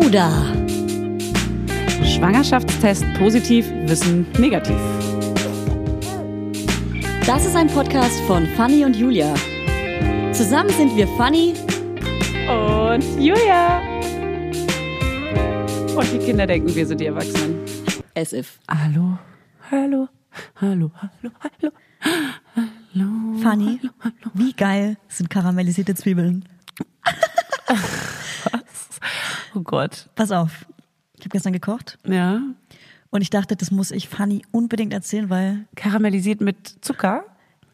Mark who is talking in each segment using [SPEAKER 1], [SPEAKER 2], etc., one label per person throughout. [SPEAKER 1] Gouda.
[SPEAKER 2] Schwangerschaftstest positiv, Wissen negativ.
[SPEAKER 1] Das ist ein Podcast von Fanny und Julia. Zusammen sind wir Fanny
[SPEAKER 2] Und Julia. Und die Kinder denken, wir sind die Erwachsenen.
[SPEAKER 1] as if.
[SPEAKER 2] Hallo, hallo, hallo, hallo, hallo.
[SPEAKER 3] Fanny, wie geil sind karamellisierte Zwiebeln?
[SPEAKER 2] Oh Gott.
[SPEAKER 3] Pass auf, ich habe gestern gekocht
[SPEAKER 2] Ja.
[SPEAKER 3] und ich dachte, das muss ich Fanny unbedingt erzählen, weil
[SPEAKER 2] Karamellisiert mit Zucker.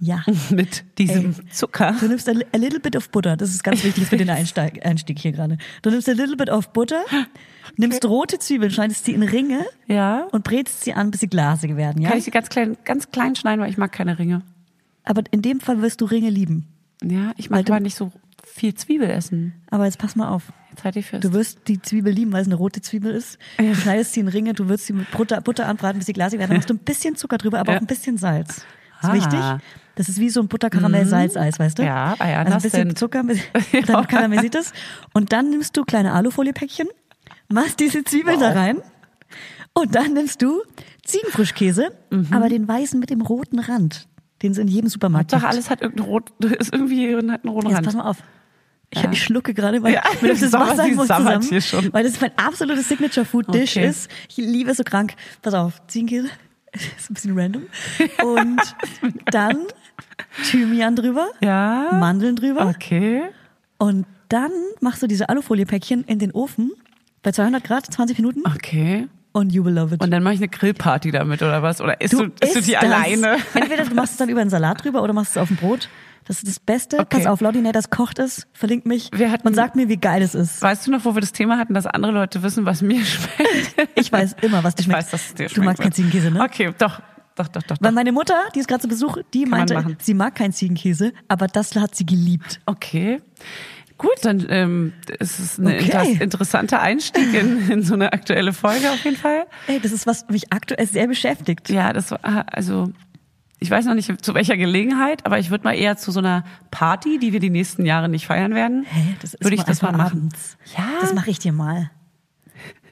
[SPEAKER 3] ja,
[SPEAKER 2] Mit diesem Zucker.
[SPEAKER 3] du nimmst a, li- a little bit of Butter, das ist ganz wichtig für den Einsteig, Einstieg hier gerade. Du nimmst a little bit of Butter, nimmst rote Zwiebeln, schneidest sie in Ringe
[SPEAKER 2] Ja.
[SPEAKER 3] und brätst sie an, bis sie glasig werden, ja?
[SPEAKER 2] Kann ich sie ganz klein, ganz klein schneiden, weil ich mag keine Ringe.
[SPEAKER 3] Aber in dem Fall wirst du Ringe lieben.
[SPEAKER 2] Ja, ich mag
[SPEAKER 3] Weil du-
[SPEAKER 2] aber nicht so viel Zwiebel essen.
[SPEAKER 3] Aber jetzt pass mal auf.
[SPEAKER 2] Jetzt halt ich fest.
[SPEAKER 3] Du wirst die Zwiebel lieben, weil es eine rote Zwiebel ist. Du schneidest sie in Ringe, du wirst sie mit Butter, Butter anbraten, bis sie glasig werden. Dann machst du ein bisschen Zucker drüber, aber
[SPEAKER 2] Ja.
[SPEAKER 3] auch ein bisschen Salz. Das
[SPEAKER 2] Ah. Mhm.
[SPEAKER 3] ist wichtig. Das ist wie so ein Butterkaramell-Salzeis, weißt du?
[SPEAKER 2] Ja, bei
[SPEAKER 3] also ein bisschen
[SPEAKER 2] Andersen.
[SPEAKER 3] Zucker, dann karamellisiert es. Und dann nimmst du kleine Alufoliepäckchen, machst diese Zwiebel da rein und dann nimmst du Ziegenfrischkäse,
[SPEAKER 2] Mhm.
[SPEAKER 3] aber den weißen mit dem roten Rand, den es in jedem Supermarkt
[SPEAKER 2] Doch,
[SPEAKER 3] gibt.
[SPEAKER 2] alles hat irgendeinen rot, ist irgendwie hat einen roten
[SPEAKER 3] Jetzt pass
[SPEAKER 2] Rand.
[SPEAKER 3] mal auf. Ich, ich schlucke gerade, weil
[SPEAKER 2] Ja,
[SPEAKER 3] mir läuft das
[SPEAKER 2] Sommer,
[SPEAKER 3] Wasser
[SPEAKER 2] sie
[SPEAKER 3] im Mund zusammen,
[SPEAKER 2] sabbert hier schon.
[SPEAKER 3] weil das mein absolutes Signature-Food-Dish
[SPEAKER 2] Okay.
[SPEAKER 3] ist. Ich liebe es so krank. Pass auf, Ziegenkäse, ist ein bisschen random. Und dann Thymian drüber,
[SPEAKER 2] Ja.
[SPEAKER 3] Mandeln
[SPEAKER 2] Hm?
[SPEAKER 3] drüber
[SPEAKER 2] Okay.
[SPEAKER 3] und dann machst du diese Alufoliepäckchen in den Ofen bei 200 Grad, 20 Minuten
[SPEAKER 2] Okay.
[SPEAKER 3] und you will love it.
[SPEAKER 2] Ah. Und dann mache ich eine Grillparty damit oder was? Oder isst du, isst du
[SPEAKER 3] isst
[SPEAKER 2] die
[SPEAKER 3] das.
[SPEAKER 2] alleine?
[SPEAKER 3] Entweder du machst es dann über einen Salat drüber oder machst es auf dem Brot. Das ist das Beste. Pass auf, Laudinators kocht es, verlinkt mich
[SPEAKER 2] Wir hatten-
[SPEAKER 3] und sagt mir, wie geil es ist.
[SPEAKER 2] Weißt du noch, wo wir das Thema hatten, dass andere Leute wissen, was mir schmeckt?
[SPEAKER 3] Ich weiß immer, was dir schmeckt.
[SPEAKER 2] Ich weiß, dass es dir
[SPEAKER 3] Du magst keinen
[SPEAKER 2] schmeckt.
[SPEAKER 3] Ziegenkäse, ne?
[SPEAKER 2] Okay, doch. Doch, doch, doch.
[SPEAKER 3] Weil
[SPEAKER 2] doch.
[SPEAKER 3] meine Mutter, die ist gerade zu Besuch, die
[SPEAKER 2] man
[SPEAKER 3] meinte,
[SPEAKER 2] machen.
[SPEAKER 3] sie mag keinen Ziegenkäse, aber das hat sie geliebt.
[SPEAKER 2] Okay. Gut, dann ähm, ist es ein
[SPEAKER 3] Okay.
[SPEAKER 2] inter interessanter Einstieg in, in so eine aktuelle Folge auf jeden Fall.
[SPEAKER 3] Ey, das ist was mich aktuell sehr beschäftigt.
[SPEAKER 2] Ja, das war, also ich weiß noch nicht zu welcher Gelegenheit, aber ich würde mal eher zu so einer Party, die wir die nächsten Jahre nicht feiern werden,
[SPEAKER 3] Hä, das ist
[SPEAKER 2] würde ich
[SPEAKER 3] mal
[SPEAKER 2] das mal
[SPEAKER 3] einfach
[SPEAKER 2] machen.
[SPEAKER 3] abends.
[SPEAKER 2] Ja.
[SPEAKER 3] Das mache ich dir mal.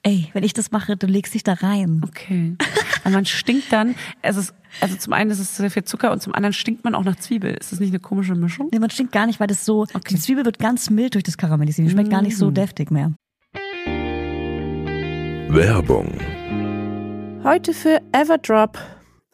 [SPEAKER 3] Ey, wenn ich das mache, du legst dich da rein.
[SPEAKER 2] Okay. Und man stinkt dann, es ist, also zum einen ist es sehr viel Zucker und zum anderen stinkt man auch nach Zwiebel. Ist das nicht eine komische Mischung?
[SPEAKER 3] Nee, man stinkt gar nicht, weil das so, die Zwiebel wird ganz mild durch das Karamellisieren. Die schmeckt gar
[SPEAKER 2] Mm.
[SPEAKER 3] nicht so deftig mehr.
[SPEAKER 4] Werbung.
[SPEAKER 5] Heute für Everdrop.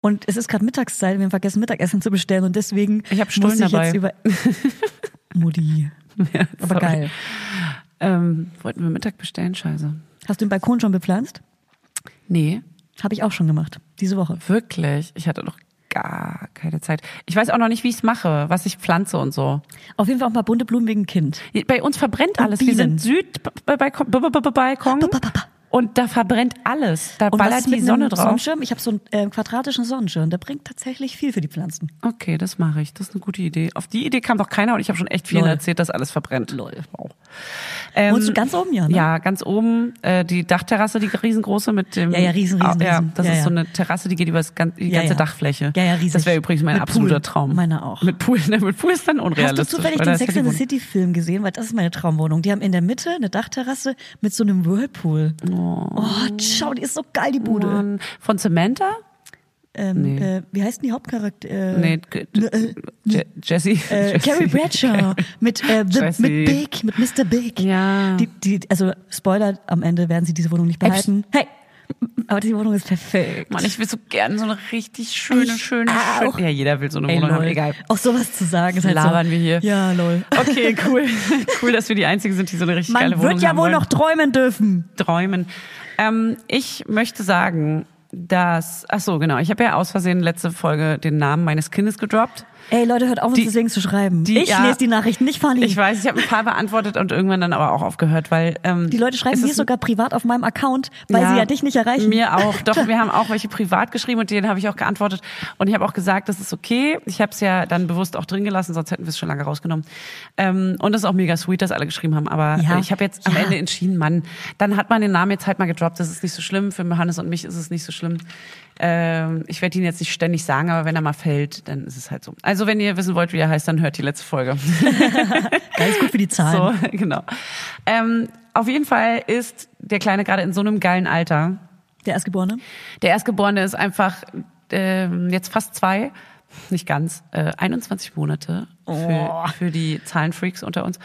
[SPEAKER 3] Und es ist gerade Mittagszeit, wir haben vergessen, Mittagessen zu bestellen und deswegen
[SPEAKER 2] Ich hab Stullen
[SPEAKER 3] muss ich
[SPEAKER 2] dabei.
[SPEAKER 3] jetzt über. Mutti.
[SPEAKER 2] Ja,
[SPEAKER 3] Aber
[SPEAKER 2] sorry.
[SPEAKER 3] geil.
[SPEAKER 2] Ähm, wollten wir Mittag bestellen? Scheiße.
[SPEAKER 3] Hast du den Balkon schon bepflanzt?
[SPEAKER 2] Nee,
[SPEAKER 3] Habe ich auch schon gemacht. Diese Woche.
[SPEAKER 2] wirklich. Ich hatte noch gar keine Zeit. Ich weiß auch noch nicht, wie ich es mache, was ich pflanze und so.
[SPEAKER 3] Auf jeden Fall auch mal bunte Blumen wegen Kind.
[SPEAKER 2] Bei uns verbrennt
[SPEAKER 3] Und
[SPEAKER 2] alles. Wir
[SPEAKER 3] Bienen.
[SPEAKER 2] sind Südbalkon
[SPEAKER 3] Ba, ba, ba, ba.
[SPEAKER 2] und da verbrennt alles. Da
[SPEAKER 3] Und was
[SPEAKER 2] ballert
[SPEAKER 3] ist mit
[SPEAKER 2] die Sonne
[SPEAKER 3] einem
[SPEAKER 2] drauf.
[SPEAKER 3] Sonnenschirm? Ich habe so einen äh, quadratischen Sonnenschirm. Der bringt tatsächlich viel für die Pflanzen.
[SPEAKER 2] Okay, das mache ich. Das ist eine gute Idee. Auf die Idee kam doch keiner und ich habe schon echt vielen
[SPEAKER 3] Lol.
[SPEAKER 2] erzählt, dass alles verbrennt. Lol. Wow. Ähm,
[SPEAKER 3] Wohnst du ganz oben, ja, ne?
[SPEAKER 2] Ja, ganz oben äh, die Dachterrasse, die riesengroße mit dem.
[SPEAKER 3] Ja, ja, riesen, riesen,
[SPEAKER 2] Ah, ja,
[SPEAKER 3] riesen.
[SPEAKER 2] das
[SPEAKER 3] Ja,
[SPEAKER 2] ist
[SPEAKER 3] ja.
[SPEAKER 2] so eine Terrasse, die geht über das gan die
[SPEAKER 3] Ja,
[SPEAKER 2] ganze
[SPEAKER 3] ja.
[SPEAKER 2] Dachfläche.
[SPEAKER 3] Ja, ja, riesig.
[SPEAKER 2] Das wäre übrigens mein
[SPEAKER 3] Mit
[SPEAKER 2] absoluter
[SPEAKER 3] Pool.
[SPEAKER 2] Traum.
[SPEAKER 3] Meiner auch.
[SPEAKER 2] Mit Pool, ne, mit Pool ist dann
[SPEAKER 3] Hast du
[SPEAKER 2] unrealistisch.
[SPEAKER 3] zufällig
[SPEAKER 2] weil
[SPEAKER 3] den
[SPEAKER 2] da ist ja
[SPEAKER 3] Sex
[SPEAKER 2] die
[SPEAKER 3] in the
[SPEAKER 2] Wohnung.
[SPEAKER 3] City Film gesehen? Weil das ist meine Traumwohnung. Die haben in der Mitte eine Dachterrasse mit so einem Whirlpool. Oh, schau, die ist so geil, die Bude.
[SPEAKER 2] Mann. Von Samantha?
[SPEAKER 3] Ähm, äh, wie heißt denn die Hauptcharakter? Äh,
[SPEAKER 2] Nee, J-
[SPEAKER 3] äh,
[SPEAKER 2] Je- Jessie.
[SPEAKER 3] äh,
[SPEAKER 2] Jessie.
[SPEAKER 3] Carrie Bradshaw mit, äh, the,
[SPEAKER 2] Jessie.
[SPEAKER 3] mit Big, mit Mr. Big.
[SPEAKER 2] Ja.
[SPEAKER 3] Die, die, also Spoiler, am Ende werden sie diese Wohnung nicht behalten. Hey, aber die Wohnung ist perfekt.
[SPEAKER 2] Mann, ich will so gerne so eine richtig schöne,
[SPEAKER 3] Ich
[SPEAKER 2] schöne,
[SPEAKER 3] auch.
[SPEAKER 2] schöne. Ja, jeder will so eine
[SPEAKER 3] Ey,
[SPEAKER 2] Wohnung haben,
[SPEAKER 3] lol.
[SPEAKER 2] egal.
[SPEAKER 3] Auch sowas zu sagen ist halt
[SPEAKER 2] Labern
[SPEAKER 3] so.
[SPEAKER 2] wir hier.
[SPEAKER 3] Ja, lol.
[SPEAKER 2] Okay, cool. cool, dass wir die Einzigen sind, die so eine richtig geile
[SPEAKER 3] Man
[SPEAKER 2] Wohnung
[SPEAKER 3] wird ja
[SPEAKER 2] haben
[SPEAKER 3] wohl
[SPEAKER 2] wollen.
[SPEAKER 3] noch träumen dürfen.
[SPEAKER 2] träumen. Ähm, ich möchte sagen, dass, ach so, genau, ich habe ja aus Versehen letzte Folge den Namen meines Kindes gedroppt.
[SPEAKER 3] Ey, Leute, hört auf, uns
[SPEAKER 2] Die-
[SPEAKER 3] deswegen zu schreiben.
[SPEAKER 2] die-
[SPEAKER 3] ich
[SPEAKER 2] ja.
[SPEAKER 3] lese die Nachrichten, nicht Fanny.
[SPEAKER 2] Ich weiß, ich habe ein paar beantwortet und irgendwann dann aber auch aufgehört, weil ähm,
[SPEAKER 3] die Leute schreiben
[SPEAKER 2] es
[SPEAKER 3] mir
[SPEAKER 2] ist-
[SPEAKER 3] sogar privat auf meinem Account, weil sie ja dich nicht erreichen.
[SPEAKER 2] Mir auch. Doch, wir haben auch welche privat geschrieben und denen habe ich auch geantwortet. Und ich habe auch gesagt, das ist okay. Ich habe es ja dann bewusst auch drin gelassen, sonst hätten wir es schon lange rausgenommen. Ähm, und das ist auch mega sweet, dass alle geschrieben haben. Aber
[SPEAKER 3] Ja.
[SPEAKER 2] äh, ich habe jetzt am
[SPEAKER 3] Ja.
[SPEAKER 2] Ende entschieden, Mann, dann hat man den Namen jetzt halt mal gedroppt. Das ist nicht so schlimm. Für Johannes und mich ist es nicht so schlimm. Ähm, ich werde ihn jetzt nicht ständig sagen, aber wenn er mal fällt, dann ist es halt so. Also wenn ihr wissen wollt, wie er heißt, dann hört die letzte Folge.
[SPEAKER 3] Ganz gut für die Zahlen.
[SPEAKER 2] So, genau. Ähm, auf jeden Fall ist der Kleine gerade in so einem geilen Alter.
[SPEAKER 3] Der Erstgeborene.
[SPEAKER 2] Der Erstgeborene ist einfach ähm, jetzt fast zwei, nicht ganz, äh, 21 Monate
[SPEAKER 3] Oh.
[SPEAKER 2] für, für die Zahlenfreaks unter uns,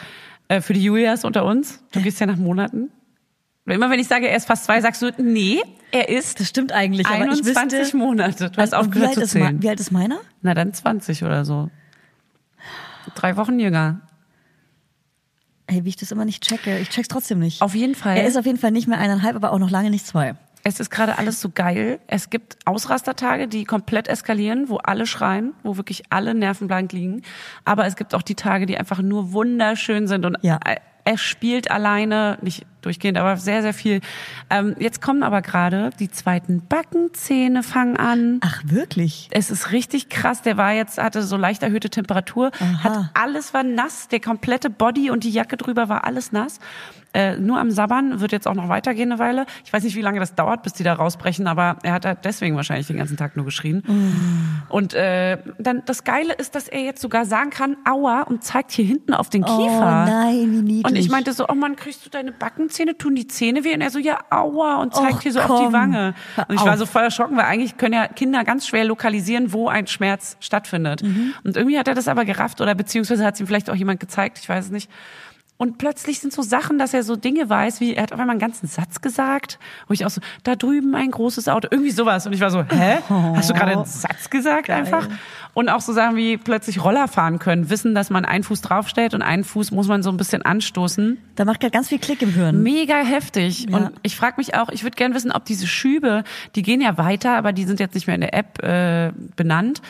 [SPEAKER 2] äh, für die Julias unter uns. Du gehst ja nach Monaten. Immer wenn ich sage, er ist fast zwei, sagst du, nee, er ist
[SPEAKER 3] Das stimmt eigentlich, aber ich
[SPEAKER 2] 21
[SPEAKER 3] wüsste...
[SPEAKER 2] Monate. Du hast
[SPEAKER 3] Und wie
[SPEAKER 2] aufgehört
[SPEAKER 3] alt
[SPEAKER 2] zu
[SPEAKER 3] ist ma-
[SPEAKER 2] zählen.
[SPEAKER 3] Wie alt ist meiner?
[SPEAKER 2] Na dann 20 oder so. Drei Wochen jünger.
[SPEAKER 3] Ey, wie ich das immer nicht checke. Ich check's trotzdem nicht.
[SPEAKER 2] Auf jeden Fall.
[SPEAKER 3] Er ist auf jeden Fall nicht mehr eineinhalb, aber auch noch lange nicht zwei.
[SPEAKER 2] Es ist gerade alles so geil. Es gibt Ausrastertage, die komplett eskalieren, wo alle schreien, wo wirklich alle Nerven blank liegen. Aber es gibt auch die Tage, die einfach nur wunderschön sind und
[SPEAKER 3] Ja.
[SPEAKER 2] er spielt alleine, nicht durchgehend, aber sehr, sehr viel. Ähm, jetzt kommen aber gerade die zweiten Backenzähne fangen an.
[SPEAKER 3] Ach, wirklich?
[SPEAKER 2] Es ist richtig krass. Der war jetzt, hatte so leicht erhöhte Temperatur.
[SPEAKER 3] Aha.
[SPEAKER 2] Hat alles war nass. Der komplette Body und die Jacke drüber war alles nass. Äh, nur am Sabbern wird jetzt auch noch weitergehen eine Weile. Ich weiß nicht, wie lange das dauert, bis die da rausbrechen, aber er hat halt deswegen wahrscheinlich den ganzen Tag nur geschrien.
[SPEAKER 3] Mhm.
[SPEAKER 2] Und äh, dann das Geile ist, dass er jetzt sogar sagen kann, aua, und zeigt hier hinten auf den
[SPEAKER 3] Oh,
[SPEAKER 2] Kiefer.
[SPEAKER 3] nein, wie niedlich.
[SPEAKER 2] Und ich meinte so, oh Mann, kriegst du deine Backenzähne, tun die Zähne weh? Und er so, ja, aua, und zeigt
[SPEAKER 3] Och,
[SPEAKER 2] hier so auf die
[SPEAKER 3] komm.
[SPEAKER 2] Wange.
[SPEAKER 3] Hör
[SPEAKER 2] Und ich war
[SPEAKER 3] auf.
[SPEAKER 2] so voll erschrocken, weil eigentlich können ja Kinder ganz schwer lokalisieren, wo ein Schmerz stattfindet.
[SPEAKER 3] Mhm.
[SPEAKER 2] Und irgendwie hat er das aber gerafft oder beziehungsweise hat es ihm vielleicht auch jemand gezeigt, ich weiß es nicht. Und plötzlich sind so Sachen, dass er so Dinge weiß, wie er hat auf einmal einen ganzen Satz gesagt, wo ich auch so, da drüben ein großes Auto, irgendwie sowas. Und ich war so, hä? Hast du gerade
[SPEAKER 3] Oh,
[SPEAKER 2] einen Satz gesagt einfach? Und auch so Sachen wie plötzlich Roller fahren können, wissen, dass man einen Fuß draufstellt und einen Fuß muss man so ein bisschen anstoßen.
[SPEAKER 3] Da macht gerade ganz viel Klick im Hirn.
[SPEAKER 2] Mega heftig.
[SPEAKER 3] Ja.
[SPEAKER 2] Und ich frage mich auch, ich würde gerne wissen, ob diese Schübe, die gehen ja weiter, aber die sind jetzt nicht mehr in der App äh, benannt.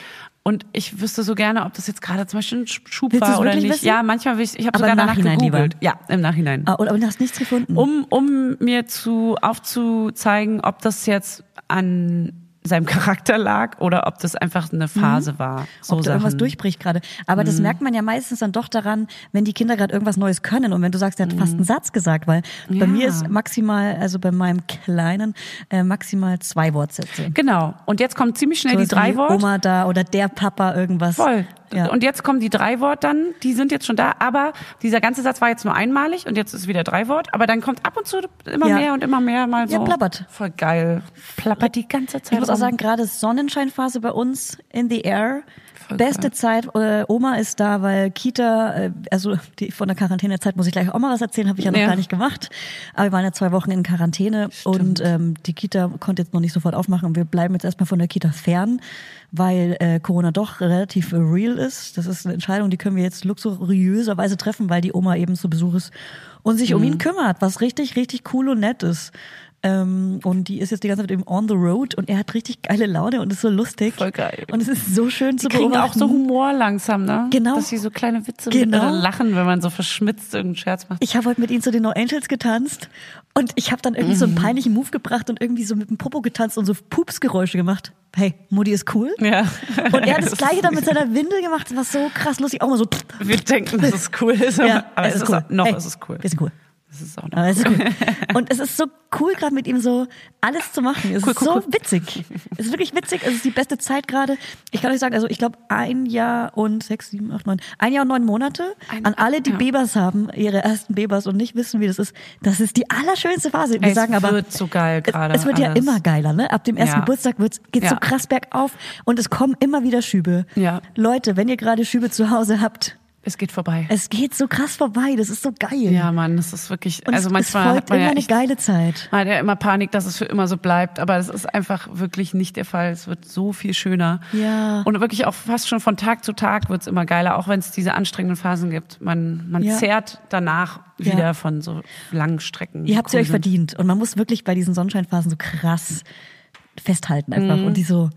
[SPEAKER 2] Und ich wüsste so gerne, ob das jetzt gerade zum Beispiel ein Sch- Schub
[SPEAKER 3] Willst
[SPEAKER 2] war
[SPEAKER 3] du's
[SPEAKER 2] oder
[SPEAKER 3] wirklich
[SPEAKER 2] nicht.
[SPEAKER 3] wissen?
[SPEAKER 2] Ja, manchmal will ich, ich habe
[SPEAKER 3] Aber
[SPEAKER 2] sogar
[SPEAKER 3] im
[SPEAKER 2] danach
[SPEAKER 3] Nachhinein lieber.
[SPEAKER 2] gegoogelt. Ja, im Nachhinein.
[SPEAKER 3] Ah, oder, aber du hast nichts gefunden.
[SPEAKER 2] Um, um mir zu aufzuzeigen, ob das jetzt an seinem Charakter lag oder ob das einfach eine Phase war. So
[SPEAKER 3] Mhm. ob da irgendwas
[SPEAKER 2] Sachen. Mhm.
[SPEAKER 3] durchbricht gerade. Aber das merkt man ja meistens dann doch daran, wenn die Kinder gerade irgendwas Neues können und wenn du sagst, der hat fast einen Satz gesagt, weil
[SPEAKER 2] Mhm. Ja.
[SPEAKER 3] bei mir ist maximal, also bei meinem Kleinen, äh, maximal zwei Wortsätze.
[SPEAKER 2] Genau. Und jetzt kommt ziemlich schnell Genau, die
[SPEAKER 3] Sowas wie
[SPEAKER 2] drei Worte.
[SPEAKER 3] Oma da oder der Papa irgendwas.
[SPEAKER 2] Voll.
[SPEAKER 3] Ja.
[SPEAKER 2] Und jetzt kommen die drei Wort dann, die sind jetzt schon da, aber dieser ganze Satz war jetzt nur einmalig und jetzt ist wieder drei Wort, aber dann kommt ab und zu immer
[SPEAKER 3] Ja.
[SPEAKER 2] mehr und immer mehr mal so.
[SPEAKER 3] Ja, plappert.
[SPEAKER 2] Voll geil. Plappert die ganze Zeit.
[SPEAKER 3] Ich muss auch
[SPEAKER 2] rum.
[SPEAKER 3] sagen, gerade Sonnenscheinphase bei uns in the air.
[SPEAKER 2] Voll
[SPEAKER 3] Beste
[SPEAKER 2] geil.
[SPEAKER 3] Zeit, äh, Oma ist da, weil Kita, äh, also die, von der Quarantänezeit muss ich gleich auch mal was erzählen, habe ich ja noch
[SPEAKER 2] Ja.
[SPEAKER 3] gar nicht gemacht. Aber wir waren ja zwei Wochen in Quarantäne und ähm, die Kita konnte jetzt noch nicht sofort aufmachen. Wir bleiben jetzt erstmal von der Kita fern, weil äh, Corona doch relativ real ist. Das ist eine Entscheidung, die können wir jetzt luxuriöserweise treffen, weil die Oma eben zu Besuch ist und sich um
[SPEAKER 2] Mhm.
[SPEAKER 3] ihn kümmert, was richtig, richtig cool und nett ist. Ähm, und die ist jetzt die ganze Zeit eben on the road und er hat richtig geile Laune und ist so lustig.
[SPEAKER 2] Voll geil.
[SPEAKER 3] Und es ist so schön zu
[SPEAKER 2] Die kriegen
[SPEAKER 3] beobachten.
[SPEAKER 2] auch so Humor langsam, ne?
[SPEAKER 3] Genau.
[SPEAKER 2] Dass sie so kleine Witze
[SPEAKER 3] Genau.
[SPEAKER 2] miteinander lachen, wenn man so verschmitzt irgendeinen Scherz macht.
[SPEAKER 3] ich habe heute mit ihnen zu den No Angels getanzt und ich habe dann irgendwie so einen
[SPEAKER 2] Mhm.
[SPEAKER 3] peinlichen Move gebracht und irgendwie so mit dem Popo getanzt und so Pupsgeräusche gemacht. Hey, Mutti ist cool.
[SPEAKER 2] Ja.
[SPEAKER 3] Und er hat das gleiche dann mit seiner Windel gemacht, was so krass lustig, auch mal so.
[SPEAKER 2] Wir denken, dass es cool ist, aber, aber es ist auch- noch
[SPEAKER 3] Hey,
[SPEAKER 2] ist es cool.
[SPEAKER 3] Wir sind cool.
[SPEAKER 2] Es ist auch noch
[SPEAKER 3] Aber es ist cool. Also, Und es ist so cool, gerade mit ihm so alles zu machen. Es
[SPEAKER 2] Cool,
[SPEAKER 3] ist
[SPEAKER 2] cool,
[SPEAKER 3] so
[SPEAKER 2] cool.
[SPEAKER 3] witzig. Es ist wirklich witzig. Es ist die beste Zeit gerade. Ich kann euch sagen, also ich glaube ein Jahr und sechs, sieben, acht, neun, ein Jahr und neun Monate
[SPEAKER 2] Ein-
[SPEAKER 3] an alle, die
[SPEAKER 2] ja.
[SPEAKER 3] Bebers haben, ihre ersten Bebers und nicht wissen, wie das ist. Das ist die allerschönste Phase. Wir
[SPEAKER 2] Ey, es
[SPEAKER 3] sagen aber,
[SPEAKER 2] wird so geil
[SPEAKER 3] es-
[SPEAKER 2] gerade
[SPEAKER 3] Es wird ja
[SPEAKER 2] alles.
[SPEAKER 3] immer geiler, ne? Ab dem ersten
[SPEAKER 2] Ja.
[SPEAKER 3] Geburtstag wird's, geht's so
[SPEAKER 2] Ja.
[SPEAKER 3] krass bergauf und es kommen immer wieder Schübe.
[SPEAKER 2] Ja.
[SPEAKER 3] Leute, wenn ihr gerade Schübe zu Hause habt,
[SPEAKER 2] Es geht vorbei.
[SPEAKER 3] es geht so krass vorbei. Das ist so geil.
[SPEAKER 2] ja, Mann, das ist wirklich,
[SPEAKER 3] Und
[SPEAKER 2] also
[SPEAKER 3] es,
[SPEAKER 2] manchmal
[SPEAKER 3] es folgt
[SPEAKER 2] hat man
[SPEAKER 3] immer
[SPEAKER 2] ja
[SPEAKER 3] eine
[SPEAKER 2] echt,
[SPEAKER 3] geile Zeit.
[SPEAKER 2] man hat ja immer Panik, dass es für immer so bleibt, aber das ist einfach wirklich nicht der Fall. Es wird so viel schöner.
[SPEAKER 3] Ja.
[SPEAKER 2] Und wirklich auch fast schon von Tag zu Tag wird es immer geiler, auch wenn es diese anstrengenden Phasen gibt. Man, man
[SPEAKER 3] Ja.
[SPEAKER 2] zehrt danach
[SPEAKER 3] Ja.
[SPEAKER 2] wieder von so langen Strecken. die
[SPEAKER 3] Ihr habt sie
[SPEAKER 2] cool
[SPEAKER 3] euch
[SPEAKER 2] sind.
[SPEAKER 3] verdient. Und man muss wirklich bei diesen Sonnenscheinphasen so krass festhalten
[SPEAKER 2] Mhm.
[SPEAKER 3] einfach. Und die so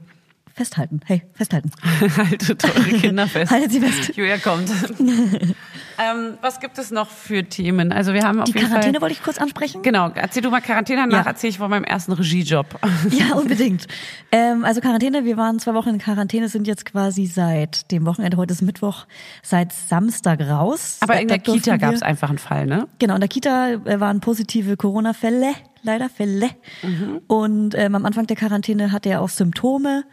[SPEAKER 3] festhalten. Hey, festhalten.
[SPEAKER 2] Haltet eure Kinder Genau, fest.
[SPEAKER 3] Haltet sie fest.
[SPEAKER 2] Julia kommt. ähm, was gibt es noch für Themen? Also wir haben auf
[SPEAKER 3] Die
[SPEAKER 2] jeden
[SPEAKER 3] Quarantäne
[SPEAKER 2] Fall...
[SPEAKER 3] wollte ich kurz ansprechen.
[SPEAKER 2] Genau, erzähl du mal Quarantäne, danach
[SPEAKER 3] Ja.
[SPEAKER 2] erzähle ich von meinem ersten Regiejob.
[SPEAKER 3] Ja, unbedingt. ähm, also Quarantäne, wir waren zwei Wochen in Quarantäne, sind jetzt quasi seit dem Wochenende, heute ist Mittwoch, seit Samstag raus.
[SPEAKER 2] Aber in
[SPEAKER 3] Da
[SPEAKER 2] der Kita
[SPEAKER 3] durften
[SPEAKER 2] gab
[SPEAKER 3] wir-
[SPEAKER 2] es einfach einen Fall, ne?
[SPEAKER 3] Genau, in der Kita äh, waren positive Corona-Fälle, leider Fälle.
[SPEAKER 2] Mhm.
[SPEAKER 3] Und ähm, am Anfang der Quarantäne hatte er auch Symptome,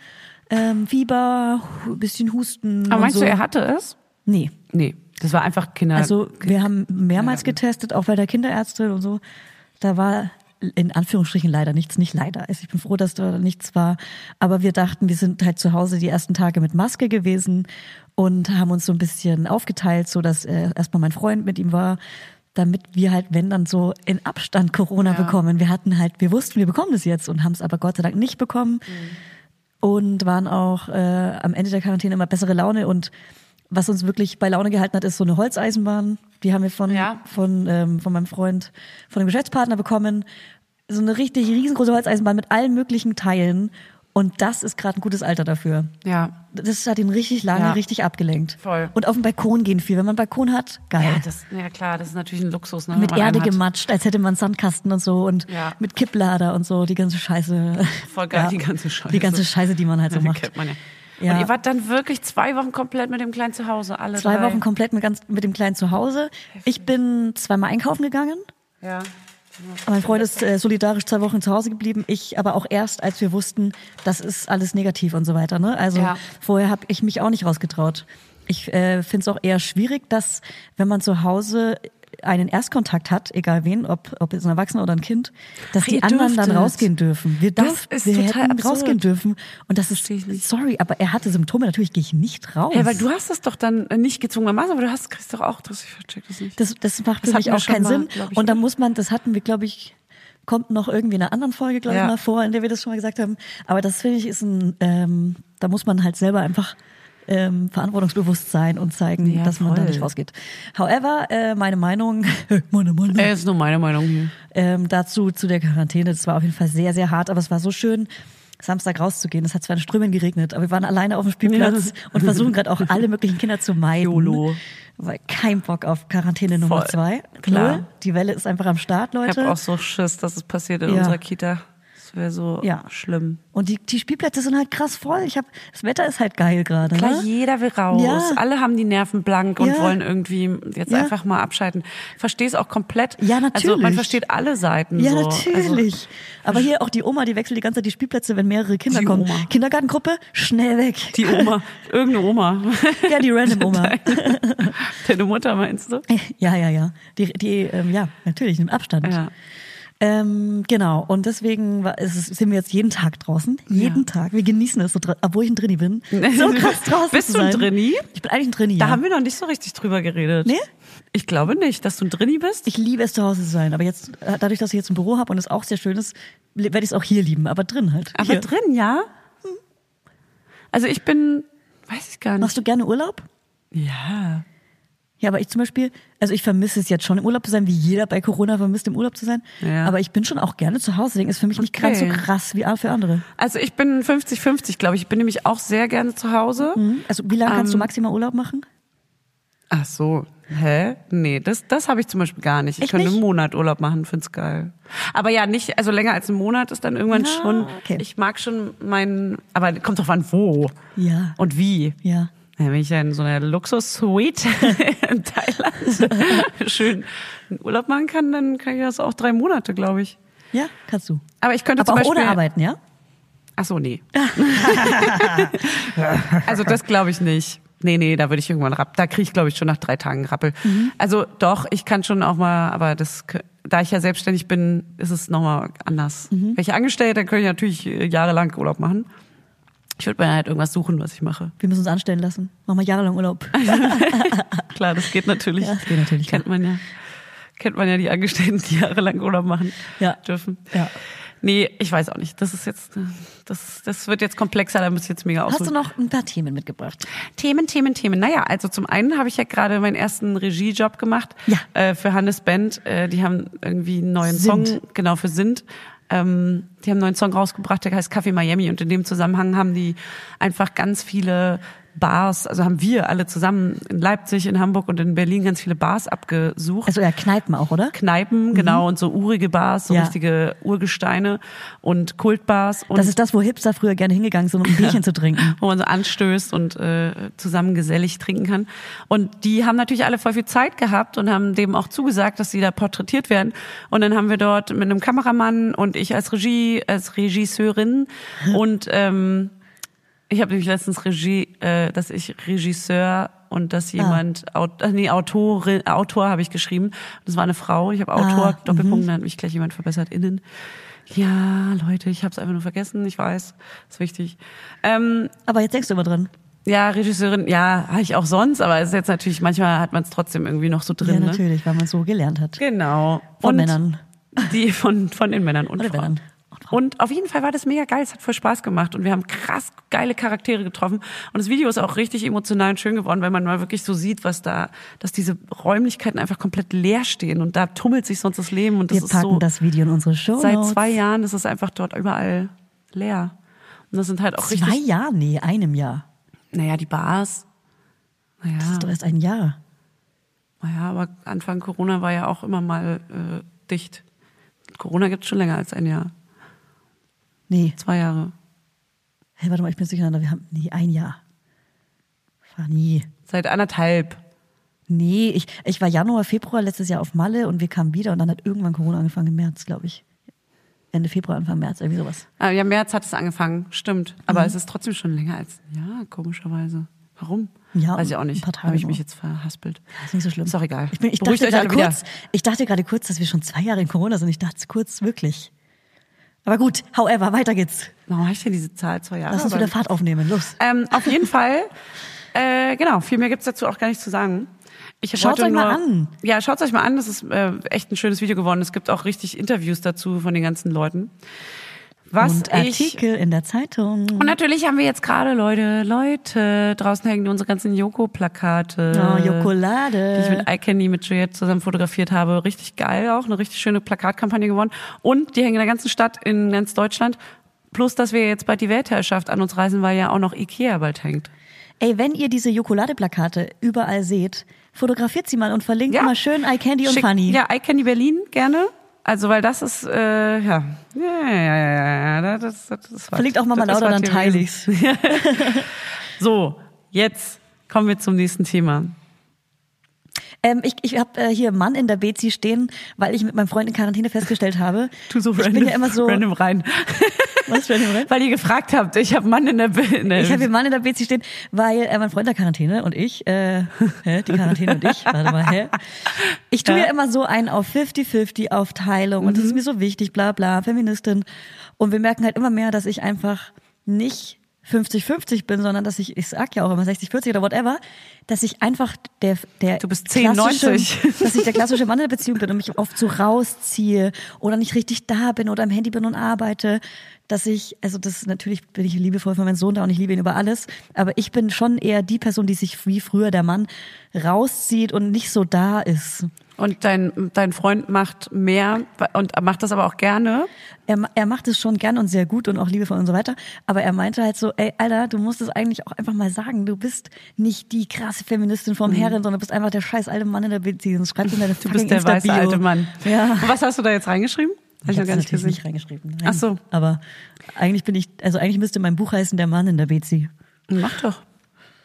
[SPEAKER 3] ähm, Fieber, hu- bisschen Husten.
[SPEAKER 2] Aber
[SPEAKER 3] und
[SPEAKER 2] meinst
[SPEAKER 3] so.
[SPEAKER 2] du, er hatte es?
[SPEAKER 3] Nee.
[SPEAKER 2] Nee, das war einfach Kinder.
[SPEAKER 3] Also wir haben mehrmals getestet, auch bei der Kinderärztin und so. Da war in Anführungsstrichen leider nichts, nicht leider. Also ich bin froh, dass da nichts war. Aber wir dachten, wir sind halt zu Hause die ersten Tage mit Maske gewesen und haben uns so ein bisschen aufgeteilt, so dass äh, erstmal mein Freund mit ihm war, damit wir halt, wenn dann so in Abstand Corona bekommen. Wir hatten halt, wir wussten, wir bekommen das jetzt und haben es aber Gott sei Dank nicht bekommen
[SPEAKER 2] Mhm.
[SPEAKER 3] und waren auch äh, am Ende der Quarantäne immer bessere Laune und was uns wirklich bei Laune gehalten hat, ist so eine Holzeisenbahn. Die haben wir von,
[SPEAKER 2] Ja.
[SPEAKER 3] von, ähm, von meinem Freund, von einem Geschäftspartner bekommen. So eine richtig riesengroße Holzeisenbahn mit allen möglichen Teilen. Und das ist gerade ein gutes Alter dafür.
[SPEAKER 2] ja.
[SPEAKER 3] Das hat ihn richtig lange
[SPEAKER 2] Ja.
[SPEAKER 3] richtig abgelenkt.
[SPEAKER 2] Voll.
[SPEAKER 3] Und auf dem Balkon gehen viel. Wenn man einen Balkon hat, geil.
[SPEAKER 2] Ja, das, ja klar, das ist natürlich ein Luxus, ne? wenn
[SPEAKER 3] mit
[SPEAKER 2] man
[SPEAKER 3] Erde
[SPEAKER 2] einen hat.
[SPEAKER 3] gematscht, als hätte man Sandkasten und so und
[SPEAKER 2] Ja.
[SPEAKER 3] mit Kipplader und so, die ganze Scheiße.
[SPEAKER 2] Voll geil, die ganze Scheiße.
[SPEAKER 3] Die ganze Scheiße, die man halt so
[SPEAKER 2] Ja,
[SPEAKER 3] macht.
[SPEAKER 2] kennt man ja.
[SPEAKER 3] Ja.
[SPEAKER 2] Und ihr wart dann wirklich zwei Wochen komplett mit dem kleinen Zuhause, alle
[SPEAKER 3] Zwei
[SPEAKER 2] drei.
[SPEAKER 3] Wochen komplett mit, ganz, mit dem Kleinen zu Hause. Ich bin zweimal einkaufen gegangen.
[SPEAKER 2] Ja.
[SPEAKER 3] Mein Freund ist äh, solidarisch zwei Wochen zu Hause geblieben. Ich aber auch erst, als wir wussten, das ist alles negativ und so weiter. Ne? Also
[SPEAKER 2] Ja.
[SPEAKER 3] vorher habe ich mich auch nicht rausgetraut. Ich äh, finde es auch eher schwierig, dass wenn man zu Hause einen Erstkontakt hat, egal wen, ob, ob jetzt ein Erwachsener oder ein Kind, dass die
[SPEAKER 2] ihr
[SPEAKER 3] anderen dann
[SPEAKER 2] dürftet.
[SPEAKER 3] rausgehen dürfen. Wir,
[SPEAKER 2] Das
[SPEAKER 3] dürfen,
[SPEAKER 2] ist
[SPEAKER 3] wir
[SPEAKER 2] total
[SPEAKER 3] hätten
[SPEAKER 2] absurd.
[SPEAKER 3] rausgehen dürfen. Und das ist,
[SPEAKER 2] Versteh ich nicht.
[SPEAKER 3] sorry, aber er hatte Symptome, natürlich gehe ich nicht raus.
[SPEAKER 2] Ja, weil du hast das doch dann äh, nicht gezwungenermaßen, aber du hast, kriegst doch auch, das, ich vercheck das nicht.
[SPEAKER 3] Das, das macht
[SPEAKER 2] Das
[SPEAKER 3] für mich
[SPEAKER 2] hatten wir
[SPEAKER 3] auch
[SPEAKER 2] schon
[SPEAKER 3] keinen
[SPEAKER 2] mal,
[SPEAKER 3] Sinn.
[SPEAKER 2] glaub ich, ne?
[SPEAKER 3] und dann
[SPEAKER 2] oder?
[SPEAKER 3] muss man, das hatten wir, glaube ich, kommt noch irgendwie in einer anderen Folge, glaube
[SPEAKER 2] Ja.
[SPEAKER 3] ich, mal vor, in der wir das schon mal gesagt haben. Aber das finde ich ist ein, ähm, da muss man halt selber einfach ähm, verantwortungsbewusst sein und zeigen,
[SPEAKER 2] Ja,
[SPEAKER 3] dass man da
[SPEAKER 2] voll.
[SPEAKER 3] nicht rausgeht. However, äh, meine Meinung, meine Meinung
[SPEAKER 2] Ey, Äh, ist nur meine Meinung hier.
[SPEAKER 3] ähm, dazu zu der Quarantäne, das war auf jeden Fall sehr, sehr hart, aber es war so schön. Samstag rauszugehen. Es hat zwar in Strömen geregnet, aber wir waren alleine auf dem Spielplatz
[SPEAKER 2] Ja.
[SPEAKER 3] und versuchen gerade auch alle möglichen Kinder zu meiden.
[SPEAKER 2] YOLO.
[SPEAKER 3] Weil kein Bock auf Quarantäne Nummer
[SPEAKER 2] Voll.
[SPEAKER 3] zwei.
[SPEAKER 2] Klar.
[SPEAKER 3] Null. Die Welle ist einfach am Start,
[SPEAKER 2] Ich
[SPEAKER 3] Leute.
[SPEAKER 2] habe auch so Schiss, dass es passiert in
[SPEAKER 3] Ja.
[SPEAKER 2] unserer Kita. Das wäre so
[SPEAKER 3] Ja.
[SPEAKER 2] schlimm.
[SPEAKER 3] Und die, die Spielplätze sind halt krass voll. Ich hab, das Wetter ist halt geil gerade. Ne?
[SPEAKER 2] Klar, jeder will raus.
[SPEAKER 3] Ja.
[SPEAKER 2] Alle haben die Nerven blank und
[SPEAKER 3] Ja.
[SPEAKER 2] wollen irgendwie jetzt
[SPEAKER 3] Ja.
[SPEAKER 2] einfach mal abschalten. Verstehe es auch komplett.
[SPEAKER 3] Ja,
[SPEAKER 2] Also man
[SPEAKER 3] natürlich.
[SPEAKER 2] versteht alle Seiten.
[SPEAKER 3] Ja,
[SPEAKER 2] so. Also,
[SPEAKER 3] natürlich. Aber hier auch die Oma, die wechselt die ganze Zeit die Spielplätze, wenn mehrere Kinder
[SPEAKER 2] Die
[SPEAKER 3] kommen.
[SPEAKER 2] Oma.
[SPEAKER 3] Kindergartengruppe, schnell weg.
[SPEAKER 2] Also, die Oma, irgendeine Oma.
[SPEAKER 3] Ja, die random Oma.
[SPEAKER 2] Deine, deine Mutter meinst du?
[SPEAKER 3] Ja, ja, ja. Die, die ähm, ja, natürlich, im Abstand.
[SPEAKER 2] Ja.
[SPEAKER 3] Ähm, genau. Und deswegen war, es ist, sind wir jetzt jeden Tag draußen. Jeden Tag. Wir genießen es, so, dra- obwohl ich ein Drini bin. So krass draußen
[SPEAKER 2] Bist
[SPEAKER 3] zu
[SPEAKER 2] du ein
[SPEAKER 3] sein.
[SPEAKER 2] Drini?
[SPEAKER 3] Ich bin eigentlich ein Drini,
[SPEAKER 2] Da
[SPEAKER 3] ja.
[SPEAKER 2] haben wir noch nicht so richtig drüber geredet.
[SPEAKER 3] Nee?
[SPEAKER 2] Ich glaube nicht, dass du ein Drini bist.
[SPEAKER 3] Ich liebe es, zu Hause zu sein. Aber jetzt, äh, dadurch, dass ich jetzt ein Büro habe und es auch sehr schön ist, le- werde ich es auch hier lieben. Aber drin halt.
[SPEAKER 2] Aber
[SPEAKER 3] hier.
[SPEAKER 2] drin, ja? Also ich bin, weiß ich gar nicht.
[SPEAKER 3] Machst du gerne Urlaub?
[SPEAKER 2] Ja.
[SPEAKER 3] Ja, aber ich zum Beispiel, also ich vermisse es jetzt schon, im Urlaub zu sein, wie jeder bei Corona vermisst, im Urlaub zu sein.
[SPEAKER 2] Ja.
[SPEAKER 3] Aber ich bin schon auch gerne zu Hause, deswegen ist für mich nicht ganz so
[SPEAKER 2] Okay.
[SPEAKER 3] krass wie für andere.
[SPEAKER 2] Also ich bin 50-50, glaube ich. Ich bin nämlich auch sehr gerne zu Hause.
[SPEAKER 3] Also wie lange kannst du
[SPEAKER 2] Ähm,
[SPEAKER 3] maximal Urlaub machen?
[SPEAKER 2] Ach so. Hä? Nee, das, das habe ich zum Beispiel gar nicht. Ich
[SPEAKER 3] Echt
[SPEAKER 2] könnte einen
[SPEAKER 3] nicht?
[SPEAKER 2] Monat Urlaub machen, find's geil. Aber ja, nicht, also länger als einen Monat ist dann irgendwann
[SPEAKER 3] Ah,
[SPEAKER 2] schon.
[SPEAKER 3] okay.
[SPEAKER 2] Ich mag schon meinen, aber kommt drauf an, wo
[SPEAKER 3] Ja.
[SPEAKER 2] und wie.
[SPEAKER 3] Ja.
[SPEAKER 2] Da bin ich ja in so einer Luxus-Suite in Thailand. Schön einen Urlaub machen kann, dann kann ich das auch drei Monate, glaube ich.
[SPEAKER 3] Ja, kannst du.
[SPEAKER 2] Aber ich könnte
[SPEAKER 3] Aber auch
[SPEAKER 2] zum Beispiel.
[SPEAKER 3] ohne arbeiten, ja?
[SPEAKER 2] Ach so, nee. also das glaube ich nicht. Nee, nee, da würde ich irgendwann rapp. Da kriege ich, glaube ich, schon nach drei Tagen Rappel. Also doch, ich kann schon auch mal, aber das, k- da ich ja selbstständig bin, ist es nochmal anders. Wenn ich angestellt, dann könnte ich natürlich äh, jahrelang Urlaub machen. Ich würde mir halt irgendwas suchen, was ich mache.
[SPEAKER 3] Wir müssen uns anstellen lassen. Machen wir jahrelang Urlaub.
[SPEAKER 2] Klar, das geht natürlich.
[SPEAKER 3] Ja, das geht natürlich,
[SPEAKER 2] Kennt man ja. Kennt man ja die Angestellten, die jahrelang Urlaub machen
[SPEAKER 3] Ja.
[SPEAKER 2] dürfen.
[SPEAKER 3] Ja.
[SPEAKER 2] Nee, ich weiß auch nicht. Das ist jetzt, äh, das, das wird jetzt komplexer, da müsst ihr jetzt mega
[SPEAKER 3] Hast du
[SPEAKER 2] ausholen.
[SPEAKER 3] noch ein paar Themen mitgebracht?
[SPEAKER 2] Themen, Themen, Themen. Naja, also zum einen habe ich ja gerade meinen ersten Regiejob gemacht
[SPEAKER 3] Ja.
[SPEAKER 2] äh, für Hannes Band. Äh, die haben irgendwie einen neuen
[SPEAKER 3] Sind.
[SPEAKER 2] Song, genau für Sind. Ähm, die haben einen neuen Song rausgebracht, der heißt Café Miami. Und in dem Zusammenhang haben die einfach ganz viele Bars, also haben wir alle zusammen in Leipzig, in Hamburg und in Berlin ganz viele Bars abgesucht.
[SPEAKER 3] Also ja, Kneipen auch, oder?
[SPEAKER 2] Kneipen, genau, und so urige Bars, so
[SPEAKER 3] Ja.
[SPEAKER 2] richtige Urgesteine und Kultbars. Und
[SPEAKER 3] Das ist das, wo Hipster früher gerne hingegangen sind, um ein Bierchen zu trinken.
[SPEAKER 2] wo man so anstößt und äh, zusammen gesellig trinken kann. Und die haben natürlich alle voll viel Zeit gehabt und haben dem auch zugesagt, dass sie da porträtiert werden. Und dann haben wir dort mit einem Kameramann und ich als Regie, als Regisseurin und ähm, ich habe nämlich letztens Regie, äh, dass ich Regisseur und dass jemand, Aut äh, nee, Autorin, Autor habe ich geschrieben. Das war eine Frau, ich habe Autor,
[SPEAKER 3] Ah,
[SPEAKER 2] Doppelpunkt, dann hat mich gleich jemand verbessert, innen. Ja, Leute, ich habe es einfach nur vergessen, ich weiß, ist wichtig. Ähm,
[SPEAKER 3] Aber jetzt denkst du immer dran.
[SPEAKER 2] ja, Regisseurin, ja, habe ich auch sonst, aber es ist jetzt natürlich, manchmal hat man es trotzdem irgendwie noch so drin.
[SPEAKER 3] ja,
[SPEAKER 2] Ne?
[SPEAKER 3] natürlich, weil man so gelernt hat.
[SPEAKER 2] Genau.
[SPEAKER 3] Von
[SPEAKER 2] Und
[SPEAKER 3] Männern.
[SPEAKER 2] Die von, von den Männern und
[SPEAKER 3] Von den
[SPEAKER 2] Frauen.
[SPEAKER 3] Männern.
[SPEAKER 2] Und auf jeden Fall war das mega geil, es hat voll Spaß gemacht und wir haben krass geile Charaktere getroffen und das Video ist auch richtig emotional und schön geworden, weil man mal wirklich so sieht, was da, dass diese Räumlichkeiten einfach komplett leer stehen und da tummelt sich sonst das Leben und das
[SPEAKER 3] Wir
[SPEAKER 2] ist
[SPEAKER 3] packen
[SPEAKER 2] so
[SPEAKER 3] das Video in unsere Show.
[SPEAKER 2] seit zwei Jahren ist es einfach dort überall leer. Und das sind halt auch
[SPEAKER 3] Zwei
[SPEAKER 2] richtig,
[SPEAKER 3] Jahre? Nee, einem Jahr.
[SPEAKER 2] naja, die Bars. Naja.
[SPEAKER 3] Das ist doch erst ein Jahr.
[SPEAKER 2] Naja, aber Anfang Corona war ja auch immer mal äh, dicht. Corona gibt's schon länger als ein Jahr.
[SPEAKER 3] Nee.
[SPEAKER 2] Zwei Jahre.
[SPEAKER 3] Hey, warte mal, ich bin sicher, wir haben. Nee, ein Jahr. War nie.
[SPEAKER 2] Seit anderthalb.
[SPEAKER 3] Nee, ich, ich war Januar, Februar letztes Jahr auf Malle und wir kamen wieder und dann hat irgendwann Corona angefangen im März, glaube ich. Ende Februar, Anfang März, irgendwie sowas.
[SPEAKER 2] Ah, ja, März hat es angefangen, stimmt. Aber
[SPEAKER 3] Mhm.
[SPEAKER 2] es ist trotzdem schon länger als ein Jahr, komischerweise. Warum?
[SPEAKER 3] Ja,
[SPEAKER 2] Weiß ich auch nicht.
[SPEAKER 3] ein paar Tage
[SPEAKER 2] Habe ich mich
[SPEAKER 3] nur.
[SPEAKER 2] jetzt verhaspelt.
[SPEAKER 3] Ist nicht so schlimm.
[SPEAKER 2] Ist auch egal.
[SPEAKER 3] Ich, bin, ich,
[SPEAKER 2] Beruhigt
[SPEAKER 3] dachte,
[SPEAKER 2] euch alle
[SPEAKER 3] gerade
[SPEAKER 2] wieder.
[SPEAKER 3] kurz, ich dachte gerade kurz, dass wir schon zwei Jahre in Corona sind. Ich dachte es kurz, wirklich. Aber gut, however, weiter geht's.
[SPEAKER 2] Warum habe ich denn diese Zahl zwei Jahre?
[SPEAKER 3] Lass uns
[SPEAKER 2] Aber-
[SPEAKER 3] wieder Fahrt aufnehmen. Los.
[SPEAKER 2] ähm, auf jeden Fall, äh, genau, viel mehr gibt's dazu auch gar nicht zu sagen. Ich
[SPEAKER 3] Schaut's
[SPEAKER 2] wollte
[SPEAKER 3] euch mal
[SPEAKER 2] nur-
[SPEAKER 3] an.
[SPEAKER 2] Ja, schaut's euch mal an. Das ist äh, echt ein schönes Video geworden. Es gibt auch richtig Interviews dazu von den ganzen Leuten. Was
[SPEAKER 3] und
[SPEAKER 2] ich
[SPEAKER 3] Artikel in der Zeitung.
[SPEAKER 2] und natürlich haben wir jetzt gerade Leute, Leute, draußen hängen unsere ganzen Joko-Plakate.
[SPEAKER 3] Oh, Jokolade.
[SPEAKER 2] Die ich mit iCandy, mit Juliette zusammen fotografiert habe. Richtig geil auch, eine richtig schöne Plakatkampagne geworden. Und die hängen in der ganzen Stadt, in ganz Deutschland. Plus, dass wir jetzt bald die Weltherrschaft an uns reisen, weil ja auch noch Ikea bald hängt.
[SPEAKER 3] Ey, wenn ihr diese Jokolade-Plakate überall seht, fotografiert sie mal und verlinkt
[SPEAKER 2] Ja.
[SPEAKER 3] mal schön iCandy und
[SPEAKER 2] Schick-
[SPEAKER 3] Funny.
[SPEAKER 2] Ja, iCandy Berlin gerne. Also, weil das ist, äh, ja. Ja, ja, ja, ja, das, das, das war-
[SPEAKER 3] Verlinkt auch mal
[SPEAKER 2] das
[SPEAKER 3] mal lauter,
[SPEAKER 2] war
[SPEAKER 3] dann
[SPEAKER 2] Theorie.
[SPEAKER 3] teile ich's.
[SPEAKER 2] So, jetzt kommen wir zum nächsten Thema.
[SPEAKER 3] Ähm, ich ich habe äh, hier Mann in der Bezi stehen, weil ich mit meinem Freund in Quarantäne festgestellt habe.
[SPEAKER 2] Tu so
[SPEAKER 3] ich
[SPEAKER 2] random,
[SPEAKER 3] bin ja immer so.
[SPEAKER 2] random rein.
[SPEAKER 3] Was, random rein?
[SPEAKER 2] Weil ihr gefragt habt, ich habe Mann in der Binde.
[SPEAKER 3] Ich habe hier Mann in der BC stehen, weil äh, mein Freund der Quarantäne und ich, äh, hä, die Quarantäne und ich, warte mal, hä? Ich tue ja, immer so einen auf 50-50 Aufteilung und das
[SPEAKER 2] Mhm.
[SPEAKER 3] ist mir so wichtig, bla bla, Feministin. Und wir merken halt immer mehr, dass ich einfach nicht 50-50 bin, sondern dass ich, ich sag ja auch immer 60-40 oder whatever, dass ich einfach der, der
[SPEAKER 2] Du bist 10, 90.
[SPEAKER 3] klassische- dass ich der klassische Mann in der Beziehung bin und mich oft so rausziehe oder nicht richtig da bin oder am Handy bin und arbeite, dass ich, also das natürlich bin ich liebevoll für meinen Sohn da und ich liebe ihn über alles, aber ich bin schon eher die Person, die sich wie früher der Mann rauszieht und nicht so da ist.
[SPEAKER 2] Und dein, dein Freund macht mehr und macht das aber auch gerne.
[SPEAKER 3] Er, ma- er macht es schon gern und sehr gut und auch liebevoll und so weiter. Aber er meinte halt so, ey, Alter, du musst es eigentlich auch einfach mal sagen. Du bist nicht die krasse Feministin vom Herren, sondern bist einfach der scheiß alte Mann in der Beziehung. Schreib in deine
[SPEAKER 2] Mhm. Du bist der weiße alte Mann.
[SPEAKER 3] Ja.
[SPEAKER 2] Und was hast du da jetzt reingeschrieben? Hab
[SPEAKER 3] Ich
[SPEAKER 2] noch
[SPEAKER 3] habe natürlich nicht reingeschrieben. Nein.
[SPEAKER 2] Ach so.
[SPEAKER 3] Aber eigentlich bin ich, also eigentlich müsste mein Buch heißen Der Mann in der Bezi.
[SPEAKER 2] Mach doch.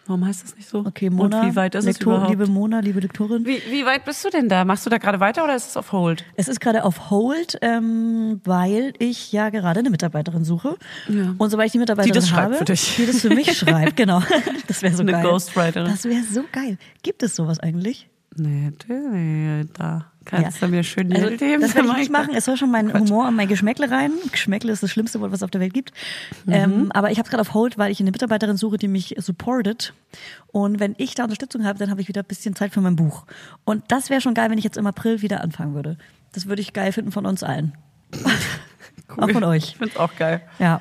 [SPEAKER 2] Warum heißt das nicht so?
[SPEAKER 3] Okay, Mona.
[SPEAKER 2] Und wie weit ist
[SPEAKER 3] Lektor-
[SPEAKER 2] es überhaupt?
[SPEAKER 3] Liebe Mona, liebe Lektorin.
[SPEAKER 2] wie, wie weit bist du denn da? Machst du da gerade weiter oder ist es auf Hold?
[SPEAKER 3] Es ist gerade auf Hold, ähm, weil ich ja gerade eine Mitarbeiterin suche.
[SPEAKER 2] Ja.
[SPEAKER 3] Und sobald ich die Mitarbeiterin
[SPEAKER 2] Die das schreibt
[SPEAKER 3] habe,
[SPEAKER 2] für dich.
[SPEAKER 3] die das für mich schreibt, genau. Das wäre so
[SPEAKER 2] Eine
[SPEAKER 3] geil.
[SPEAKER 2] Ghostwriterin.
[SPEAKER 3] Das wäre so geil. Gibt es sowas eigentlich?
[SPEAKER 2] Nee, nee, da kannst
[SPEAKER 3] Ja.
[SPEAKER 2] du mir schön
[SPEAKER 3] also,
[SPEAKER 2] Geld geben.
[SPEAKER 3] Das werde ich
[SPEAKER 2] Mach
[SPEAKER 3] nicht machen. Es soll schon
[SPEAKER 2] Oh
[SPEAKER 3] mein Humor und mein Geschmäckle rein. Geschmäckle ist das schlimmste Wort, was es auf der Welt gibt.
[SPEAKER 2] Mhm.
[SPEAKER 3] Ähm, aber ich habe es gerade auf Hold, weil ich eine Mitarbeiterin suche, die mich supportet. Und wenn ich da Unterstützung habe, dann habe ich wieder ein bisschen Zeit für mein Buch. Und das wäre schon geil, wenn ich jetzt im April wieder anfangen würde. Das würde ich geil finden von uns allen.
[SPEAKER 2] Cool.
[SPEAKER 3] Auch von euch.
[SPEAKER 2] Ich find's auch geil.
[SPEAKER 3] Ja.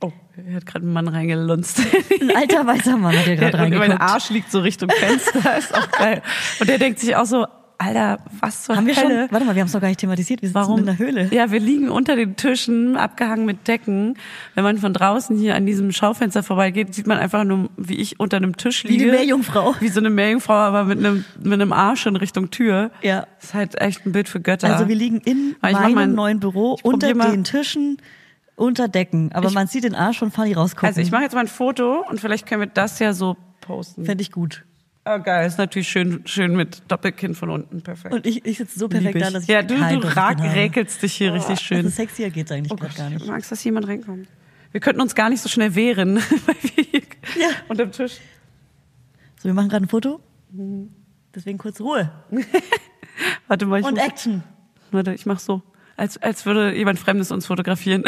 [SPEAKER 2] Oh, er hat gerade einen Mann reingelunzt.
[SPEAKER 3] Ein alter weißer Mann hat hier gerade
[SPEAKER 2] Und mein
[SPEAKER 3] reingeguckt.
[SPEAKER 2] Arsch liegt so Richtung Fenster. ist auch geil. Und der denkt sich auch so, Alter, was zur
[SPEAKER 3] Haben wir schon,
[SPEAKER 2] Hölle?
[SPEAKER 3] warte mal, wir haben es noch gar nicht thematisiert. Wir sitzen
[SPEAKER 2] Warum?
[SPEAKER 3] in der Höhle.
[SPEAKER 2] Ja, wir liegen unter den Tischen, abgehangen mit Decken. Wenn man von draußen hier an diesem Schaufenster vorbeigeht, sieht man einfach nur, wie ich unter einem Tisch
[SPEAKER 3] Wie die
[SPEAKER 2] liege.
[SPEAKER 3] Meerjungfrau.
[SPEAKER 2] Wie so eine Meerjungfrau, aber mit einem, mit einem Arsch in Richtung Tür.
[SPEAKER 3] Ja.
[SPEAKER 2] Ist halt echt ein Bild für Götter.
[SPEAKER 3] Also wir liegen in
[SPEAKER 2] Weil ich mach
[SPEAKER 3] meinem
[SPEAKER 2] mal ein-
[SPEAKER 3] neuen Büro
[SPEAKER 2] ich
[SPEAKER 3] unter
[SPEAKER 2] probier mal-
[SPEAKER 3] den Tischen, unter Decken. Aber
[SPEAKER 2] Ich-
[SPEAKER 3] man sieht den Arsch von Fanny rausgucken.
[SPEAKER 2] Also ich mache jetzt mal ein Foto und vielleicht können wir das ja so posten.
[SPEAKER 3] Fände ich gut.
[SPEAKER 2] Oh, geil, ist natürlich schön, schön mit Doppelkinn von unten, perfekt.
[SPEAKER 3] Und ich, ich sitze so
[SPEAKER 2] Lieb
[SPEAKER 3] perfekt da, dass ich Genau.
[SPEAKER 2] ja, du,
[SPEAKER 3] kein
[SPEAKER 2] du
[SPEAKER 3] Doppelkinn
[SPEAKER 2] rag,
[SPEAKER 3] habe.
[SPEAKER 2] räkelst dich hier richtig schön.
[SPEAKER 3] Also sexier geht's eigentlich
[SPEAKER 2] Oh
[SPEAKER 3] grad
[SPEAKER 2] Gott,
[SPEAKER 3] gar
[SPEAKER 2] ich
[SPEAKER 3] nicht.
[SPEAKER 2] hab Angst, dass jemand reinkommt. Wir könnten uns gar nicht so schnell wehren, weil wir hier
[SPEAKER 3] Ja.
[SPEAKER 2] unterm Tisch.
[SPEAKER 3] So, wir machen gerade ein Foto. Mhm. Deswegen kurz Ruhe
[SPEAKER 2] Warte mal, ich,
[SPEAKER 3] und
[SPEAKER 2] muss-
[SPEAKER 3] Action.
[SPEAKER 2] warte, ich mach so, als, als würde jemand Fremdes uns fotografieren.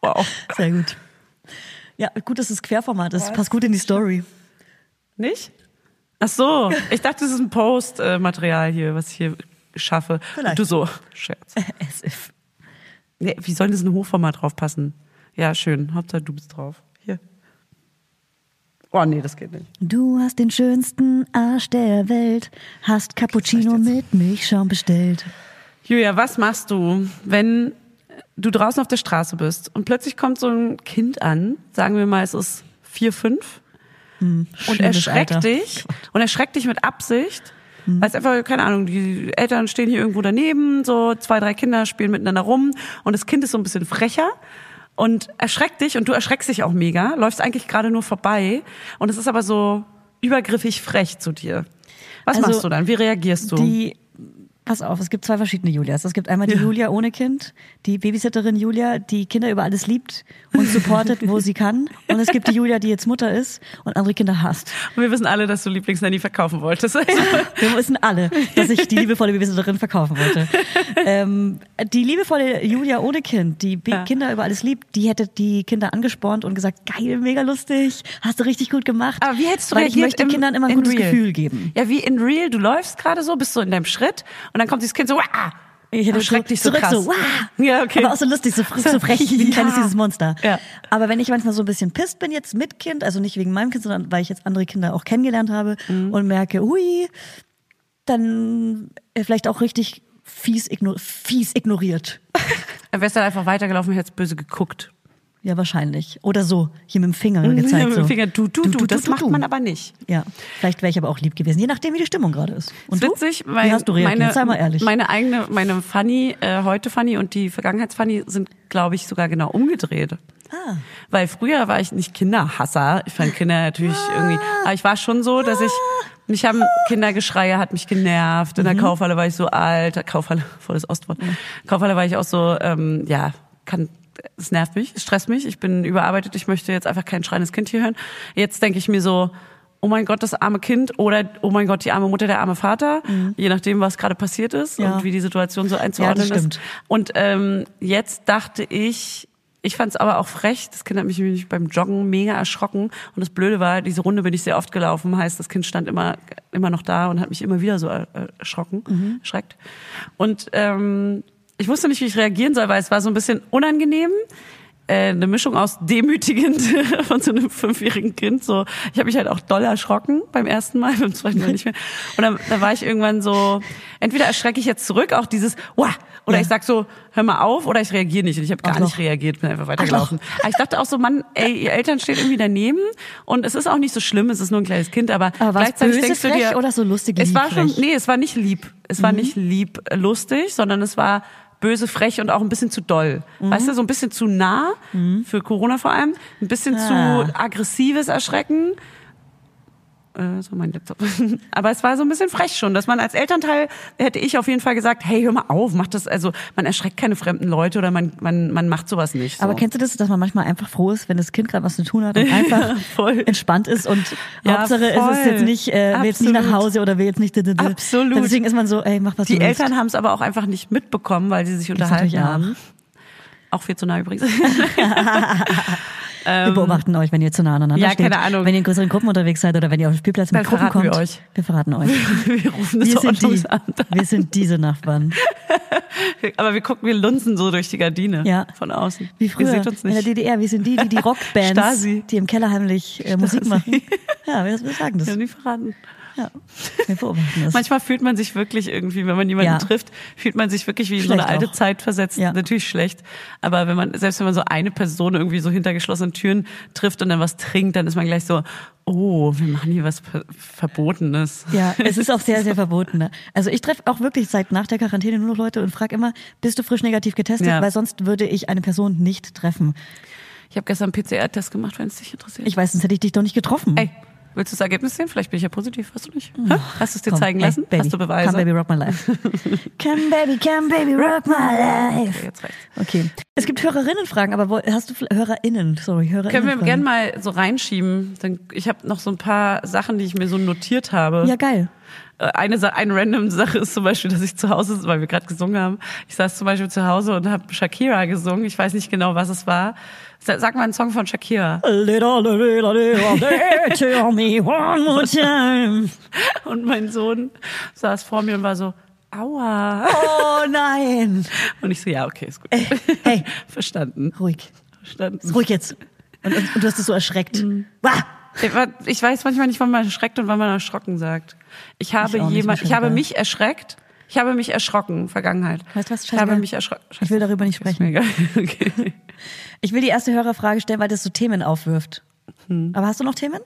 [SPEAKER 2] wow.
[SPEAKER 3] Sehr gut. Ja, gut, dass es Querformat ist. Passt gut in die Story.
[SPEAKER 2] Nicht? Ach so, ich dachte, das ist ein Post-Material hier, was ich hier schaffe.
[SPEAKER 3] Vielleicht.
[SPEAKER 2] Und du so, Scherz.
[SPEAKER 3] SF.
[SPEAKER 2] Nee, wie soll denn das ein Hochformat draufpassen? Ja, schön, Hauptsache du bist drauf. Hier. Oh nee, das geht nicht.
[SPEAKER 3] Du hast den schönsten Arsch der Welt, hast Cappuccino mit Milchschaum bestellt.
[SPEAKER 2] Julia, was machst du, wenn du draußen auf der Straße bist und plötzlich kommt so ein Kind an, sagen wir mal, es ist vier, fünf, und
[SPEAKER 3] schlimmes
[SPEAKER 2] erschreckt
[SPEAKER 3] Hm, Alter. Hm.
[SPEAKER 2] dich und erschreckt dich mit Absicht, weil es einfach, keine Ahnung, die Eltern stehen hier irgendwo daneben, so zwei, drei Kinder spielen miteinander rum und das Kind ist so ein bisschen frecher. Und erschreckt dich und du erschreckst dich auch mega, läufst eigentlich gerade nur vorbei und es ist aber so übergriffig frech zu dir. Was
[SPEAKER 3] Also,
[SPEAKER 2] machst du dann? Wie reagierst du?
[SPEAKER 3] Die, pass auf, es gibt zwei verschiedene Julias. Es gibt einmal die Julia ohne Kind, die Babysitterin Julia, die Kinder über alles liebt und supportet, wo sie kann. Und es gibt die Julia, die jetzt Mutter ist und andere Kinder hasst.
[SPEAKER 2] Und wir wissen alle, dass du Lieblingsnanny verkaufen wolltest. Also,
[SPEAKER 3] Wir wissen alle, dass ich die liebevolle Babysitterin verkaufen wollte. Ähm, die liebevolle Julia ohne Kind, die Be- Kinder über alles liebt, die hätte die Kinder angespornt und gesagt, geil, mega lustig, hast du richtig gut gemacht.
[SPEAKER 2] Aber Ah, wie hättest du
[SPEAKER 3] Weil ich
[SPEAKER 2] reagiert?
[SPEAKER 3] möchte
[SPEAKER 2] im-
[SPEAKER 3] Kindern immer ein
[SPEAKER 2] in
[SPEAKER 3] gutes
[SPEAKER 2] real?
[SPEAKER 3] Gefühl geben.
[SPEAKER 2] Ja, wie in real. Du läufst gerade so, bist so in deinem Schritt und dann kommt dieses Kind so, wah!
[SPEAKER 3] Ich hätte
[SPEAKER 2] Und
[SPEAKER 3] zurück,
[SPEAKER 2] schreckt dich so
[SPEAKER 3] zurück
[SPEAKER 2] krass.
[SPEAKER 3] so, wow.
[SPEAKER 2] Ja, okay.
[SPEAKER 3] Aber auch so lustig, so, fr- so frech wie ein
[SPEAKER 2] Ja.
[SPEAKER 3] kleines dieses Monster.
[SPEAKER 2] Ja.
[SPEAKER 3] Aber wenn ich manchmal so ein bisschen pisst bin jetzt mit Kind, also nicht wegen meinem Kind, sondern weil ich jetzt andere Kinder auch kennengelernt habe
[SPEAKER 2] Mhm.
[SPEAKER 3] und merke, hui, dann äh, vielleicht auch richtig fies, igno fies ignoriert.
[SPEAKER 2] Dann wärst du dann einfach weitergelaufen und hättest böse geguckt.
[SPEAKER 3] Ja, wahrscheinlich. Oder so, hier mit dem Finger gezeigt.
[SPEAKER 2] Mhm, Mit
[SPEAKER 3] So.
[SPEAKER 2] dem Finger, du, du, du, das macht man aber nicht.
[SPEAKER 3] Ja, vielleicht wäre ich aber auch lieb gewesen, je nachdem, wie die Stimmung gerade ist. Und
[SPEAKER 2] Ist
[SPEAKER 3] du?
[SPEAKER 2] witzig,
[SPEAKER 3] wie hast du reagiert?
[SPEAKER 2] Meine,
[SPEAKER 3] Sei mal ehrlich.
[SPEAKER 2] Meine eigene, meine Fanny, äh, heute Fanny und die Vergangenheitsfanny sind, glaube ich, sogar genau umgedreht.
[SPEAKER 3] ah,
[SPEAKER 2] Weil früher war ich nicht Kinderhasser. Ich fand Kinder natürlich irgendwie, aber ich war schon so, dass ich, mich haben Kindergeschreie hat mich genervt. In der Kaufhalle war ich so alt, Kaufhalle, volles Ostwort. Kaufhalle war ich auch so, ähm, ja, kann, es nervt mich, es stresst mich, ich bin überarbeitet, ich möchte jetzt einfach kein schreiendes Kind hier hören. Jetzt denke ich mir so, oh mein Gott, das arme Kind oder oh mein Gott, die arme Mutter, der arme Vater, je nachdem, was gerade passiert ist
[SPEAKER 3] Ja.
[SPEAKER 2] und wie die Situation so einzuordnen
[SPEAKER 3] stimmt.
[SPEAKER 2] ist. Und ähm, jetzt dachte ich, ich fand es aber auch frech. Das Kind hat mich nämlich beim Joggen mega erschrocken. Und das Blöde war, diese Runde bin ich sehr oft gelaufen. Heißt, das Kind stand immer, immer noch da und hat mich immer wieder so er- äh, erschrocken, erschreckt. Und ähm, ich wusste nicht, wie ich reagieren soll, weil es war so ein bisschen unangenehm. Äh, eine Mischung aus demütigend von so einem fünfjährigen Kind. So, ich habe mich halt auch doll erschrocken beim ersten Mal, beim zweiten Mal nicht mehr. Und dann, dann war ich irgendwann so, entweder erschrecke ich jetzt zurück, auch dieses, wah, oder
[SPEAKER 3] Ja.
[SPEAKER 2] ich sag so, hör mal auf, oder ich reagiere nicht. Und ich habe gar
[SPEAKER 3] Arschloch.
[SPEAKER 2] nicht reagiert, bin einfach weitergelaufen. Aber ich dachte auch so, Mann, ey, ihr Eltern stehen irgendwie daneben und es ist auch nicht so schlimm, es ist nur ein kleines Kind, aber,
[SPEAKER 3] Aber war's
[SPEAKER 2] gleichzeitig
[SPEAKER 3] böse
[SPEAKER 2] denkst du
[SPEAKER 3] frech
[SPEAKER 2] dir,
[SPEAKER 3] oder so lustig
[SPEAKER 2] Es
[SPEAKER 3] lieb
[SPEAKER 2] war schon,
[SPEAKER 3] frech?
[SPEAKER 2] nee, es war nicht lieb. Es
[SPEAKER 3] Mhm.
[SPEAKER 2] war nicht lieb äh, lustig, sondern es war böse frech und auch ein bisschen zu doll.
[SPEAKER 3] Mhm.
[SPEAKER 2] Weißt du, so ein bisschen zu nah für Corona vor allem, ein bisschen
[SPEAKER 3] Ah.
[SPEAKER 2] zu aggressives Erschrecken. Äh, so mein Laptop. Aber es war so ein bisschen frech schon, dass man als Elternteil hätte ich auf jeden Fall gesagt, hey, hör mal auf, mach das, also man erschreckt keine fremden Leute oder man man man macht sowas nicht. So.
[SPEAKER 3] Aber kennst du das, dass man manchmal einfach froh ist, wenn das Kind gerade was zu tun hat und einfach
[SPEAKER 2] voll.
[SPEAKER 3] entspannt ist und
[SPEAKER 2] Ja,
[SPEAKER 3] Hauptsache ist es
[SPEAKER 2] voll.
[SPEAKER 3] ist jetzt nicht, äh, will jetzt nicht nach
[SPEAKER 2] Absolut.
[SPEAKER 3] Hause oder will jetzt nicht.
[SPEAKER 2] Absolut.
[SPEAKER 3] Deswegen ist man so, ey, mach was
[SPEAKER 2] Die
[SPEAKER 3] du willst.
[SPEAKER 2] Eltern haben es aber auch einfach nicht mitbekommen, weil sie sich unterhalten
[SPEAKER 3] natürlich auch.
[SPEAKER 2] haben. Auch viel zu nah übrigens.
[SPEAKER 3] Wir beobachten euch, wenn ihr zu nah aneinander
[SPEAKER 2] ja,
[SPEAKER 3] steht.
[SPEAKER 2] keine Ahnung.
[SPEAKER 3] Wenn ihr in größeren Gruppen unterwegs seid oder wenn ihr auf den Spielplatz mit
[SPEAKER 2] Dann
[SPEAKER 3] Gruppen
[SPEAKER 2] verraten wir
[SPEAKER 3] kommt.
[SPEAKER 2] euch.
[SPEAKER 3] Wir verraten euch.
[SPEAKER 2] wir rufen das
[SPEAKER 3] Wir sind, die,
[SPEAKER 2] Ordnungsamt an.
[SPEAKER 3] wir sind diese Nachbarn.
[SPEAKER 2] Aber wir gucken, wir lunzen so durch die Gardine
[SPEAKER 3] Ja.
[SPEAKER 2] von außen.
[SPEAKER 3] Wie früher
[SPEAKER 2] Ihr seht uns
[SPEAKER 3] in der
[SPEAKER 2] nicht.
[SPEAKER 3] DDR. Wir sind die, die die Rockbands,
[SPEAKER 2] Stasi.
[SPEAKER 3] die im Keller heimlich äh, Musik machen. Ja, wir, wir sagen das.
[SPEAKER 2] Wir haben die verraten.
[SPEAKER 3] Ja. Wir beobachten das.
[SPEAKER 2] Manchmal fühlt man sich wirklich irgendwie, wenn man jemanden
[SPEAKER 3] Ja.
[SPEAKER 2] trifft, fühlt man sich wirklich wie in so eine
[SPEAKER 3] Schlecht
[SPEAKER 2] alte
[SPEAKER 3] auch.
[SPEAKER 2] Zeit versetzt.
[SPEAKER 3] Ja.
[SPEAKER 2] Natürlich schlecht. Aber wenn man, selbst wenn man so eine Person irgendwie so hinter geschlossenen Türen trifft und dann was trinkt, dann ist man gleich so, oh, wir machen hier was Ver- Verbotenes.
[SPEAKER 3] Ja, es ist auch sehr, sehr verboten. Ne? Also ich treffe auch wirklich seit nach der Quarantäne nur noch Leute und frage immer, bist du frisch negativ getestet?
[SPEAKER 2] Ja.
[SPEAKER 3] Weil sonst würde ich eine Person nicht treffen.
[SPEAKER 2] Ich habe gestern einen PCR-Test gemacht, wenn es dich interessiert.
[SPEAKER 3] Ich weiß, sonst hätte ich dich doch nicht getroffen.
[SPEAKER 2] Ey, willst du das Ergebnis sehen? Vielleicht bin ich ja positiv, weißt du nicht? Hä? Hast du es dir
[SPEAKER 3] Hm. Komm,
[SPEAKER 2] zeigen
[SPEAKER 3] ey,
[SPEAKER 2] lassen?
[SPEAKER 3] Baby,
[SPEAKER 2] Hast du Beweise?
[SPEAKER 3] Come Baby Rock My Life. come Baby, come Baby Rock My Life.
[SPEAKER 2] Jetzt reicht's.
[SPEAKER 3] Okay. Es gibt Hörerinnenfragen, aber wo, hast du vielleicht- Hörerinnen? Sorry,
[SPEAKER 2] Können
[SPEAKER 3] Hörerinnen.
[SPEAKER 2] wir gerne mal so reinschieben? Dann, ich habe noch so ein paar Sachen, die ich mir so notiert habe.
[SPEAKER 3] Ja, geil.
[SPEAKER 2] Äh, eine, Sa- eine random Sache ist zum Beispiel, dass ich zu Hause, weil wir gerade gesungen haben, ich saß zum Beispiel zu Hause und habe Shakira gesungen. Ich weiß nicht genau, was es war. Sa- Sag mal einen Song von Shakira.
[SPEAKER 3] Little, little, little, little, tell me one more time.
[SPEAKER 2] Und mein Sohn saß vor mir und war so, aua.
[SPEAKER 3] Oh nein.
[SPEAKER 2] Und ich so, ja, okay, ist gut.
[SPEAKER 3] Ey, hey.
[SPEAKER 2] Verstanden.
[SPEAKER 3] Ruhig.
[SPEAKER 2] Verstanden.
[SPEAKER 3] Ruhig jetzt. Und, und, und du hast es so erschreckt. Wah!
[SPEAKER 2] Ich war- Ich weiß manchmal nicht, wann man erschreckt und wann man erschrocken sagt. Ich habe
[SPEAKER 3] Ich auch nicht,
[SPEAKER 2] jemand, ich
[SPEAKER 3] wahrscheinlich,
[SPEAKER 2] habe
[SPEAKER 3] ja.
[SPEAKER 2] mich erschreckt. Ich habe mich erschrocken, Vergangenheit.
[SPEAKER 3] Weißt du was?
[SPEAKER 2] Ich
[SPEAKER 3] Scheißegal.
[SPEAKER 2] habe mich erschrocken.
[SPEAKER 3] Ich will darüber nicht sprechen.
[SPEAKER 2] Okay.
[SPEAKER 3] Ich will die erste Hörerfrage stellen, weil das so Themen aufwirft. Aber hast du noch Themen?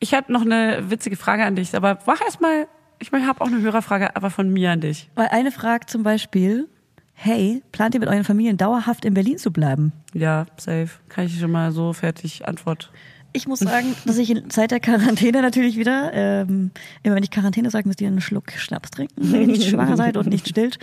[SPEAKER 2] Ich habe noch eine witzige Frage an dich, aber mach erst mal. ich meine, ich habe auch eine Hörerfrage, aber von mir an dich.
[SPEAKER 3] Weil eine fragt zum Beispiel, hey, plant ihr mit euren Familien dauerhaft in Berlin zu bleiben?
[SPEAKER 2] Ja, safe. Kann ich schon mal so fertig Antwort.
[SPEAKER 3] Ich muss sagen, dass ich in Zeit der Quarantäne natürlich wieder, ähm, immer wenn ich Quarantäne sage, müsst ihr einen Schluck Schnaps trinken, wenn ihr nicht schwanger seid und nicht stillt.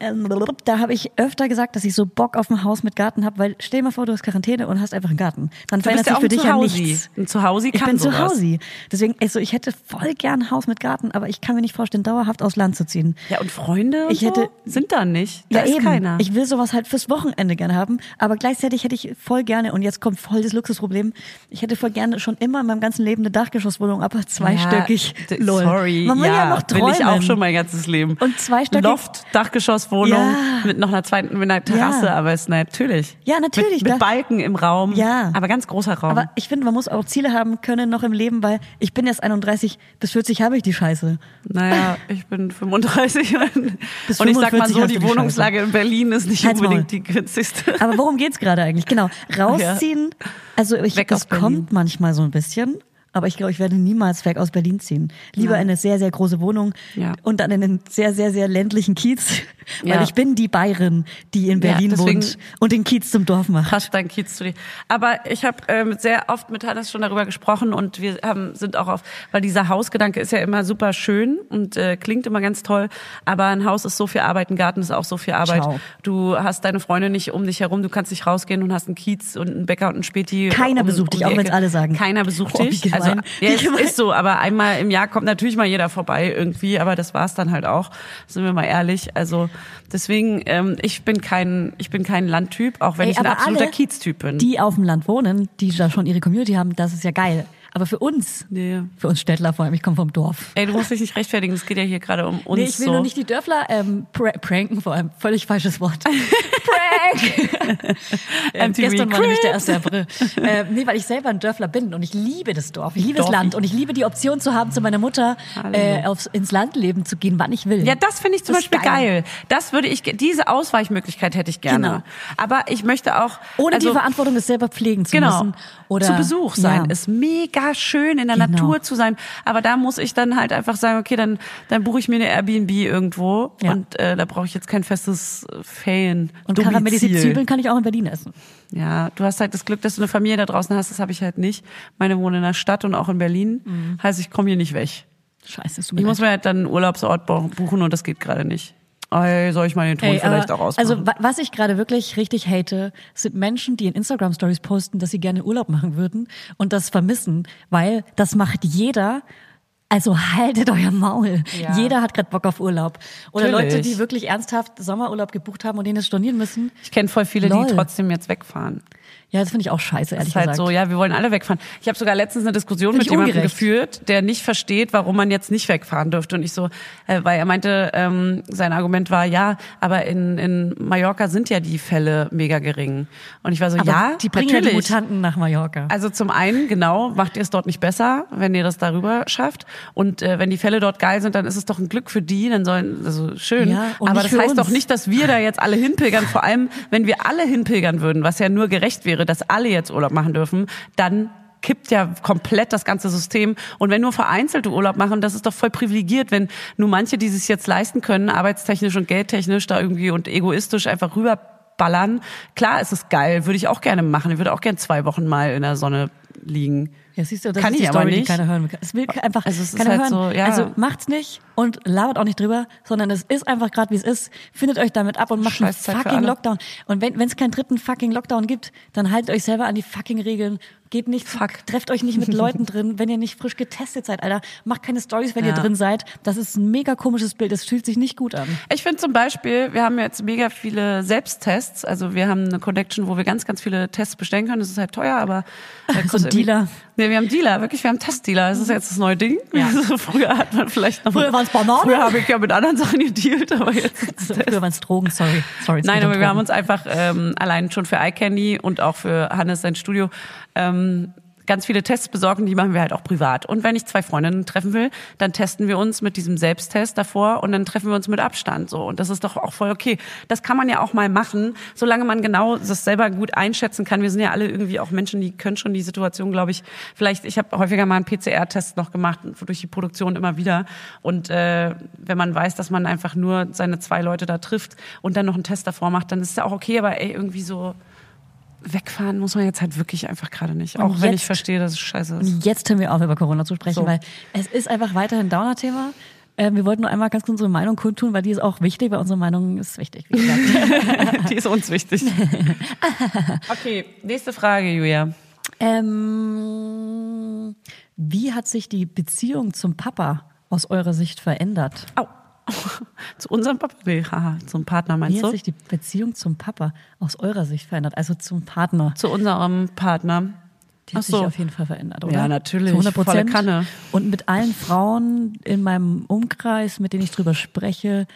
[SPEAKER 3] Ähm, Da habe ich öfter gesagt, dass ich so Bock auf ein Haus mit Garten habe, weil stell dir mal vor, du hast Quarantäne und hast einfach einen Garten. Dann
[SPEAKER 2] Du
[SPEAKER 3] verändert
[SPEAKER 2] bist
[SPEAKER 3] sich
[SPEAKER 2] ja auch
[SPEAKER 3] für
[SPEAKER 2] ein
[SPEAKER 3] dich ja nichts.
[SPEAKER 2] Zuhause. Ein Zuhause
[SPEAKER 3] Ich
[SPEAKER 2] kann
[SPEAKER 3] bin zu
[SPEAKER 2] sowas.
[SPEAKER 3] Hause. Deswegen, also ich hätte voll gern ein Haus mit Garten, aber ich kann mir nicht vorstellen, dauerhaft aufs Land zu ziehen.
[SPEAKER 2] Ja, und Freunde und
[SPEAKER 3] Ich hätte-
[SPEAKER 2] so sind da nicht. Da ist keiner.
[SPEAKER 3] Ich will sowas halt fürs Wochenende gerne haben, aber gleichzeitig hätte ich voll gerne, und jetzt kommt voll das Luxusproblem, ich hätte voll gerne schon immer in meinem ganzen Leben eine Dachgeschosswohnung, aber zweistöckig.
[SPEAKER 2] d-
[SPEAKER 3] Lol.
[SPEAKER 2] Sorry,
[SPEAKER 3] Man will ja, noch träumen.
[SPEAKER 2] Will ich auch schon mein ganzes Leben.
[SPEAKER 3] Und zweistöckig-
[SPEAKER 2] Loft, Dachgeschoss, Mietswohnung
[SPEAKER 3] Ja.
[SPEAKER 2] mit noch einer zweiten, mit einer Terrasse,
[SPEAKER 3] Ja.
[SPEAKER 2] aber es ist natürlich.
[SPEAKER 3] Ja, natürlich,
[SPEAKER 2] Mit, mit
[SPEAKER 3] da-
[SPEAKER 2] Balken im Raum.
[SPEAKER 3] Ja.
[SPEAKER 2] Aber ganz großer Raum.
[SPEAKER 3] Aber ich finde, man muss auch Ziele haben können noch im Leben, weil ich bin jetzt 31, bis 40 habe ich die Scheiße.
[SPEAKER 2] Naja, ich bin 35 und,
[SPEAKER 3] Bis
[SPEAKER 2] und ich sag mal
[SPEAKER 3] 45 hast
[SPEAKER 2] so,
[SPEAKER 3] du
[SPEAKER 2] die
[SPEAKER 3] die
[SPEAKER 2] Wohnungslage in Berlin ist nicht
[SPEAKER 3] Halt's Maul.
[SPEAKER 2] unbedingt die günstigste.
[SPEAKER 3] Aber worum geht's gerade eigentlich? Genau, rausziehen. Also ich,
[SPEAKER 2] Weg
[SPEAKER 3] das
[SPEAKER 2] aus Berlin.
[SPEAKER 3] kommt manchmal so ein bisschen. Aber ich glaube, ich werde niemals weg aus Berlin ziehen. Lieber in eine sehr, sehr große Wohnung
[SPEAKER 2] Ja.
[SPEAKER 3] und dann in einen sehr, sehr, sehr ländlichen Kiez. Weil
[SPEAKER 2] Ja.
[SPEAKER 3] ich bin die Bayerin, die in
[SPEAKER 2] Ja,
[SPEAKER 3] Berlin
[SPEAKER 2] deswegen-
[SPEAKER 3] wohnt und den Kiez zum Dorf macht.
[SPEAKER 2] Passt dein Kiez zu dir. Aber ich habe ähm, sehr oft mit Hannes schon darüber gesprochen und wir haben, sind auch auf, weil dieser Hausgedanke ist ja immer super schön und äh, klingt immer ganz toll, aber ein Haus ist so viel Arbeit, ein Garten ist auch so viel Arbeit.
[SPEAKER 3] Ciao.
[SPEAKER 2] Du hast deine Freunde nicht um dich herum, du kannst nicht rausgehen und hast einen Kiez und einen Bäcker und einen Späti.
[SPEAKER 3] Keiner
[SPEAKER 2] um,
[SPEAKER 3] besucht
[SPEAKER 2] um
[SPEAKER 3] dich,
[SPEAKER 2] die
[SPEAKER 3] auch
[SPEAKER 2] Ecke.
[SPEAKER 3] wenn's alle sagen.
[SPEAKER 2] Keiner besucht
[SPEAKER 3] Oh, wie
[SPEAKER 2] dich.
[SPEAKER 3] gemein,
[SPEAKER 2] Also,
[SPEAKER 3] wie
[SPEAKER 2] ja, es
[SPEAKER 3] gemein.
[SPEAKER 2] ist so, aber einmal im Jahr kommt natürlich mal jeder vorbei irgendwie, aber das war's dann halt auch. Sind wir mal ehrlich. Also deswegen, ähm, ich bin kein, ich bin kein Landtyp, auch wenn
[SPEAKER 3] Ey,
[SPEAKER 2] ich ein
[SPEAKER 3] aber
[SPEAKER 2] absoluter
[SPEAKER 3] alle,
[SPEAKER 2] Kieztyp bin.
[SPEAKER 3] Die auf dem Land wohnen, die da schon ihre Community haben, das ist ja geil. Aber für uns,
[SPEAKER 2] Nee.
[SPEAKER 3] für uns Städtler vor allem, ich komme vom Dorf.
[SPEAKER 2] Ey, du musst dich nicht rechtfertigen, es geht ja hier gerade um uns.
[SPEAKER 3] Nee, ich will
[SPEAKER 2] so.
[SPEAKER 3] nur nicht die Dörfler ähm, pr pranken vor allem. Völlig falsches Wort. Prank! ähm,
[SPEAKER 2] MTV
[SPEAKER 3] gestern war nämlich der
[SPEAKER 2] Crips.
[SPEAKER 3] 1. April. Ähm, nee, weil ich selber ein Dörfler bin und ich liebe das Dorf. Ich liebe das
[SPEAKER 2] Dorfi.
[SPEAKER 3] Land und ich liebe die Option zu haben, zu meiner Mutter äh, aufs, ins Landleben zu gehen, wann ich will.
[SPEAKER 2] Ja, das finde ich zum
[SPEAKER 3] Das ist
[SPEAKER 2] Beispiel geil. Das würde ich, ge- diese Ausweichmöglichkeit hätte ich gerne.
[SPEAKER 3] Genau.
[SPEAKER 2] Aber ich möchte auch.
[SPEAKER 3] Ohne
[SPEAKER 2] also,
[SPEAKER 3] die Verantwortung, es selber pflegen zu
[SPEAKER 2] Genau.
[SPEAKER 3] müssen. Oder,
[SPEAKER 2] zu Besuch sein.
[SPEAKER 3] Ja.
[SPEAKER 2] Ist mega schön, in der
[SPEAKER 3] Genau.
[SPEAKER 2] Natur zu sein. Aber da muss ich dann halt einfach sagen, okay, dann, dann buche ich mir eine Airbnb irgendwo.
[SPEAKER 3] Ja.
[SPEAKER 2] Und äh, da brauche ich jetzt kein festes äh, Ferien.
[SPEAKER 3] und karamellisierte
[SPEAKER 2] Domizil.
[SPEAKER 3] Zwiebeln kann ich auch in Berlin essen.
[SPEAKER 2] Ja, du hast halt das Glück, dass du eine Familie da draußen hast. Das habe ich halt nicht. Meine wohnen in der Stadt und auch in Berlin.
[SPEAKER 3] Mhm.
[SPEAKER 2] Heißt, ich komme hier nicht weg.
[SPEAKER 3] Scheiße, es tut mir
[SPEAKER 2] Ich
[SPEAKER 3] leid.
[SPEAKER 2] muss mir halt dann einen Urlaubsort bau- buchen und das geht gerade nicht. Ey, soll ich mal den Ton
[SPEAKER 3] Ey,
[SPEAKER 2] vielleicht
[SPEAKER 3] aber-
[SPEAKER 2] auch ausmachen?
[SPEAKER 3] Also wa- was ich gerade wirklich richtig hate, sind Menschen, die in Instagram Stories posten, dass sie gerne Urlaub machen würden und das vermissen, weil das macht jeder. Also haltet euer Maul.
[SPEAKER 2] Ja.
[SPEAKER 3] Jeder hat gerade Bock auf Urlaub. Oder
[SPEAKER 2] Natürlich.
[SPEAKER 3] Leute, die wirklich ernsthaft Sommerurlaub gebucht haben und den jetzt stornieren müssen.
[SPEAKER 2] ich kenne voll viele,
[SPEAKER 3] Lol.
[SPEAKER 2] die trotzdem jetzt wegfahren.
[SPEAKER 3] Ja, das finde ich auch scheiße,
[SPEAKER 2] Das
[SPEAKER 3] ehrlich
[SPEAKER 2] ist halt
[SPEAKER 3] gesagt.
[SPEAKER 2] so, ja, wir wollen alle wegfahren. Ich habe sogar letztens eine Diskussion
[SPEAKER 3] Finde
[SPEAKER 2] mit
[SPEAKER 3] ich
[SPEAKER 2] jemandem
[SPEAKER 3] ungerecht.
[SPEAKER 2] geführt, der nicht versteht, warum man jetzt nicht wegfahren dürfte. Und ich so, äh, weil er meinte, ähm, sein Argument war, ja, aber in, in Mallorca sind ja die Fälle mega gering. Und ich war so,
[SPEAKER 3] Aber
[SPEAKER 2] ja,
[SPEAKER 3] die bringen ja
[SPEAKER 2] natürlich.
[SPEAKER 3] die Mutanten nach Mallorca.
[SPEAKER 2] Also zum einen, genau, macht ihr es dort nicht besser, wenn ihr das darüber schafft. Und äh, wenn die Fälle dort geil sind, dann ist es doch ein Glück für die, dann sollen, also schön.
[SPEAKER 3] Ja, und
[SPEAKER 2] Aber
[SPEAKER 3] nicht
[SPEAKER 2] das
[SPEAKER 3] für
[SPEAKER 2] heißt doch
[SPEAKER 3] uns.
[SPEAKER 2] nicht, dass wir da jetzt alle hinpilgern. Vor allem, wenn wir alle hinpilgern würden, was ja nur gerecht wäre, dass alle jetzt Urlaub machen dürfen, dann kippt ja komplett das ganze System. Und wenn nur vereinzelte Urlaub machen, das ist doch voll privilegiert, wenn nur manche, die sich jetzt leisten können, arbeitstechnisch und geldtechnisch da irgendwie und egoistisch einfach rüberballern. Klar, es ist geil, würde ich auch gerne machen. Ich würde auch gerne zwei Wochen mal in der Sonne liegen.
[SPEAKER 3] Ja, siehst du, das
[SPEAKER 2] Kann
[SPEAKER 3] ist die
[SPEAKER 2] ich aber
[SPEAKER 3] Story, die
[SPEAKER 2] nicht.
[SPEAKER 3] keiner hören will. Es will einfach
[SPEAKER 2] Also es ist
[SPEAKER 3] keiner
[SPEAKER 2] halt
[SPEAKER 3] hören.
[SPEAKER 2] so, ja.
[SPEAKER 3] Also macht's nicht und labert auch nicht drüber, sondern es ist einfach gerade, wie es ist. Findet euch damit ab und macht einen
[SPEAKER 2] Scheiß Zeit für
[SPEAKER 3] fucking
[SPEAKER 2] alle.
[SPEAKER 3] Lockdown. Und wenn es keinen dritten fucking Lockdown gibt, dann haltet euch selber an die fucking Regeln. Geht nicht, Fuck. trefft euch nicht mit Leuten drin, wenn ihr nicht frisch getestet seid, Alter. Macht keine Stories, wenn
[SPEAKER 2] Ja.
[SPEAKER 3] ihr drin seid. Das ist ein mega komisches Bild. Das fühlt sich nicht gut an.
[SPEAKER 2] Ich finde zum Beispiel, wir haben jetzt mega viele Selbsttests. Also wir haben eine Connection, wo wir ganz, ganz viele Tests bestellen können. Das ist halt teuer, aber äh,
[SPEAKER 3] So
[SPEAKER 2] kostet
[SPEAKER 3] ein Dealer.
[SPEAKER 2] irgendwie- Nee, wir haben Dealer, wirklich, wir haben Testdealer. Das ist jetzt das neue Ding.
[SPEAKER 3] Ja.
[SPEAKER 2] Also früher hat man vielleicht noch.
[SPEAKER 3] Früher waren's Bananen.
[SPEAKER 2] Früher habe ich ja mit anderen Sachen gedealt, aber jetzt.
[SPEAKER 3] Also, früher waren's Drogen, sorry. sorry es
[SPEAKER 2] Nein,
[SPEAKER 3] geht um
[SPEAKER 2] aber wir
[SPEAKER 3] Drogen.
[SPEAKER 2] haben uns einfach ähm, allein schon für iCandy und auch für Hannes sein Studio ähm, ganz viele Tests besorgen, die machen wir halt auch privat. Und wenn ich zwei Freundinnen treffen will, dann testen wir uns mit diesem Selbsttest davor und dann treffen wir uns mit Abstand so. Und das ist doch auch voll okay. Das kann man ja auch mal machen, solange man genau das selber gut einschätzen kann. Wir sind ja alle irgendwie auch Menschen, die können schon die Situation, glaube ich, vielleicht, ich habe häufiger mal einen PCR-Test noch gemacht, durch die Produktion immer wieder. Und äh, wenn man weiß, dass man einfach nur seine zwei Leute da trifft und dann noch einen Test davor macht, dann ist ja auch okay, aber ey, irgendwie so wegfahren muss man jetzt halt wirklich einfach gerade nicht. Auch wenn ich
[SPEAKER 3] jetzt-
[SPEAKER 2] verstehe, dass es scheiße ist.
[SPEAKER 3] Und jetzt hören wir auf, über Corona zu sprechen,
[SPEAKER 2] So.
[SPEAKER 3] weil es ist einfach weiterhin ein Downer-Thema. Äh, wir wollten nur einmal ganz kurz unsere Meinung kundtun, weil die ist auch wichtig, weil unsere Meinung ist wichtig. Wie gesagt.
[SPEAKER 2] Die ist uns wichtig. okay, nächste Frage, Julia.
[SPEAKER 3] ähm, wie hat sich die Beziehung zum Papa aus eurer Sicht verändert?
[SPEAKER 2] Au. Zu unserem Papa? Nee, haha, zum Partner
[SPEAKER 3] Wie
[SPEAKER 2] meinst
[SPEAKER 3] hat
[SPEAKER 2] du?
[SPEAKER 3] sich die Beziehung zum Papa aus eurer Sicht verändert? Also zum Partner.
[SPEAKER 2] Zu unserem Partner.
[SPEAKER 3] Die hat
[SPEAKER 2] Ach so.
[SPEAKER 3] sich auf jeden Fall verändert, oder?
[SPEAKER 2] Ja, natürlich.
[SPEAKER 3] Zu 100
[SPEAKER 2] Volle
[SPEAKER 3] Prozent.
[SPEAKER 2] Kanne.
[SPEAKER 3] Und mit allen Frauen in meinem Umkreis, mit denen ich drüber spreche,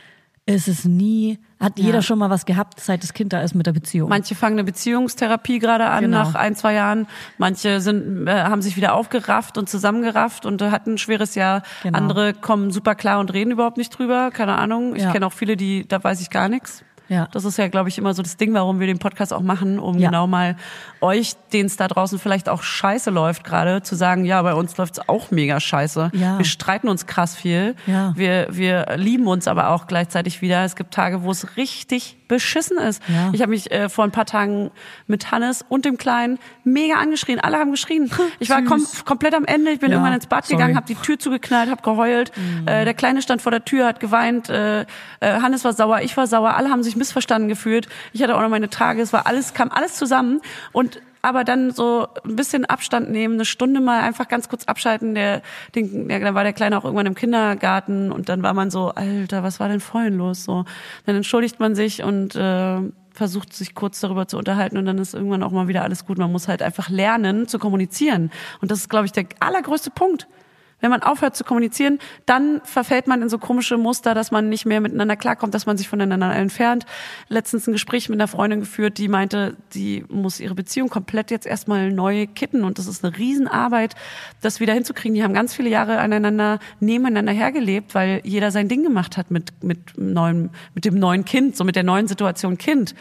[SPEAKER 3] Es ist nie, hat
[SPEAKER 2] Ja.
[SPEAKER 3] jeder schon mal was gehabt, seit das Kind da ist mit der Beziehung.
[SPEAKER 2] Manche fangen eine Beziehungstherapie gerade an
[SPEAKER 3] Genau.
[SPEAKER 2] nach ein, zwei Jahren. Manche sind, äh, haben sich wieder aufgerafft und zusammengerafft und äh, hatten ein schweres Jahr.
[SPEAKER 3] Genau.
[SPEAKER 2] Andere kommen super klar und reden überhaupt nicht drüber. Keine Ahnung. Ich
[SPEAKER 3] Ja.
[SPEAKER 2] kenne auch viele, die, da weiß ich gar nichts.
[SPEAKER 3] Ja.
[SPEAKER 2] Das ist ja, glaube ich, immer so das Ding, warum wir den Podcast auch machen, um
[SPEAKER 3] Ja.
[SPEAKER 2] genau mal euch, denen es da draußen vielleicht auch scheiße läuft gerade, zu sagen, ja, bei uns läuft's auch mega scheiße.
[SPEAKER 3] Ja.
[SPEAKER 2] Wir streiten uns krass viel.
[SPEAKER 3] Ja.
[SPEAKER 2] Wir, wir lieben uns aber auch gleichzeitig wieder. Es gibt Tage, wo es richtig beschissen ist.
[SPEAKER 3] Ja.
[SPEAKER 2] Ich habe mich äh, vor ein paar Tagen mit Hannes und dem Kleinen mega angeschrien. Alle haben geschrien. Ich war kom komplett am Ende. Ich bin
[SPEAKER 3] Ja,
[SPEAKER 2] irgendwann ins Bad
[SPEAKER 3] sorry.
[SPEAKER 2] gegangen, habe die Tür zugeknallt, habe geheult. Äh, der Kleine stand vor der Tür, hat geweint. Äh, äh, Hannes war sauer, ich war sauer. Alle haben sich missverstanden gefühlt. Ich hatte auch noch meine Tage. Es war alles, kam alles zusammen und aber dann so ein bisschen Abstand nehmen, eine Stunde mal einfach ganz kurz abschalten. Der, den, der, dann war der Kleine auch irgendwann im Kindergarten und dann war man so, Alter, was war denn vorhin los? So, dann entschuldigt man sich und äh, versucht sich kurz darüber zu unterhalten und dann ist irgendwann auch mal wieder alles gut. Man muss halt einfach lernen zu kommunizieren und das ist, glaube ich, der allergrößte Punkt. Wenn man aufhört zu kommunizieren, dann verfällt man in so komische Muster, dass man nicht mehr miteinander klarkommt, dass man sich voneinander entfernt. Letztens ein Gespräch mit einer Freundin geführt, die meinte, die muss ihre Beziehung komplett jetzt erstmal neu kitten und das ist eine Riesenarbeit, das wieder hinzukriegen. Die haben ganz viele Jahre aneinander, nebeneinander hergelebt, weil jeder sein Ding gemacht hat mit, mit neuem, mit dem neuen Kind, so mit der neuen Situation Kind.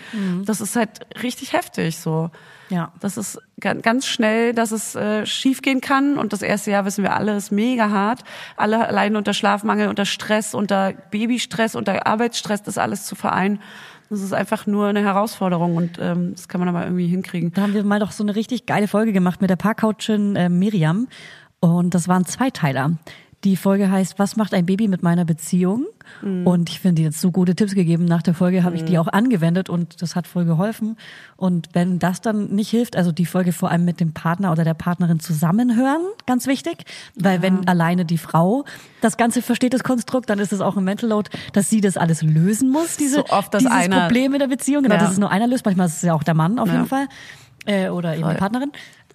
[SPEAKER 2] Das ist halt richtig heftig, so.
[SPEAKER 3] Ja.
[SPEAKER 2] Das ist ga- ganz schnell, dass es äh, schief gehen kann. Und das erste Jahr wissen wir alle, ist mega hart. Alle leiden unter Schlafmangel, unter Stress, unter Babystress, unter Arbeitsstress, das alles zu vereinen. Das ist einfach nur eine Herausforderung und ähm, das kann man aber irgendwie hinkriegen.
[SPEAKER 3] Da haben wir mal doch so eine richtig geile Folge gemacht mit der Parkcouchin äh, Miriam. Und das waren Zweiteiler. Die Folge heißt, was macht ein Baby mit meiner Beziehung?
[SPEAKER 2] Mhm.
[SPEAKER 3] Und ich finde, die hat so gute Tipps gegeben. Nach der Folge habe ich die auch angewendet und das hat voll geholfen. Und wenn das dann nicht hilft, also die Folge vor allem mit dem Partner oder der Partnerin zusammenhören, ganz wichtig. Weil wenn alleine die Frau das Ganze versteht, das Konstrukt, dann ist es auch ein Mental Load, dass sie das alles lösen muss, diese,
[SPEAKER 2] So oft, dass
[SPEAKER 3] dieses
[SPEAKER 2] einer-
[SPEAKER 3] Problem in der Beziehung. Genau,
[SPEAKER 2] Ja.
[SPEAKER 3] dass es nur einer löst. Manchmal ist es ja auch der Mann auf
[SPEAKER 2] Ja.
[SPEAKER 3] jeden Fall äh, oder eben
[SPEAKER 2] Voll.
[SPEAKER 3] die Partnerin.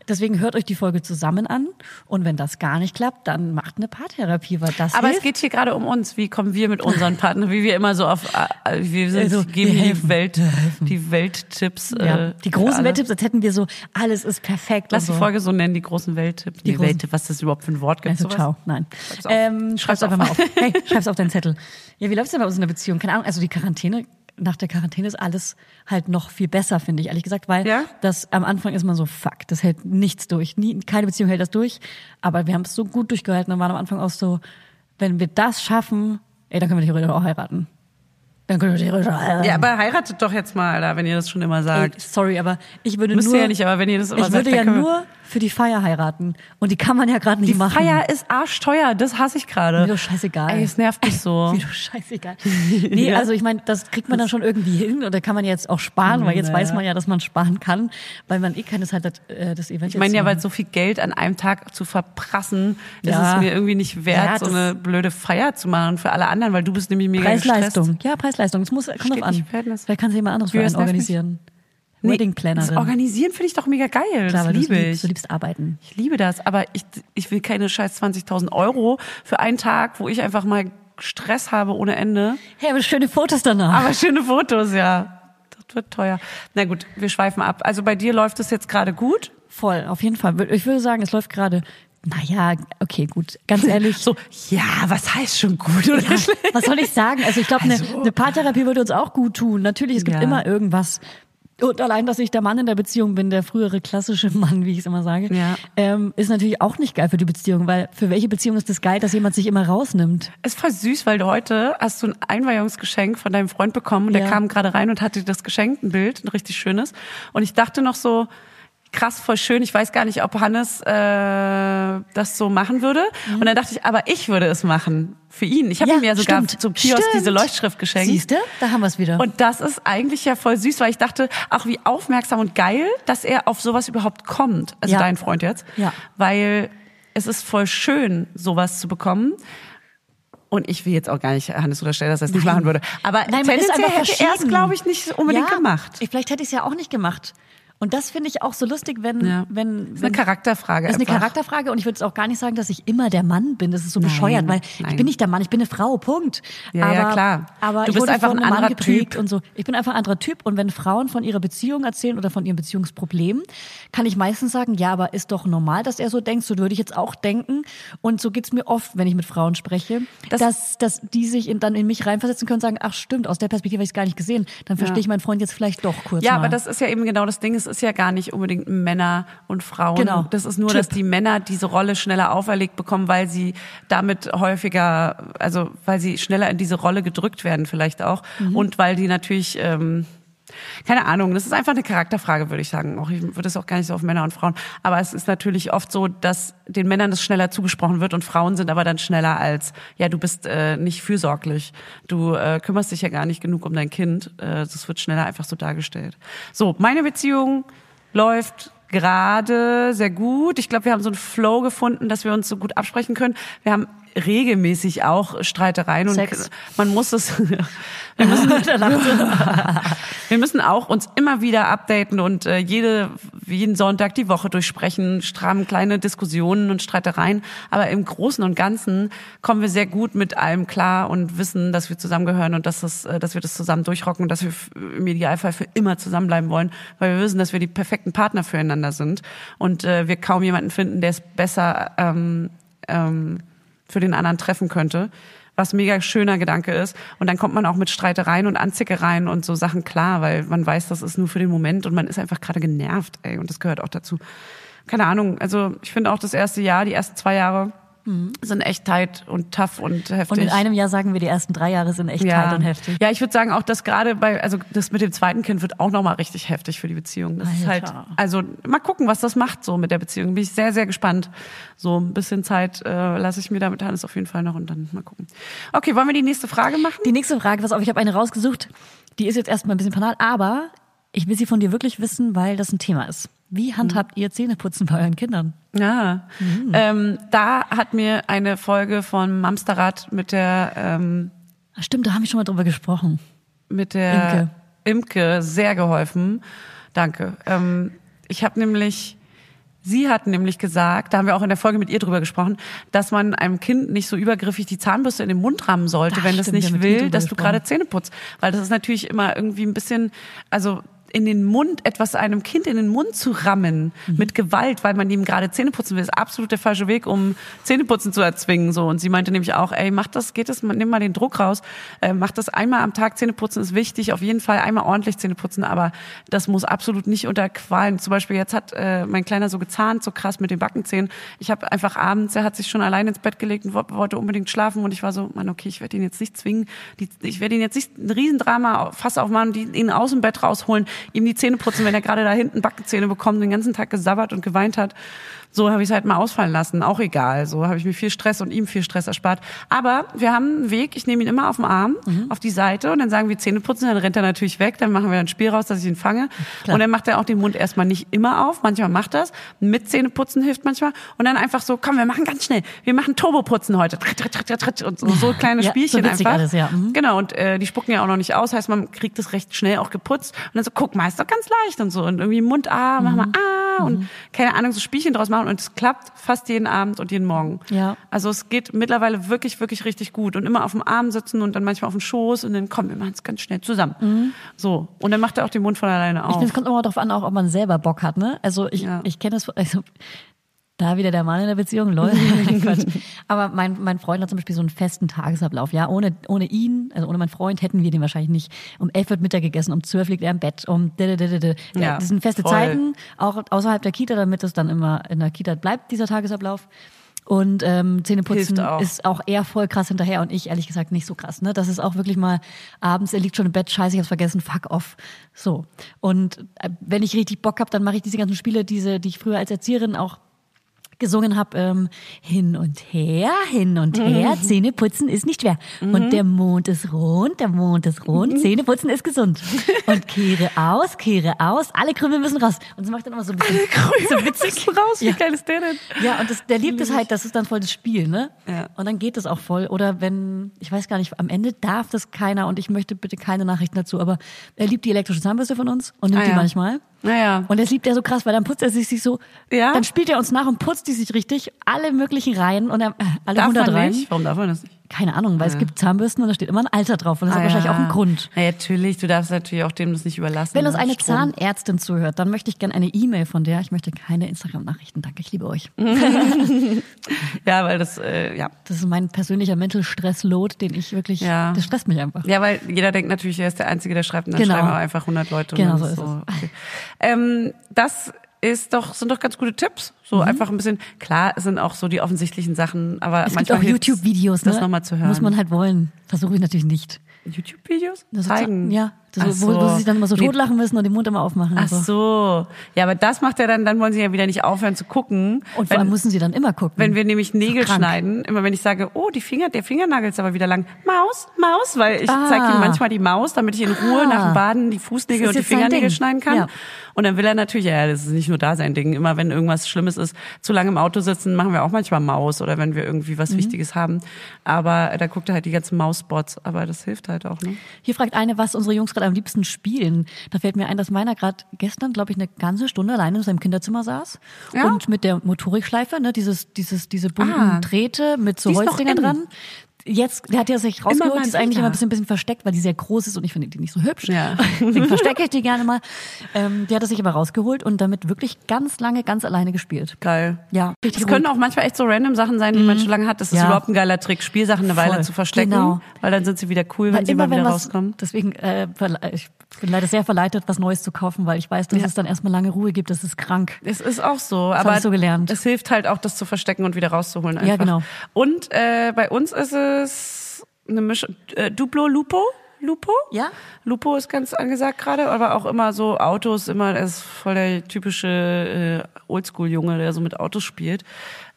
[SPEAKER 3] Deswegen hört euch die Folge zusammen an und wenn das gar nicht klappt, dann macht eine Paartherapie, weil das
[SPEAKER 2] Aber es
[SPEAKER 3] hilft.
[SPEAKER 2] geht hier gerade um uns. Wie kommen wir mit unseren Partnern? Wie wir immer so auf, äh, wir sind,
[SPEAKER 3] Also, wir
[SPEAKER 2] geben die
[SPEAKER 3] helfen.
[SPEAKER 2] Welt, die Welttipps.
[SPEAKER 3] ja,
[SPEAKER 2] äh,
[SPEAKER 3] die
[SPEAKER 2] für
[SPEAKER 3] großen
[SPEAKER 2] alle.
[SPEAKER 3] Wetttipps, als hätten wir so alles ist perfekt.
[SPEAKER 2] Lass
[SPEAKER 3] und
[SPEAKER 2] die
[SPEAKER 3] so.
[SPEAKER 2] Folge so nennen, die großen Welttipps. Die,
[SPEAKER 3] großen-
[SPEAKER 2] Welttipp, was ist das überhaupt für ein Wort? Gibt
[SPEAKER 3] Also ciao, nein.
[SPEAKER 2] Schreib's auf.
[SPEAKER 3] Ähm,
[SPEAKER 2] Schreib's
[SPEAKER 3] schreib's einfach mal auf. Hey, schreib's auf deinen Zettel. Ja, wie läuft's denn bei uns in der Beziehung? Keine Ahnung. Also die Quarantäne, nach der Quarantäne ist alles halt noch viel besser, finde ich, ehrlich gesagt, weil
[SPEAKER 2] Ja?
[SPEAKER 3] das am Anfang ist man so, fuck, das hält nichts durch. Nie, keine Beziehung hält das durch. Aber wir haben es so gut durchgehalten und waren am Anfang auch so, wenn wir das schaffen, ey, dann können wir theoretisch auch heiraten. Dann können wir theoretisch auch heiraten.
[SPEAKER 2] Ja, aber heiratet doch jetzt mal, Alter, wenn ihr das schon immer
[SPEAKER 3] Ey,
[SPEAKER 2] sagt.
[SPEAKER 3] sorry, aber ich würde
[SPEAKER 2] Müsst
[SPEAKER 3] nur,
[SPEAKER 2] ihr ja nicht, aber wenn ihr das immer
[SPEAKER 3] ich
[SPEAKER 2] sagt,
[SPEAKER 3] würde
[SPEAKER 2] dann
[SPEAKER 3] ja
[SPEAKER 2] können wir-
[SPEAKER 3] nur für die Feier heiraten. Und die kann man ja gerade nicht
[SPEAKER 2] Die
[SPEAKER 3] machen.
[SPEAKER 2] Feier ist arschteuer, das hasse ich gerade.
[SPEAKER 3] Mir doch scheißegal.
[SPEAKER 2] Ey, es nervt mich so.
[SPEAKER 3] Mir doch scheißegal. Nee, also ich meine, das kriegt man dann schon irgendwie hin oder kann man jetzt auch sparen, weil jetzt weiß man ja, dass man sparen kann, weil man eh kann, das halt das, äh, das Event
[SPEAKER 2] Ich meine ja,
[SPEAKER 3] jetzt
[SPEAKER 2] weil so viel Geld an einem Tag zu verprassen, ist
[SPEAKER 3] Ja.
[SPEAKER 2] es mir irgendwie nicht wert,
[SPEAKER 3] Ja,
[SPEAKER 2] so
[SPEAKER 3] das-
[SPEAKER 2] eine blöde Feier zu machen für alle anderen, weil du bist nämlich mega gestresst.
[SPEAKER 3] Preis-Leistung. Ja, Preis-Leistung. Es muss, kommt drauf
[SPEAKER 2] Steht
[SPEAKER 3] an.
[SPEAKER 2] nicht Verhältnis.
[SPEAKER 3] Vielleicht kann sich jemand anderes für
[SPEAKER 2] Ja,
[SPEAKER 3] einen
[SPEAKER 2] das nervt
[SPEAKER 3] organisieren.
[SPEAKER 2] Nee, Das
[SPEAKER 3] Wedding-Plannerin.
[SPEAKER 2] Organisieren finde ich doch mega geil.
[SPEAKER 3] Klar, weil
[SPEAKER 2] das
[SPEAKER 3] du es
[SPEAKER 2] liebe
[SPEAKER 3] liebst.
[SPEAKER 2] ich.
[SPEAKER 3] Du liebst arbeiten.
[SPEAKER 2] Ich liebe das, aber ich, ich will keine scheiß 20.000 Euro für einen Tag, wo ich einfach mal Stress habe ohne Ende.
[SPEAKER 3] Hey, aber schöne Fotos danach.
[SPEAKER 2] Aber schöne Fotos, ja. Das wird teuer. Na gut, wir schweifen ab. Also bei dir läuft es jetzt gerade gut.
[SPEAKER 3] Voll, auf jeden Fall. Ich würde sagen, es läuft gerade. Naja, okay, gut. Ganz ehrlich.
[SPEAKER 2] So, ja, was heißt schon gut oder schlecht?
[SPEAKER 3] Was soll ich sagen? Also ich glaube, eine
[SPEAKER 2] Also-
[SPEAKER 3] eine Paartherapie würde uns auch gut tun. Natürlich, es gibt
[SPEAKER 2] Ja.
[SPEAKER 3] immer irgendwas. Und allein, dass ich der Mann in der Beziehung bin, der frühere klassische Mann, wie ich es immer sage,
[SPEAKER 2] Ja.
[SPEAKER 3] ähm, ist natürlich auch nicht geil für die Beziehung, weil für welche Beziehung ist das geil, dass jemand sich immer rausnimmt?
[SPEAKER 2] Es war süß, weil du heute hast du ein Einweihungsgeschenk von deinem Freund bekommen und der
[SPEAKER 3] Ja.
[SPEAKER 2] kam gerade rein und hatte das geschenkt, ein Bild, ein richtig schönes. Und ich dachte noch so, krass, voll schön. Ich weiß gar nicht, ob Hannes äh, das so machen würde.
[SPEAKER 3] Mhm.
[SPEAKER 2] Und dann dachte ich, aber ich würde es machen für ihn. Ich habe ihm ja sogar
[SPEAKER 3] stimmt.
[SPEAKER 2] zum Kiosk
[SPEAKER 3] Stimmt.
[SPEAKER 2] diese Leuchtschrift geschenkt.
[SPEAKER 3] Siehst du? Da haben wir es wieder.
[SPEAKER 2] Und das ist eigentlich ja voll süß, weil ich dachte, auch wie aufmerksam und geil, dass er auf sowas überhaupt kommt. Also
[SPEAKER 3] Ja.
[SPEAKER 2] dein Freund jetzt.
[SPEAKER 3] Ja.
[SPEAKER 2] Weil es ist voll schön, sowas zu bekommen. Und ich will jetzt auch gar nicht Hannes unterstellen, dass er es nicht
[SPEAKER 3] Nein.
[SPEAKER 2] machen würde. Aber
[SPEAKER 3] Nein, man ist
[SPEAKER 2] tendenziell
[SPEAKER 3] einfach
[SPEAKER 2] hätte er es,
[SPEAKER 3] verschieden.
[SPEAKER 2] glaube ich, nicht unbedingt
[SPEAKER 3] ja,
[SPEAKER 2] gemacht.
[SPEAKER 3] Ich, vielleicht hätte ich es ja auch nicht gemacht. Und das finde ich auch so lustig, wenn,
[SPEAKER 2] Ja.
[SPEAKER 3] wenn,
[SPEAKER 2] Das ist
[SPEAKER 3] wenn
[SPEAKER 2] eine Charakterfrage.
[SPEAKER 3] Das ist eine
[SPEAKER 2] einfach.
[SPEAKER 3] Charakterfrage und ich würde es auch gar nicht sagen, dass ich immer der Mann bin. Das ist so bescheuert, weil ich
[SPEAKER 2] nein.
[SPEAKER 3] bin nicht der Mann, ich bin eine Frau, Punkt.
[SPEAKER 2] Ja,
[SPEAKER 3] aber,
[SPEAKER 2] ja, klar.
[SPEAKER 3] Aber
[SPEAKER 2] Du
[SPEAKER 3] ich
[SPEAKER 2] bist
[SPEAKER 3] wurde
[SPEAKER 2] einfach
[SPEAKER 3] von
[SPEAKER 2] ein
[SPEAKER 3] einem Mann
[SPEAKER 2] anderer
[SPEAKER 3] geprägt
[SPEAKER 2] Typ.
[SPEAKER 3] Und so. Ich bin einfach ein anderer Typ und wenn Frauen von ihrer Beziehung erzählen oder von ihrem Beziehungsproblem, kann ich meistens sagen, ja, aber ist doch normal, dass er so denkt, so würde ich jetzt auch denken. Und so geht's mir oft, wenn ich mit Frauen spreche,
[SPEAKER 2] Das-
[SPEAKER 3] dass, dass die sich in, dann in mich reinversetzen können und sagen, ach stimmt, aus der Perspektive habe ich es gar nicht gesehen. Dann verstehe ich meinen Freund jetzt vielleicht doch kurz
[SPEAKER 2] Ja,
[SPEAKER 3] mal.
[SPEAKER 2] aber das ist ja eben genau das Ding. Es ist ja gar nicht unbedingt Männer und Frauen.
[SPEAKER 3] Genau.
[SPEAKER 2] Das ist nur,
[SPEAKER 3] Chip.
[SPEAKER 2] dass die Männer diese Rolle schneller auferlegt bekommen, weil sie damit häufiger, also weil sie schneller in diese Rolle gedrückt werden vielleicht auch. Und weil die natürlich, ähm, keine Ahnung, das ist einfach eine Charakterfrage, würde ich sagen. Auch ich würde es auch gar nicht so auf Männer und Frauen. Aber es ist natürlich oft so, dass den Männern das schneller zugesprochen wird und Frauen sind aber dann schneller als, ja, du bist äh, nicht fürsorglich, du äh, kümmerst dich ja gar nicht genug um dein Kind. Äh, das wird schneller einfach so dargestellt. So, meine Beziehung läuft gerade sehr gut. Ich glaube, wir haben so einen Flow gefunden, dass wir uns so gut absprechen können. Wir haben regelmäßig auch Streitereien
[SPEAKER 3] Sex.
[SPEAKER 2] und man muss es wir müssen wir müssen auch uns immer wieder updaten und äh, jede, jeden Sonntag die Woche durchsprechen, stramm kleine Diskussionen und Streitereien. Aber im Großen und Ganzen kommen wir sehr gut mit allem klar und wissen, dass wir zusammengehören und dass, das, äh, dass wir das zusammen durchrocken und dass wir f- im Idealfall für immer zusammenbleiben wollen, weil wir wissen, dass wir die perfekten Partner füreinander sind und äh, wir kaum jemanden finden, der es besser ähm, ähm, für den anderen treffen könnte. Was ein mega schöner Gedanke ist. Und dann kommt man auch mit Streitereien und Anzickereien und so Sachen klar, weil man weiß, das ist nur für den Moment und man ist einfach gerade genervt, ey. Und das gehört auch dazu. Keine Ahnung. Also ich finde auch das erste Jahr, die ersten zwei Jahre sind echt tight und tough und heftig.
[SPEAKER 3] Mhm. und in einem Jahr sagen wir, die ersten drei Jahre sind echt kalt und heftig.
[SPEAKER 2] Ja, ich würde sagen auch, dass gerade bei, also das mit dem zweiten Kind wird auch nochmal richtig heftig für die Beziehung. Das ist halt,
[SPEAKER 3] Alter.
[SPEAKER 2] also mal gucken, was das macht so mit der Beziehung. Bin ich sehr, sehr gespannt. So ein bisschen Zeit äh, lasse ich mir damit Hannes auf jeden Fall noch und dann mal gucken. Okay, wollen wir die nächste Frage machen?
[SPEAKER 3] Die nächste Frage, pass auf, ich habe eine rausgesucht. Die ist jetzt erstmal ein bisschen banal, aber ich will sie von dir wirklich wissen, weil das ein Thema ist. Wie handhabt ihr Zähneputzen bei euren Kindern?
[SPEAKER 2] Ja. Ähm, da hat mir eine Folge von Mamsterrad mit der ähm,
[SPEAKER 3] Ah, Stimmt, da haben wir schon mal drüber gesprochen.
[SPEAKER 2] mit der Imke, sehr geholfen. Danke. Ähm, ich habe nämlich, sie hat nämlich gesagt, da haben wir auch in der Folge mit ihr drüber gesprochen, dass man einem Kind nicht so übergriffig die Zahnbürste in den Mund rammen sollte,
[SPEAKER 3] Ach,
[SPEAKER 2] wenn es
[SPEAKER 3] stimmt, wir haben
[SPEAKER 2] nicht
[SPEAKER 3] mit ihr
[SPEAKER 2] will,
[SPEAKER 3] drüber
[SPEAKER 2] dass du
[SPEAKER 3] gesprochen.
[SPEAKER 2] gerade Zähne putzt. Weil das ist natürlich immer irgendwie ein bisschen, also in den Mund, etwas einem Kind in den Mund zu rammen mit Gewalt, weil man ihm gerade Zähne putzen will, ist absolut der falsche Weg, um Zähneputzen zu erzwingen. So und sie meinte nämlich auch, ey, mach das, geht es, nimm mal den Druck raus, äh, mach das einmal am Tag. Zähneputzen ist wichtig, auf jeden Fall einmal ordentlich Zähneputzen, aber das muss absolut nicht unter Qualen. Zum Beispiel jetzt hat äh, mein Kleiner so gezahnt, so krass mit den Backenzähnen. Ich habe einfach abends, er hat sich schon allein ins Bett gelegt und wo- wollte unbedingt schlafen und ich war so, Mann, okay, ich werde ihn jetzt nicht zwingen, die, ich werde ihn jetzt nicht ein Riesendrama auf- fass aufmachen, die, ihn aus dem Bett rausholen, ihm die Zähne putzen, wenn er gerade da hinten Backenzähne bekommt, den ganzen Tag gesabbert und geweint hat. So habe ich es halt mal ausfallen lassen, auch egal. So habe ich mir viel Stress und ihm viel Stress erspart. Aber wir haben einen Weg, ich nehme ihn immer auf den Arm, auf die Seite und dann sagen wir Zähne putzen, dann rennt er natürlich weg, dann machen wir ein Spiel raus, dass ich ihn fange. Und dann macht er auch den Mund erstmal nicht immer auf, manchmal macht das. Mit Zähneputzen hilft manchmal. Und dann einfach so, komm, wir machen ganz schnell, wir machen Turboputzen heute. Tritt, tritt, tritt, tritt, tritt. Und so, so kleine
[SPEAKER 3] Ja, so
[SPEAKER 2] Spielchen
[SPEAKER 3] witzig
[SPEAKER 2] einfach.
[SPEAKER 3] alles, ja. Mhm.
[SPEAKER 2] Genau, und äh, die spucken ja auch noch nicht aus, heißt, man kriegt das recht schnell auch geputzt. Und dann so, guck mal, ist doch ganz leicht und so. Und irgendwie Mund, ah,
[SPEAKER 3] Mhm.
[SPEAKER 2] mach mal, ah, und keine Ahnung, so Spielchen draus machen. Und es klappt fast jeden Abend und jeden Morgen.
[SPEAKER 3] Ja.
[SPEAKER 2] Also es geht mittlerweile wirklich, wirklich richtig gut. Und immer auf dem Arm sitzen und dann manchmal auf dem Schoß und dann komm, wir machen es ganz schnell zusammen. So. Und dann macht er auch den Mund von alleine
[SPEAKER 3] Mhm. Ich
[SPEAKER 2] auf.
[SPEAKER 3] finde, es kommt immer darauf an, auch ob man selber Bock hat, ne? Also ich,
[SPEAKER 2] Ja.
[SPEAKER 3] ich kenne das, also da wieder der Mann in der Beziehung, lol. Quatsch. Aber mein, mein Freund hat zum Beispiel so einen festen Tagesablauf. Ja, ohne, ohne ihn, also ohne meinen Freund hätten wir den wahrscheinlich nicht. Um elf wird Mittag gegessen, um zwölf liegt er im Bett, um dididididi.
[SPEAKER 2] Ja,
[SPEAKER 3] Das sind feste
[SPEAKER 2] voll.
[SPEAKER 3] Zeiten, auch außerhalb der Kita, damit es dann immer in der Kita bleibt, dieser Tagesablauf. Und ähm, Zähneputzen
[SPEAKER 2] Hilft auch.
[SPEAKER 3] ist ist auch eher voll krass hinterher und ich ehrlich gesagt nicht so krass. Ne? Das ist auch wirklich mal abends, er liegt schon im Bett, scheiße, ich hab's vergessen, fuck off. So. Und äh, wenn ich richtig Bock hab dann mache ich diese ganzen Spiele, diese, die ich früher als Erzieherin auch gesungen hab ähm, hin und her, hin und her, Zähne putzen ist nicht schwer. Und der Mond ist rund, der Mond ist rund, Zähne putzen ist gesund. Und kehre aus, kehre aus, alle Krümel müssen raus. Und sie macht dann immer so ein bisschen so witzig
[SPEAKER 2] raus, wie
[SPEAKER 3] Ja.
[SPEAKER 2] geil ist der denn?
[SPEAKER 3] ja, und das, der liebt es halt, das ist dann voll das Spiel, ne?
[SPEAKER 2] Ja.
[SPEAKER 3] Und dann geht es auch voll. Oder wenn, ich weiß gar nicht, am Ende darf das keiner und ich möchte bitte keine Nachrichten dazu, aber er liebt die elektrische Zahnbürste von uns und nimmt
[SPEAKER 2] Ah,
[SPEAKER 3] die
[SPEAKER 2] ja.
[SPEAKER 3] manchmal.
[SPEAKER 2] Naja.
[SPEAKER 3] Und das liebt er so krass, weil dann putzt er sich, sich so,
[SPEAKER 2] Ja?
[SPEAKER 3] dann spielt er uns nach und putzt die sich richtig alle möglichen Reihen und dann, äh, alle 100 Reihen.
[SPEAKER 2] Warum darf man das nicht?
[SPEAKER 3] Keine Ahnung, weil es gibt Zahnbürsten und da steht immer ein Alter drauf und das
[SPEAKER 2] Ah,
[SPEAKER 3] hat wahrscheinlich
[SPEAKER 2] ja.
[SPEAKER 3] auch einen Grund.
[SPEAKER 2] Na, natürlich, du darfst natürlich auch dem das nicht überlassen.
[SPEAKER 3] Wenn uns
[SPEAKER 2] ne?
[SPEAKER 3] eine
[SPEAKER 2] Strom.
[SPEAKER 3] Zahnärztin zuhört, dann möchte ich gerne eine E-Mail von der. Ich möchte keine Instagram-Nachrichten. Danke, ich liebe euch.
[SPEAKER 2] Ja, weil das, äh, ja.
[SPEAKER 3] Das ist mein persönlicher Mental Stress Load, den ich wirklich,
[SPEAKER 2] Ja.
[SPEAKER 3] das stresst mich einfach.
[SPEAKER 2] Ja, weil jeder denkt natürlich, er ist der Einzige, der schreibt, und dann
[SPEAKER 3] Genau.
[SPEAKER 2] schreiben aber einfach 100 Leute.
[SPEAKER 3] Genau,
[SPEAKER 2] und dann
[SPEAKER 3] so ist es.
[SPEAKER 2] okay. ähm, Das ist doch, sind doch ganz gute Tipps. So
[SPEAKER 3] Mhm.
[SPEAKER 2] einfach ein bisschen, klar, es sind auch so die offensichtlichen Sachen, aber
[SPEAKER 3] Es gibt
[SPEAKER 2] manchmal
[SPEAKER 3] auch
[SPEAKER 2] hilft's,
[SPEAKER 3] YouTube-Videos, ne?
[SPEAKER 2] das nochmal zu hören.
[SPEAKER 3] Muss man halt wollen. Versuche ich natürlich nicht.
[SPEAKER 2] YouTube-Videos
[SPEAKER 3] Das ist
[SPEAKER 2] zeigen?
[SPEAKER 3] so- Ja, das,
[SPEAKER 2] Ach
[SPEAKER 3] wo, wo sie sich dann immer so
[SPEAKER 2] Nee,
[SPEAKER 3] totlachen müssen und den Mund immer aufmachen. und
[SPEAKER 2] Ach so. Ja, aber das macht er dann, dann wollen sie ja wieder nicht aufhören zu gucken.
[SPEAKER 3] Und vor allem müssen sie dann immer gucken.
[SPEAKER 2] Wenn wir nämlich Nägel
[SPEAKER 3] krank.
[SPEAKER 2] schneiden, immer wenn ich sage, oh, die Finger, der Fingernagel ist aber wieder lang. Maus, Maus, weil ich
[SPEAKER 3] Ah.
[SPEAKER 2] zeige ihm manchmal die Maus, damit ich in Ruhe
[SPEAKER 3] Ah.
[SPEAKER 2] nach dem Baden die Fußnägel
[SPEAKER 3] Das
[SPEAKER 2] und
[SPEAKER 3] ist
[SPEAKER 2] die
[SPEAKER 3] jetzt sein
[SPEAKER 2] Fingernägel
[SPEAKER 3] Ding.
[SPEAKER 2] schneiden kann.
[SPEAKER 3] Ja.
[SPEAKER 2] Und dann will er natürlich, ja, das ist nicht nur da sein Ding. Immer wenn irgendwas Schlimmes ist, zu lange im Auto sitzen, machen wir auch manchmal Maus oder wenn wir irgendwie
[SPEAKER 3] Mhm.
[SPEAKER 2] was Wichtiges haben. Aber da guckt er halt die ganzen Maus-Spots. Aber das hilft halt auch, ne?
[SPEAKER 3] Hier fragt eine, was unsere Jungs gerade am liebsten spielen. Da fällt mir ein, dass meiner gerade gestern, glaube ich, eine ganze Stunde alleine in seinem Kinderzimmer saß
[SPEAKER 2] Ja.
[SPEAKER 3] und mit der Motorikschleife, ne, dieses, dieses, diese bunten
[SPEAKER 2] Ah.
[SPEAKER 3] Drähte mit so
[SPEAKER 2] Die ist noch
[SPEAKER 3] Holzdingern
[SPEAKER 2] in.
[SPEAKER 3] dran. Jetzt, der hat ja sich rausgeholt,
[SPEAKER 2] mal
[SPEAKER 3] die ist eigentlich
[SPEAKER 2] wieder.
[SPEAKER 3] immer ein bisschen, ein bisschen versteckt, weil die sehr groß ist und ich finde die nicht so hübsch.
[SPEAKER 2] Ja.
[SPEAKER 3] Deswegen verstecke ich die gerne mal. Ähm, die hat es sich aber rausgeholt und damit wirklich ganz lange ganz alleine gespielt.
[SPEAKER 2] Geil.
[SPEAKER 3] Ja,
[SPEAKER 2] Es
[SPEAKER 3] richtig Mhm.
[SPEAKER 2] können auch manchmal echt so random Sachen sein, die man schon lange hat. Das ist
[SPEAKER 3] Ja.
[SPEAKER 2] überhaupt ein geiler Trick, Spielsachen eine Weile
[SPEAKER 3] Voll.
[SPEAKER 2] zu verstecken,
[SPEAKER 3] Genau.
[SPEAKER 2] weil dann sind sie wieder cool, wenn
[SPEAKER 3] Weil
[SPEAKER 2] sie
[SPEAKER 3] immer,
[SPEAKER 2] mal wieder
[SPEAKER 3] wenn was,
[SPEAKER 2] rauskommen.
[SPEAKER 3] Deswegen, äh, verle- ich bin leider sehr verleitet, was Neues zu kaufen, weil ich weiß, dass es dann erstmal lange Ruhe gibt. Das ist krank.
[SPEAKER 2] Es ist auch so,
[SPEAKER 3] hab
[SPEAKER 2] aber
[SPEAKER 3] ich so gelernt.
[SPEAKER 2] es hilft halt auch, das zu verstecken und wieder rauszuholen. Einfach.
[SPEAKER 3] Ja, genau.
[SPEAKER 2] Und äh, bei uns ist es eine Mischung äh, Duplo Lupo. Lupo?
[SPEAKER 3] Ja.
[SPEAKER 2] Lupo ist ganz angesagt gerade, aber auch immer so Autos, immer, er ist voll der typische äh, Oldschool-Junge, der so mit Autos spielt.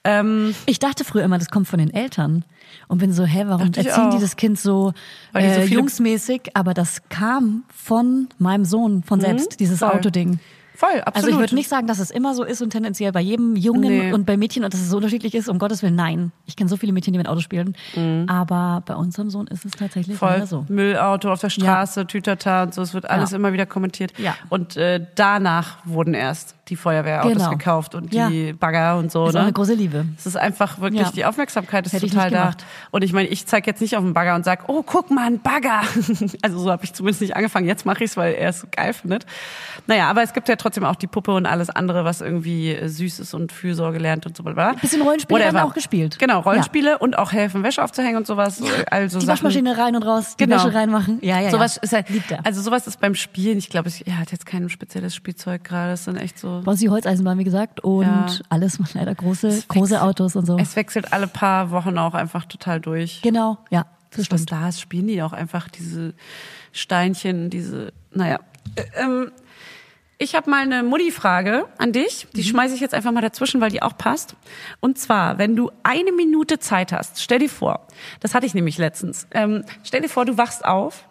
[SPEAKER 2] Ähm,
[SPEAKER 3] Ich dachte früher immer, das kommt von den Eltern und bin so, hä, warum
[SPEAKER 2] Dachte ich
[SPEAKER 3] erziehen
[SPEAKER 2] auch.
[SPEAKER 3] die das Kind so,
[SPEAKER 2] Weil die so
[SPEAKER 3] äh,
[SPEAKER 2] viele-
[SPEAKER 3] jungsmäßig? Aber das kam von meinem Sohn von selbst, dieses
[SPEAKER 2] Mhm, voll.
[SPEAKER 3] Autoding.
[SPEAKER 2] voll, absolut.
[SPEAKER 3] Also ich würde nicht sagen, dass es immer so ist und tendenziell bei jedem Jungen
[SPEAKER 2] Nee.
[SPEAKER 3] und bei Mädchen und dass es so unterschiedlich ist. Um Gottes Willen, nein. Ich kenne so viele Mädchen, die mit Auto spielen. Aber bei unserem Sohn ist es tatsächlich
[SPEAKER 2] Mhm. Voll.
[SPEAKER 3] leider so.
[SPEAKER 2] Müllauto auf der Straße, Tütata und so, es wird alles
[SPEAKER 3] Ja.
[SPEAKER 2] immer wieder kommentiert.
[SPEAKER 3] Ja.
[SPEAKER 2] Und äh, danach wurden erst die Feuerwehrautos
[SPEAKER 3] Genau.
[SPEAKER 2] gekauft und die
[SPEAKER 3] Ja.
[SPEAKER 2] Bagger und so.
[SPEAKER 3] Ist
[SPEAKER 2] ne?
[SPEAKER 3] auch eine große Liebe.
[SPEAKER 2] Es ist einfach wirklich,
[SPEAKER 3] Ja.
[SPEAKER 2] die Aufmerksamkeit ist
[SPEAKER 3] Hätte ich
[SPEAKER 2] total
[SPEAKER 3] nicht
[SPEAKER 2] da.
[SPEAKER 3] gemacht.
[SPEAKER 2] Und ich meine, ich zeige jetzt nicht auf den Bagger und sage, oh, guck mal, ein Bagger. also so habe ich zumindest nicht angefangen. Jetzt mache ich es, weil er es geil findet. Naja, aber es gibt ja trotzdem auch die Puppe und alles andere, was irgendwie äh, süß ist und Fürsorge lernt und so. Ein
[SPEAKER 3] bisschen Rollenspiele werden auch gespielt.
[SPEAKER 2] Genau, Rollenspiele und auch helfen, Wäsche aufzuhängen und sowas. Also
[SPEAKER 3] die
[SPEAKER 2] Sachen. Genau.
[SPEAKER 3] Waschmaschine rein und raus, die Wäsche reinmachen. Ja, ja,
[SPEAKER 2] sowas
[SPEAKER 3] ja.
[SPEAKER 2] Ist halt,
[SPEAKER 3] Liebt er.
[SPEAKER 2] Also sowas ist beim Spielen, ich glaube, ich- er hat jetzt kein spezielles Spielzeug gerade. Das sind echt so.
[SPEAKER 3] Bei uns die Holzeisenbahn, wie gesagt, und
[SPEAKER 2] Ja.
[SPEAKER 3] alles waren leider große, große Autos und so.
[SPEAKER 2] Es wechselt alle paar Wochen auch einfach total durch.
[SPEAKER 3] Genau, ja, das
[SPEAKER 2] Das was
[SPEAKER 3] stimmt.
[SPEAKER 2] da ist, spielen die auch einfach diese Steinchen, diese, naja. Ä- Ähm, ich habe mal eine Mutti-Frage an dich. Die schmeiße ich jetzt einfach mal dazwischen, weil die auch passt. Und zwar, wenn du eine Minute Zeit hast, stell dir vor, das hatte ich nämlich letztens, ähm, stell dir vor, du wachst auf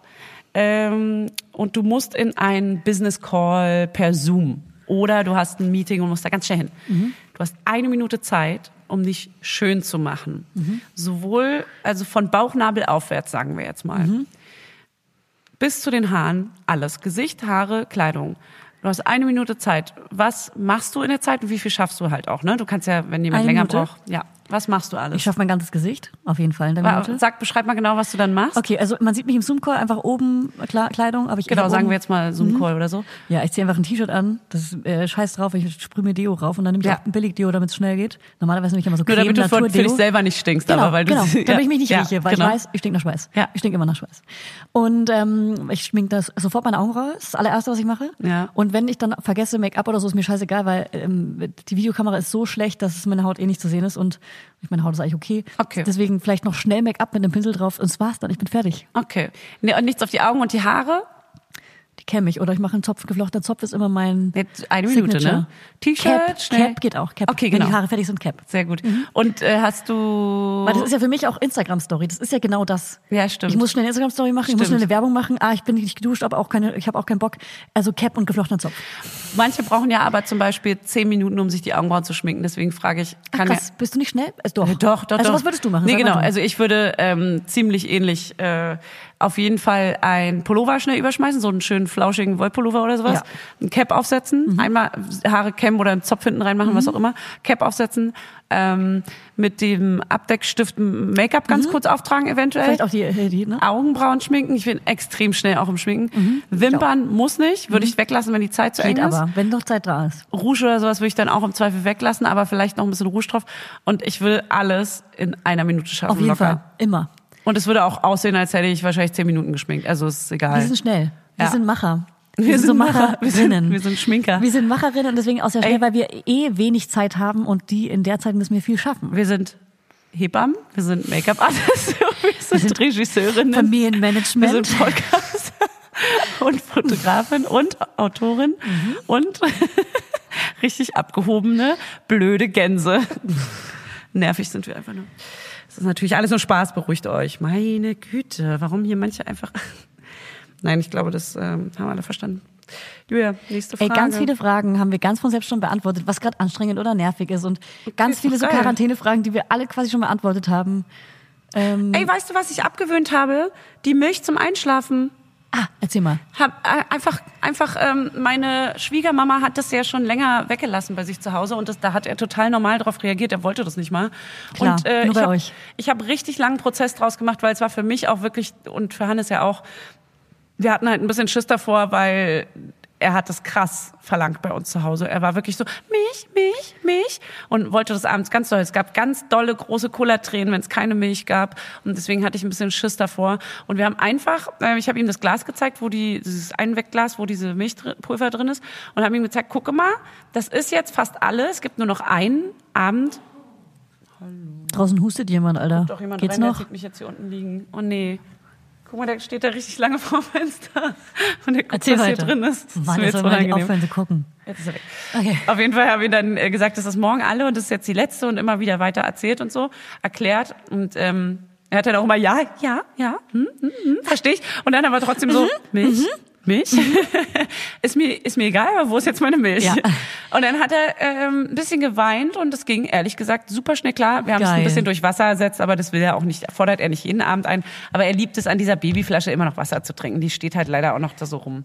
[SPEAKER 2] ähm, und du musst in einen Business Call per Zoom oder du hast ein Meeting und musst da ganz schnell hin. Du hast eine Minute Zeit, um dich schön zu machen. Sowohl, also von Bauchnabel aufwärts, sagen wir jetzt mal bis zu den Haaren, alles. Gesicht, Haare, Kleidung. Du hast eine Minute Zeit. Was machst du in der Zeit und wie viel schaffst du halt auch? Ne? Du kannst ja, wenn jemand
[SPEAKER 3] Eine
[SPEAKER 2] länger
[SPEAKER 3] Minute?
[SPEAKER 2] braucht, ja. Was machst du alles?
[SPEAKER 3] Ich schaffe mein ganzes Gesicht, auf jeden Fall in der
[SPEAKER 2] Wa-
[SPEAKER 3] Minute.
[SPEAKER 2] Sag, beschreib mal genau, was du dann machst.
[SPEAKER 3] Okay, also man sieht mich im Zoom-Call einfach oben, Kla Kleidung, aber ich ich
[SPEAKER 2] Genau,
[SPEAKER 3] hab
[SPEAKER 2] sagen
[SPEAKER 3] oben,
[SPEAKER 2] wir jetzt mal
[SPEAKER 3] Mhm.
[SPEAKER 2] Zoom-Call oder so.
[SPEAKER 3] Ja, ich ziehe einfach ein T-Shirt an, das ist äh, scheiß drauf, ich sprühe mir Deo rauf und dann nehme ich
[SPEAKER 2] Ja.
[SPEAKER 3] auch ein Billig-Deo, damit es schnell geht. Normalerweise nehme ich immer so
[SPEAKER 2] Nur
[SPEAKER 3] Creme,
[SPEAKER 2] damit du für, für
[SPEAKER 3] Natur-Deo.
[SPEAKER 2] dich selber nicht stinkst,
[SPEAKER 3] Genau,
[SPEAKER 2] aber weil du
[SPEAKER 3] genau. damit ich mich nicht
[SPEAKER 2] ja,
[SPEAKER 3] rieche, weil
[SPEAKER 2] genau.
[SPEAKER 3] ich weiß, ich stink nach Schweiß.
[SPEAKER 2] Ja.
[SPEAKER 3] Ich stink immer nach Schweiß. Und ähm, ich schmink das sofort meine Augen raus, das ist das allererste, was ich mache.
[SPEAKER 2] Ja.
[SPEAKER 3] Und wenn ich dann vergesse Make-up oder so, ist mir scheißegal, weil ähm, die Videokamera ist so schlecht, dass es meine Haut eh nicht zu sehen ist und ich meine Haut ist eigentlich okay.
[SPEAKER 2] Okay.
[SPEAKER 3] Deswegen vielleicht noch schnell Make-up mit einem Pinsel drauf und das war's dann, ich bin fertig.
[SPEAKER 2] Okay. Nee, und nichts auf die Augen und die Haare.
[SPEAKER 3] Die kämme ich oder ich mache einen Zopf, geflochtener Zopf ist immer mein
[SPEAKER 2] Jetzt eine Minute,
[SPEAKER 3] Signature.
[SPEAKER 2] ne? T-Shirt,
[SPEAKER 3] Cap,
[SPEAKER 2] schnell.
[SPEAKER 3] Cap geht Mhm. auch, Cap.
[SPEAKER 2] Okay,
[SPEAKER 3] Wenn
[SPEAKER 2] genau.
[SPEAKER 3] die Haare fertig sind, Cap.
[SPEAKER 2] Sehr gut. Und äh, hast du...
[SPEAKER 3] Weil das ist ja für mich auch Instagram-Story. Das ist ja genau das.
[SPEAKER 2] Oh. Ja, stimmt.
[SPEAKER 3] Ich muss schnell eine Instagram-Story machen, ich muss
[SPEAKER 2] Stimmt.
[SPEAKER 3] schnell eine Werbung machen. Ah, ich bin nicht geduscht, aber auch keine, ich habe auch keinen Bock. Also Cap und geflochtener Zopf.
[SPEAKER 2] Manche brauchen ja aber zum Beispiel zehn Minuten, um sich die Augenbrauen zu schminken. Deswegen frage ich,
[SPEAKER 3] Ach,
[SPEAKER 2] kann
[SPEAKER 3] krass, bist du nicht schnell? Also doch.
[SPEAKER 2] ja, doch, doch,
[SPEAKER 3] also
[SPEAKER 2] doch.
[SPEAKER 3] was würdest du machen?
[SPEAKER 2] Nee,
[SPEAKER 3] Sag mal
[SPEAKER 2] genau.
[SPEAKER 3] du.
[SPEAKER 2] Also ich würde ähm, ziemlich ähnlich äh, auf jeden Fall ein Pullover schnell überschmeißen, so einen schönen flauschigen Wollpullover oder sowas.
[SPEAKER 3] Ja. Mhm.
[SPEAKER 2] Ein Cap aufsetzen, einmal Haare kämmen oder einen Zopf hinten reinmachen, was auch immer. Cap aufsetzen, ähm, mit dem Abdeckstift Make-up ganz kurz auftragen eventuell.
[SPEAKER 3] Mhm. Vielleicht auch die, die ne?
[SPEAKER 2] Augenbrauen schminken. Ich bin extrem schnell auch im
[SPEAKER 3] Mhm.
[SPEAKER 2] Schminken. Wimpern muss nicht, würde ich weglassen, wenn die Zeit zu
[SPEAKER 3] Geht
[SPEAKER 2] eng ist.
[SPEAKER 3] aber, wenn noch Zeit da ist.
[SPEAKER 2] Rouge oder sowas würde ich dann auch im Zweifel weglassen, aber vielleicht noch ein bisschen Rouge drauf. Und ich will alles in einer Minute schaffen.
[SPEAKER 3] Auf jeden
[SPEAKER 2] locker.
[SPEAKER 3] Fall, immer.
[SPEAKER 2] Und es würde auch aussehen, als hätte ich wahrscheinlich zehn Minuten geschminkt. Also ist egal.
[SPEAKER 3] Wir sind schnell. Wir
[SPEAKER 2] Ja.
[SPEAKER 3] sind Macher.
[SPEAKER 2] Wir sind Macher. Wir sind-
[SPEAKER 3] Macherinnen.
[SPEAKER 2] wir sind Schminker.
[SPEAKER 3] Wir sind Macherinnen und deswegen auch sehr schnell,
[SPEAKER 2] Ey.
[SPEAKER 3] weil wir eh wenig Zeit haben und die in der Zeit müssen wir viel schaffen.
[SPEAKER 2] wir sind Hebammen, wir sind Make-up-Artists, wir sind,
[SPEAKER 3] sind
[SPEAKER 2] Regisseurinnen, wir
[SPEAKER 3] Familienmanagement.
[SPEAKER 2] sind Also Podcast und Fotografin und Autorin und richtig abgehobene, blöde Gänse. Nervig sind wir einfach nur. Es ist natürlich alles nur Spaß, beruhigt euch. Meine Güte, warum hier manche einfach. Nein, ich glaube, das ähm, haben alle verstanden. Julia, nächste
[SPEAKER 3] Ey,
[SPEAKER 2] Frage.
[SPEAKER 3] ganz viele Fragen haben wir ganz von selbst schon beantwortet, was gerade anstrengend oder nervig ist. Und ganz
[SPEAKER 2] ist
[SPEAKER 3] viele
[SPEAKER 2] doch
[SPEAKER 3] so
[SPEAKER 2] geil.
[SPEAKER 3] Quarantänefragen, die wir alle quasi schon beantwortet haben. Ähm,
[SPEAKER 2] Ey, weißt du, was ich abgewöhnt habe? Die Milch zum Einschlafen.
[SPEAKER 3] ah, erzähl mal.
[SPEAKER 2] Hab, äh, einfach, einfach ähm, meine Schwiegermama hat das ja schon länger weggelassen bei sich zu Hause und das, da hat er total normal drauf reagiert. Er wollte das nicht mal.
[SPEAKER 3] Klar,
[SPEAKER 2] und äh,
[SPEAKER 3] nur bei
[SPEAKER 2] ich hab-
[SPEAKER 3] euch.
[SPEAKER 2] ich habe hab richtig langen Prozess draus gemacht, weil es war für mich auch wirklich und für Hannes ja auch. Wir hatten halt ein bisschen Schiss davor, weil er hat das krass verlangt bei uns zu Hause. Er war wirklich so Milch, Milch, Milch und wollte das abends ganz doll. Es gab ganz dolle große Cola-Tränen, wenn es keine Milch gab und deswegen hatte ich ein bisschen Schiss davor. Und wir haben einfach, äh, ich habe ihm das Glas gezeigt, wo die dieses Einwegglas, wo diese Milchpulver drin ist und habe ihm gezeigt, gucke mal, das ist jetzt fast alle. Es gibt nur noch einen Abend.
[SPEAKER 3] Draußen hustet jemand, Alter.
[SPEAKER 2] Doch jemand
[SPEAKER 3] Geht's
[SPEAKER 2] rein, der
[SPEAKER 3] noch?
[SPEAKER 2] sieht mich jetzt hier unten liegen. Oh nee. Guck mal, der steht da richtig lange vor dem Fenster und der guckt,
[SPEAKER 3] Erzähl
[SPEAKER 2] was
[SPEAKER 3] weiter.
[SPEAKER 2] hier drin ist. Das
[SPEAKER 3] Mann,
[SPEAKER 2] ist mir
[SPEAKER 3] jetzt
[SPEAKER 2] jetzt
[SPEAKER 3] soll man nicht
[SPEAKER 2] unangenehm.
[SPEAKER 3] aufhören zu gucken.
[SPEAKER 2] Jetzt ist er weg.
[SPEAKER 3] Okay.
[SPEAKER 2] Auf jeden Fall habe ich dann äh, gesagt, das ist morgen alle und das ist jetzt die letzte und immer wieder weiter erzählt und so, erklärt und ähm, er hat dann auch immer ja, ja, ja, hm, hm, hm, verstehe ich. Und dann aber trotzdem so,
[SPEAKER 3] Mhm,
[SPEAKER 2] Milch, Milch, ist mir ist mir egal, aber wo ist jetzt meine Milch?
[SPEAKER 3] Ja.
[SPEAKER 2] Und dann hat er ähm, ein bisschen geweint und es ging ehrlich gesagt super schnell klar. Wir haben es
[SPEAKER 3] Geil.
[SPEAKER 2] ein bisschen durch Wasser ersetzt, aber das will er auch nicht, fordert er nicht jeden Abend ein. Aber er liebt es, an dieser Babyflasche immer noch Wasser zu trinken. Die steht halt leider auch noch da so rum.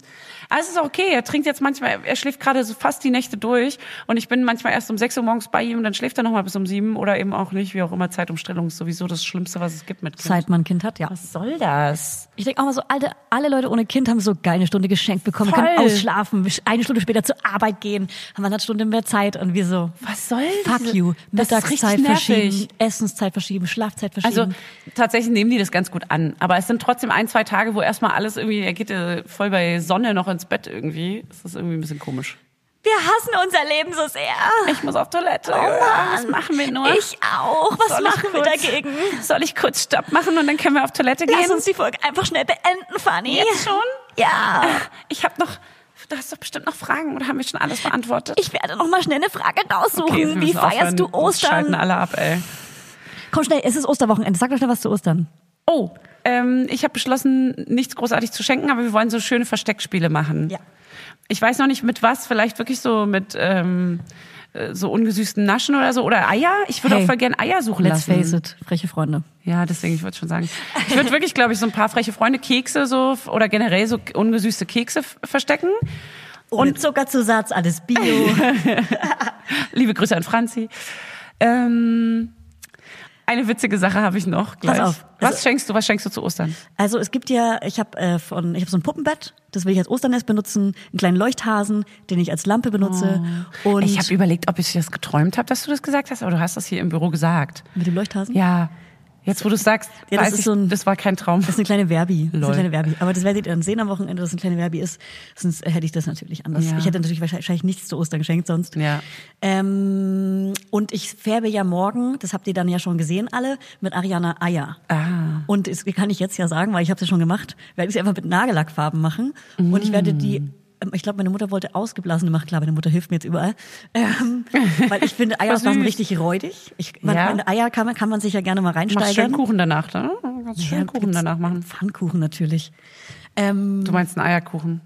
[SPEAKER 2] Aber es ist auch okay. Er trinkt jetzt manchmal, er schläft gerade so fast die Nächte durch und ich bin manchmal erst um 6 Uhr morgens bei ihm und dann schläft er nochmal bis um 7 oder eben auch nicht, wie auch immer. Zeitumstellung ist sowieso das Schlimmste, was es gibt mit Kindern.
[SPEAKER 3] Seit man ein Kind hat, ja.
[SPEAKER 2] Was soll das?
[SPEAKER 3] Ich denke auch mal so, Alter, alle Leute ohne Kind haben so geil eine Stunde geschenkt bekommen,
[SPEAKER 2] Voll.
[SPEAKER 3] können ausschlafen, eine Stunde später zur Arbeit gehen, haben eine Stunde mehr Zeit und wir so,
[SPEAKER 2] Was soll das?
[SPEAKER 3] fuck you,
[SPEAKER 2] Das ist
[SPEAKER 3] Mittagszeit
[SPEAKER 2] richtig nervig.
[SPEAKER 3] verschieben, Essenszeit verschieben, Schlafzeit verschieben.
[SPEAKER 2] Also tatsächlich nehmen die das ganz gut an. Aber es sind trotzdem ein, zwei Tage, wo erstmal alles irgendwie, er geht äh, voll bei Sonne noch ins Bett irgendwie. Das ist irgendwie ein bisschen komisch.
[SPEAKER 3] wir hassen unser Leben so sehr.
[SPEAKER 2] Ich muss auf Toilette. was machen wir nur?
[SPEAKER 3] Oh Ich auch. Was
[SPEAKER 2] Soll ich
[SPEAKER 3] machen wir
[SPEAKER 2] kurz-
[SPEAKER 3] dagegen?
[SPEAKER 2] Soll ich kurz Stopp machen und dann können wir auf Toilette
[SPEAKER 3] Lass
[SPEAKER 2] gehen?
[SPEAKER 3] uns die Folge einfach schnell beenden, Fanny.
[SPEAKER 2] Jetzt schon?
[SPEAKER 3] Ja.
[SPEAKER 2] Ich habe noch, du hast doch bestimmt noch Fragen oder haben wir schon alles beantwortet?
[SPEAKER 3] Ich werde noch mal schnell eine Frage raussuchen.
[SPEAKER 2] Okay, wir
[SPEAKER 3] Wie
[SPEAKER 2] müssen aufhören.
[SPEAKER 3] feierst du
[SPEAKER 2] Sonst Schalten
[SPEAKER 3] Ostern?
[SPEAKER 2] alle ab, ey.
[SPEAKER 3] Komm schnell, es ist Osterwochenende. Sag doch schnell was zu Ostern.
[SPEAKER 2] Oh, ähm, ich habe beschlossen, nichts großartig zu schenken, aber wir wollen so schöne Versteckspiele machen.
[SPEAKER 3] Ja.
[SPEAKER 2] Ich weiß noch nicht mit was, vielleicht wirklich so mit ähm, äh, so ungesüßten Naschen oder so oder Eier. Ich würde
[SPEAKER 3] Hey,
[SPEAKER 2] auch voll gern Eier suchen
[SPEAKER 3] Let's
[SPEAKER 2] lassen.
[SPEAKER 3] face it, freche Freunde.
[SPEAKER 2] Ja, deswegen, ich würde schon sagen. Ich würde wirklich, glaube ich, so ein paar freche Freunde, Kekse so f- oder generell so k- ungesüßte Kekse f- verstecken.
[SPEAKER 3] Ohne Zuckerzusatz, alles Bio.
[SPEAKER 2] Liebe Grüße an Franzi. Ähm, eine witzige Sache habe ich noch gleich.
[SPEAKER 3] auf.
[SPEAKER 2] Was
[SPEAKER 3] Also-
[SPEAKER 2] schenkst du? Was schenkst du zu Ostern?
[SPEAKER 3] Also es gibt ja, ich habe äh, von, ich habe so ein Puppenbett, das will ich als Osternest benutzen, einen kleinen Leuchthasen, den ich als Lampe benutze und
[SPEAKER 2] ich habe überlegt, ob ich das geträumt habe, dass du das gesagt hast, aber du hast das hier im Büro gesagt.
[SPEAKER 3] mit dem Leuchthasen.
[SPEAKER 2] Ja. Jetzt, wo du es sagst,
[SPEAKER 3] Ja, das
[SPEAKER 2] weiß
[SPEAKER 3] ist
[SPEAKER 2] ich,
[SPEAKER 3] so ein-
[SPEAKER 2] das war kein Traum.
[SPEAKER 3] Das ist eine kleine Verbi. Das ist eine
[SPEAKER 2] Lol.
[SPEAKER 3] kleine Verbi. Aber das werdet ihr dann sehen am Wochenende, dass es eine kleine Verbi ist. Sonst hätte ich das natürlich anders.
[SPEAKER 2] Ja.
[SPEAKER 3] Ich hätte natürlich wahrscheinlich wahrscheinlich nichts zu Ostern geschenkt sonst.
[SPEAKER 2] Ja.
[SPEAKER 3] Ähm, und ich färbe ja morgen, das habt ihr dann ja schon gesehen alle, mit Ariana Eier.
[SPEAKER 2] Ah.
[SPEAKER 3] Und das kann ich jetzt ja sagen, weil ich habe es ja schon gemacht, werde ich sie einfach mit Nagellackfarben machen. Und ich werde die, ähm, ich glaube, meine Mutter wollte ausgeblasene machen. Klar, meine Mutter hilft mir jetzt überall. Ähm, weil ich finde Eier
[SPEAKER 2] Voll
[SPEAKER 3] waren
[SPEAKER 2] süß.
[SPEAKER 3] richtig räudig. Ich, man,
[SPEAKER 2] Ja.
[SPEAKER 3] meine Eier kann man, kann man sich ja gerne mal
[SPEAKER 2] Du machst schön
[SPEAKER 3] reinsteigern.
[SPEAKER 2] Kuchen danach, ne? Du kannst schön
[SPEAKER 3] Ja,
[SPEAKER 2] Kuchen
[SPEAKER 3] gibt's-
[SPEAKER 2] danach machen.
[SPEAKER 3] Pfannkuchen natürlich. Ähm,
[SPEAKER 2] Du meinst einen Eierkuchen.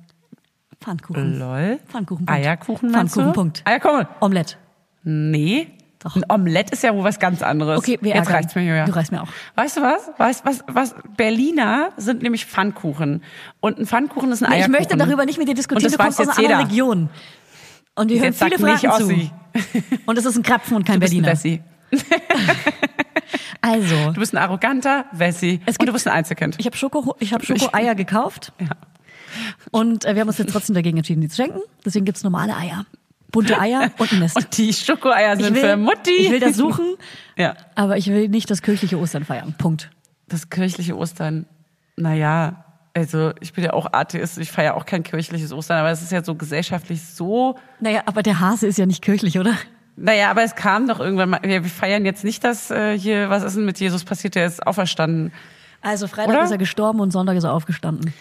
[SPEAKER 3] Pfannkuchen.
[SPEAKER 2] Lol.
[SPEAKER 3] Pfannkuchen.
[SPEAKER 2] Eierkuchen meinst
[SPEAKER 3] Pfannkuchen.
[SPEAKER 2] du?
[SPEAKER 3] Punkt.
[SPEAKER 2] Eierkuchen.
[SPEAKER 3] Omelette. Ah,
[SPEAKER 2] Nee.
[SPEAKER 3] Doch.
[SPEAKER 2] Ein Omelett ist ja wohl was ganz anderes.
[SPEAKER 3] Okay, wir
[SPEAKER 2] Jetzt
[SPEAKER 3] ärgern.
[SPEAKER 2] reicht's mir, Julia.
[SPEAKER 3] Du reißt mir auch.
[SPEAKER 2] Weißt du was? Weißt was? Was? Berliner sind nämlich Pfannkuchen. Und ein Pfannkuchen ist ein
[SPEAKER 3] Nee, ich
[SPEAKER 2] Eierkuchen.
[SPEAKER 3] möchte darüber nicht mit dir diskutieren.
[SPEAKER 2] Und das
[SPEAKER 3] Du kommst
[SPEAKER 2] weiß
[SPEAKER 3] aus
[SPEAKER 2] jetzt
[SPEAKER 3] einer anderen
[SPEAKER 2] jeder.
[SPEAKER 3] Region. Und wir hören
[SPEAKER 2] Jetzt
[SPEAKER 3] viele
[SPEAKER 2] sag nicht
[SPEAKER 3] Fragen
[SPEAKER 2] Ossi.
[SPEAKER 3] zu. Und es ist ein Krapfen und kein
[SPEAKER 2] Du bist ein
[SPEAKER 3] Berliner.
[SPEAKER 2] Wessi.
[SPEAKER 3] Also,
[SPEAKER 2] Du bist ein arroganter Wessi.
[SPEAKER 3] Es
[SPEAKER 2] Und du
[SPEAKER 3] gibt-
[SPEAKER 2] bist ein Einzelkind.
[SPEAKER 3] ich habe Schoko, ich hab Schoko-Eier gekauft. Und äh, wir haben uns jetzt trotzdem dagegen entschieden, die zu schenken. Deswegen gibt's normale Eier. Bunte Eier und ein Nest.
[SPEAKER 2] Und die Schokoeier
[SPEAKER 3] ich
[SPEAKER 2] sind für
[SPEAKER 3] will,
[SPEAKER 2] Mutti.
[SPEAKER 3] ich will das suchen,
[SPEAKER 2] Ja.
[SPEAKER 3] aber ich will nicht das kirchliche Ostern feiern. Punkt.
[SPEAKER 2] Das kirchliche Ostern. Naja, also ich bin ja auch Atheist. Ich feiere auch kein kirchliches Ostern. Aber es ist ja so gesellschaftlich so
[SPEAKER 3] Naja, aber der Hase ist ja nicht kirchlich, oder?
[SPEAKER 2] Naja, aber es kam doch irgendwann mal. Wir wir feiern jetzt nicht, dass äh, hier, was ist denn mit Jesus passiert, der ist auferstanden.
[SPEAKER 3] Also Freitag
[SPEAKER 2] Oder?
[SPEAKER 3] ist er gestorben und Sonntag ist er aufgestanden.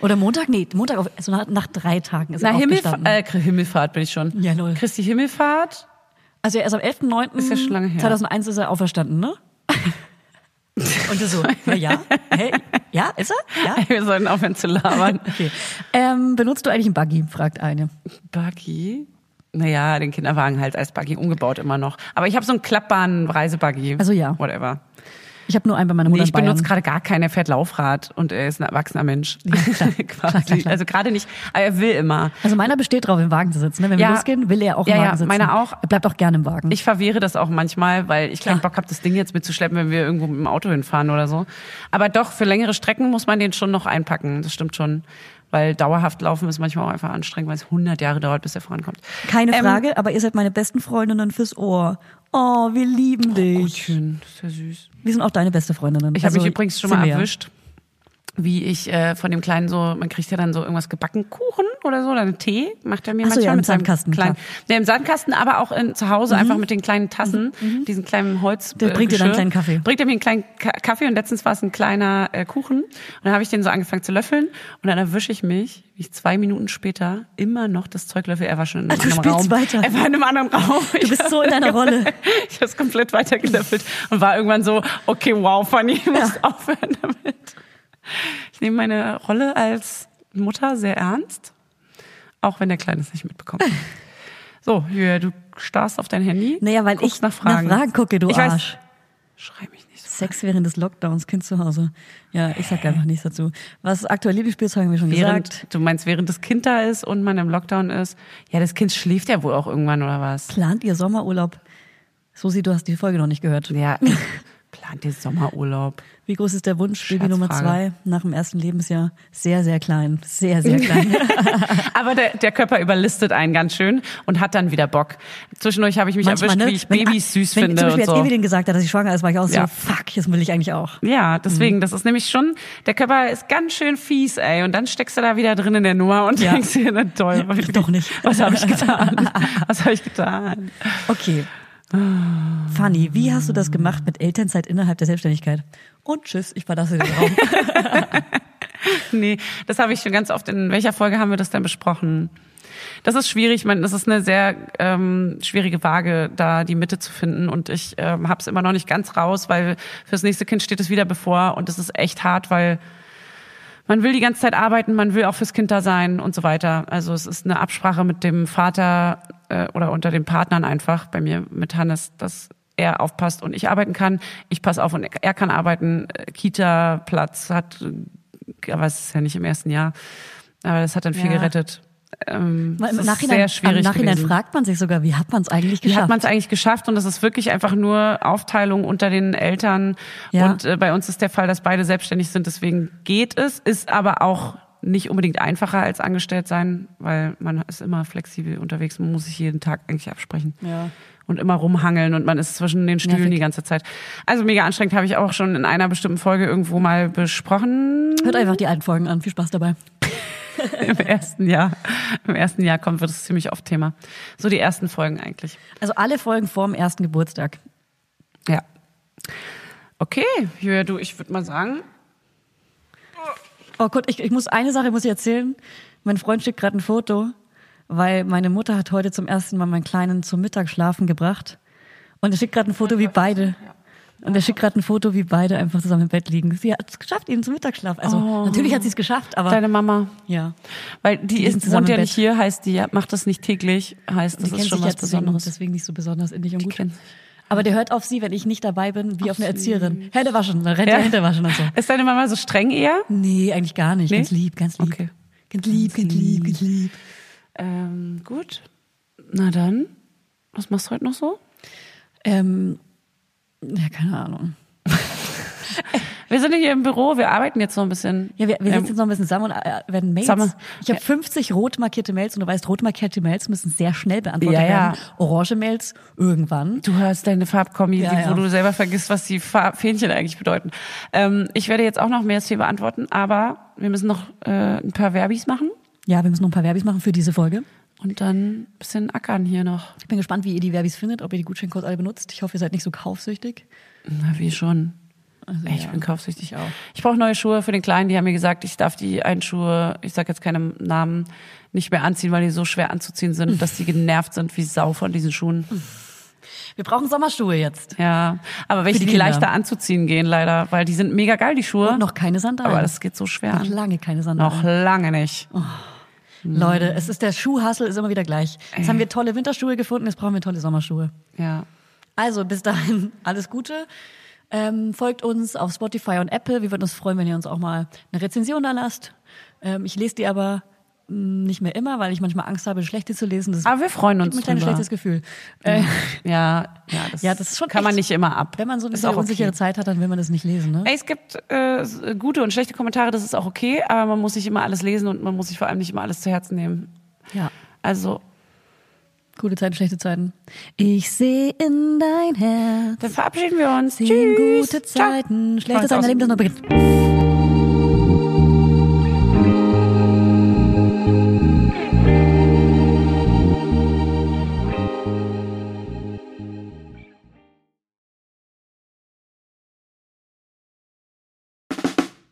[SPEAKER 3] Oder Montag? Nee, Montag auf, also nach, nach drei Tagen ist
[SPEAKER 2] Na,
[SPEAKER 3] er
[SPEAKER 2] Himmelf
[SPEAKER 3] aufgestanden.
[SPEAKER 2] äh, Kr- Himmelfahrt bin ich schon.
[SPEAKER 3] Ja, lol.
[SPEAKER 2] Christi Himmelfahrt.
[SPEAKER 3] also er ist am 11.9.
[SPEAKER 2] Ist ja schon lange her.
[SPEAKER 3] 2001 ist er auferstanden, ne? und du so, na ja, hey, ja, ist er? Ja?
[SPEAKER 2] Wir sollten aufhören zu labern.
[SPEAKER 3] Okay. Ähm, benutzt du eigentlich einen Buggy? fragt eine.
[SPEAKER 2] Buggy? Naja, den Kinderwagen halt als Buggy umgebaut immer noch. Aber ich habe so einen klappbaren Reisebuggy.
[SPEAKER 3] Also ja.
[SPEAKER 2] Whatever.
[SPEAKER 3] Ich habe nur einen bei meiner
[SPEAKER 2] Nee,
[SPEAKER 3] Mutter
[SPEAKER 2] ich
[SPEAKER 3] in Bayern.
[SPEAKER 2] benutze gerade gar keinen. Er fährt Laufrad und er ist ein erwachsener Mensch. Quasi.
[SPEAKER 3] klar, klar, klar.
[SPEAKER 2] Also gerade nicht. Aber er will immer.
[SPEAKER 3] also meiner besteht drauf, im Wagen zu sitzen. Ne? Wenn
[SPEAKER 2] Ja.
[SPEAKER 3] wir losgehen, will er auch im
[SPEAKER 2] Ja,
[SPEAKER 3] Wagen
[SPEAKER 2] ja,
[SPEAKER 3] sitzen.
[SPEAKER 2] meiner auch.
[SPEAKER 3] Er bleibt auch gerne im Wagen.
[SPEAKER 2] Ich verwehre das auch manchmal, weil ich keinen
[SPEAKER 3] Klar.
[SPEAKER 2] Bock habe, das Ding jetzt mitzuschleppen, wenn wir irgendwo mit dem Auto hinfahren oder so. Aber doch, für längere Strecken muss man den schon noch einpacken. Das stimmt schon. Weil dauerhaft laufen ist manchmal auch einfach anstrengend, weil es 100 Jahre dauert, bis er vorankommt.
[SPEAKER 3] Keine
[SPEAKER 2] Ähm,
[SPEAKER 3] Frage, aber ihr seid meine besten Freundinnen fürs Ohr. Oh, wir lieben dich.
[SPEAKER 2] Schön, sehr süß.
[SPEAKER 3] wir sind auch deine beste Freundinnen.
[SPEAKER 2] Ich habe
[SPEAKER 3] Also,
[SPEAKER 2] mich übrigens schon
[SPEAKER 3] sind
[SPEAKER 2] mal
[SPEAKER 3] wir ja.
[SPEAKER 2] erwischt, wie ich äh, von dem Kleinen so, man kriegt ja dann so irgendwas gebacken, Kuchen oder so, oder einen Tee, macht er mir
[SPEAKER 3] Ach so,
[SPEAKER 2] manchmal
[SPEAKER 3] ja, im
[SPEAKER 2] mit seinem
[SPEAKER 3] Sandkasten,
[SPEAKER 2] kleinen,
[SPEAKER 3] klar. Mhm.
[SPEAKER 2] nee, im Sandkasten, aber auch in, zu Hause einfach mit den kleinen Tassen, diesen kleinen Holz.
[SPEAKER 3] Der
[SPEAKER 2] äh,
[SPEAKER 3] bringt dir dann
[SPEAKER 2] Geschirr.
[SPEAKER 3] einen kleinen Kaffee.
[SPEAKER 2] Bringt er mir einen kleinen Ka Kaffee und letztens war es ein kleiner äh, Kuchen und dann habe ich den so angefangen zu löffeln und dann erwische ich mich, wie ich zwei Minuten später immer noch das Zeug löffel, er war schon in
[SPEAKER 3] Ah, du
[SPEAKER 2] einem anderen
[SPEAKER 3] spielst
[SPEAKER 2] Raum.
[SPEAKER 3] weiter.
[SPEAKER 2] Er war in einem anderen Raum.
[SPEAKER 3] Du bist so in deiner Rolle.
[SPEAKER 2] Ich habe es komplett weitergelöffelt und war irgendwann so, okay, wow, Fanny, du musst aufhören damit. Ich nehme meine Rolle als Mutter sehr ernst, auch wenn der Kleine es nicht mitbekommt. So, Julia, du starrst auf dein Handy.
[SPEAKER 3] Naja, weil
[SPEAKER 2] guckst
[SPEAKER 3] ich nach Fragen, gucke, du
[SPEAKER 2] ich
[SPEAKER 3] Arsch.
[SPEAKER 2] Weiß, schrei mich nicht so.
[SPEAKER 3] Sex während des Lockdowns, Kind zu Hause. Ja, ich sag einfach nichts dazu. Was aktuell Lieblingsspielzeug haben wir schon gesagt.
[SPEAKER 2] Während, du meinst, während das Kind da ist und man im Lockdown ist. Ja, das Kind schläft ja wohl auch irgendwann, oder was?
[SPEAKER 3] Plant ihr Sommerurlaub? Susi, du hast die Folge noch nicht gehört.
[SPEAKER 2] Ja, plant ihr Sommerurlaub.
[SPEAKER 3] Wie groß ist der Wunsch? Baby Nummer zwei
[SPEAKER 2] Scherzfrage.
[SPEAKER 3] nach dem ersten Lebensjahr? Sehr, sehr klein. Sehr, sehr klein.
[SPEAKER 2] Aber der, der Körper überlistet einen ganz schön und hat dann wieder Bock. Zwischendurch habe ich mich erwischt, wie ich Babys süß
[SPEAKER 3] ne, wenn,
[SPEAKER 2] finde
[SPEAKER 3] Zum Beispiel,
[SPEAKER 2] und
[SPEAKER 3] als Evelyn
[SPEAKER 2] so.
[SPEAKER 3] gesagt hat, dass sie schwanger ist, war ich auch
[SPEAKER 2] Ja.
[SPEAKER 3] so, fuck, jetzt will ich eigentlich auch.
[SPEAKER 2] Ja, deswegen, das ist nämlich schon, der Körper ist ganz schön fies, ey. Und dann steckst du da wieder drin in der Nummer und
[SPEAKER 3] Ja.
[SPEAKER 2] denkst dir, na toll, was,
[SPEAKER 3] Doch nicht.
[SPEAKER 2] was habe ich getan? Was habe ich getan?
[SPEAKER 3] Okay. Fanny, wie hast du das gemacht mit Elternzeit innerhalb der Selbstständigkeit? Und tschüss, ich verlasse den Raum.
[SPEAKER 2] Nee, das habe ich schon ganz oft. In welcher Folge haben wir das denn besprochen? Das ist schwierig, man, das ist eine sehr ähm, schwierige Waage, da die Mitte zu finden. Und ich ähm, habe es immer noch nicht ganz raus, weil fürs nächste Kind steht es wieder bevor und es ist echt hart, weil man will die ganze Zeit arbeiten, man will auch fürs Kind da sein und so weiter. Also es ist eine Absprache mit dem Vater äh, oder unter den Partnern einfach bei mir mit Hannes, dass er aufpasst und ich arbeiten kann. Ich passe auf und er kann arbeiten. Äh, Kita Platz hat, äh, aber es ist ja nicht im ersten Jahr. Aber das hat dann viel
[SPEAKER 3] Ja.
[SPEAKER 2] gerettet. Ähm,
[SPEAKER 3] Weil
[SPEAKER 2] es
[SPEAKER 3] Im
[SPEAKER 2] ist
[SPEAKER 3] Nachhinein,
[SPEAKER 2] sehr schwierig
[SPEAKER 3] Im Nachhinein
[SPEAKER 2] gewesen.
[SPEAKER 3] fragt man sich sogar, wie hat man es eigentlich
[SPEAKER 2] Wie
[SPEAKER 3] geschafft?
[SPEAKER 2] hat man es eigentlich geschafft? Und das ist wirklich einfach nur Aufteilung unter den Eltern.
[SPEAKER 3] Ja.
[SPEAKER 2] Und äh, bei uns ist der Fall, dass beide selbstständig sind. Deswegen geht es, ist aber auch nicht unbedingt einfacher als angestellt sein, weil man ist immer flexibel unterwegs. Man muss sich jeden Tag eigentlich absprechen.
[SPEAKER 3] Ja.
[SPEAKER 2] Und immer rumhangeln und man ist zwischen den Stühlen
[SPEAKER 3] Nervig.
[SPEAKER 2] die ganze Zeit. Also mega anstrengend habe ich auch schon in einer bestimmten Folge irgendwo mal besprochen.
[SPEAKER 3] Hört einfach die alten Folgen an. Viel Spaß dabei.
[SPEAKER 2] Im ersten Jahr. Im ersten Jahr kommt, wird es ziemlich oft Thema. So die ersten Folgen eigentlich.
[SPEAKER 3] Also alle Folgen vorm ersten Geburtstag.
[SPEAKER 2] Ja. Okay, Julia, du, ich würde mal sagen,
[SPEAKER 3] Oh Gott, ich, ich muss eine Sache muss ich erzählen. Mein Freund schickt gerade ein Foto, weil meine Mutter hat heute zum ersten Mal meinen Kleinen zum Mittagsschlafen gebracht. Und er schickt gerade ein Foto, wie beide Und er schickt gerade ein Foto, wie beide einfach zusammen im Bett liegen. Sie hat es geschafft, ihn zum Mittagsschlaf. Also
[SPEAKER 2] Oh.
[SPEAKER 3] natürlich hat sie es geschafft, aber
[SPEAKER 2] Deine Mama.
[SPEAKER 3] ja.
[SPEAKER 2] Weil die
[SPEAKER 3] liegen
[SPEAKER 2] ist,
[SPEAKER 3] zusammen
[SPEAKER 2] wohnt ja
[SPEAKER 3] im Bett.
[SPEAKER 2] nicht hier, heißt die ja, macht das nicht täglich, heißt,
[SPEAKER 3] Die
[SPEAKER 2] das
[SPEAKER 3] kennt
[SPEAKER 2] ist schon
[SPEAKER 3] sich
[SPEAKER 2] was
[SPEAKER 3] jetzt deswegen-
[SPEAKER 2] Besonderes.
[SPEAKER 3] Deswegen nicht so besonders innig und gut.
[SPEAKER 2] kennt sich.
[SPEAKER 3] Aber der hört auf sie, wenn ich nicht dabei bin, wie auf eine Erzieherin. Hände waschen, dann rennt
[SPEAKER 2] Ja.
[SPEAKER 3] er Hände waschen und so.
[SPEAKER 2] Ist deine Mama so streng eher?
[SPEAKER 3] Nee, eigentlich gar nicht.
[SPEAKER 2] Nee?
[SPEAKER 3] Ganz lieb, ganz lieb.
[SPEAKER 2] Okay.
[SPEAKER 3] Ganz lieb, ganz lieb, ganz lieb.
[SPEAKER 2] Ähm, gut. Na dann, was machst du heute noch so?
[SPEAKER 3] Ähm, ja, keine Ahnung.
[SPEAKER 2] Wir sind hier im Büro, wir arbeiten jetzt so ein bisschen.
[SPEAKER 3] Ja, wir, wir
[SPEAKER 2] Ähm,
[SPEAKER 3] sitzen so ein bisschen zusammen und äh, werden Mails.
[SPEAKER 2] Zusammen.
[SPEAKER 3] Ich habe 50 rot markierte Mails und du weißt, rot markierte Mails müssen sehr schnell beantwortet
[SPEAKER 2] Ja, ja.
[SPEAKER 3] werden. Orange Mails irgendwann.
[SPEAKER 2] Du hörst deine Farbkombi,
[SPEAKER 3] Ja,
[SPEAKER 2] die,
[SPEAKER 3] ja.
[SPEAKER 2] wo du selber vergisst, was die Farb Fähnchen eigentlich bedeuten. Ähm, ich werde jetzt auch noch mehr Mails beantworten, aber wir müssen noch äh, ein paar Verbis machen
[SPEAKER 3] Ja, wir müssen noch ein paar Werbis machen für diese Folge.
[SPEAKER 2] und dann ein bisschen ackern hier noch.
[SPEAKER 3] Ich bin gespannt, wie ihr die Werbis findet, ob ihr die Gutscheincodes alle benutzt. Ich hoffe, ihr seid nicht so kaufsüchtig.
[SPEAKER 2] Na, wie schon. Ey, ich
[SPEAKER 3] Also ja.
[SPEAKER 2] bin kaufsüchtig
[SPEAKER 3] Ich auch.
[SPEAKER 2] Ich brauche neue Schuhe für den Kleinen. Die haben mir gesagt, ich darf die einen Schuhe, ich sag jetzt keinen Namen, nicht mehr anziehen, weil die so schwer anzuziehen sind, dass die genervt sind wie Sau von diesen Schuhen.
[SPEAKER 3] Wir brauchen Sommerschuhe jetzt.
[SPEAKER 2] Ja, aber welche
[SPEAKER 3] die
[SPEAKER 2] die,
[SPEAKER 3] Kinder.
[SPEAKER 2] leichter anzuziehen gehen leider, weil die sind mega geil die Schuhe.
[SPEAKER 3] Und noch keine Sandalen.
[SPEAKER 2] aber das geht so schwer.
[SPEAKER 3] Noch
[SPEAKER 2] an.
[SPEAKER 3] lange Oh. keine Sandalen. Mhm.
[SPEAKER 2] Noch lange nicht.
[SPEAKER 3] Leute, es ist der Schuhhassel ist immer wieder gleich. Jetzt
[SPEAKER 2] Äh.
[SPEAKER 3] haben wir tolle Winterschuhe gefunden, jetzt brauchen wir tolle Sommerschuhe.
[SPEAKER 2] Ja.
[SPEAKER 3] Also bis dahin alles Gute. Ähm, folgt uns auf Spotify und Apple. Wir würden uns freuen, wenn ihr uns auch mal eine Rezension da lasst. Ähm, ich lese die aber mh, nicht mehr immer, weil ich manchmal Angst habe, schlechte zu lesen. Das
[SPEAKER 2] Aber wir freuen
[SPEAKER 3] gibt
[SPEAKER 2] uns
[SPEAKER 3] mir ein kleines
[SPEAKER 2] drüber.
[SPEAKER 3] schlechtes Gefühl. Äh,
[SPEAKER 2] Ja, ja, das,
[SPEAKER 3] Ja, das ist schon
[SPEAKER 2] kann man
[SPEAKER 3] echt-
[SPEAKER 2] nicht immer ab.
[SPEAKER 3] wenn man so eine
[SPEAKER 2] Ist auch
[SPEAKER 3] sehr unsichere
[SPEAKER 2] okay.
[SPEAKER 3] Zeit hat, dann will man das nicht lesen. Ne?
[SPEAKER 2] Ey, es gibt äh, s- gute und schlechte Kommentare, das ist auch okay, aber man muss nicht immer alles lesen und man muss sich vor allem nicht immer alles zu Herzen nehmen.
[SPEAKER 3] Ja,
[SPEAKER 2] Also,
[SPEAKER 3] gute Zeiten, schlechte Zeiten. Ich sehe in dein Herz.
[SPEAKER 2] dann verabschieden wir uns.
[SPEAKER 3] Sehen
[SPEAKER 2] Tschüss.
[SPEAKER 3] gute
[SPEAKER 2] Ciao.
[SPEAKER 3] Zeiten,
[SPEAKER 2] Mach's
[SPEAKER 3] schlechte Zeiten,
[SPEAKER 2] aus.
[SPEAKER 3] erleben das noch beginnt.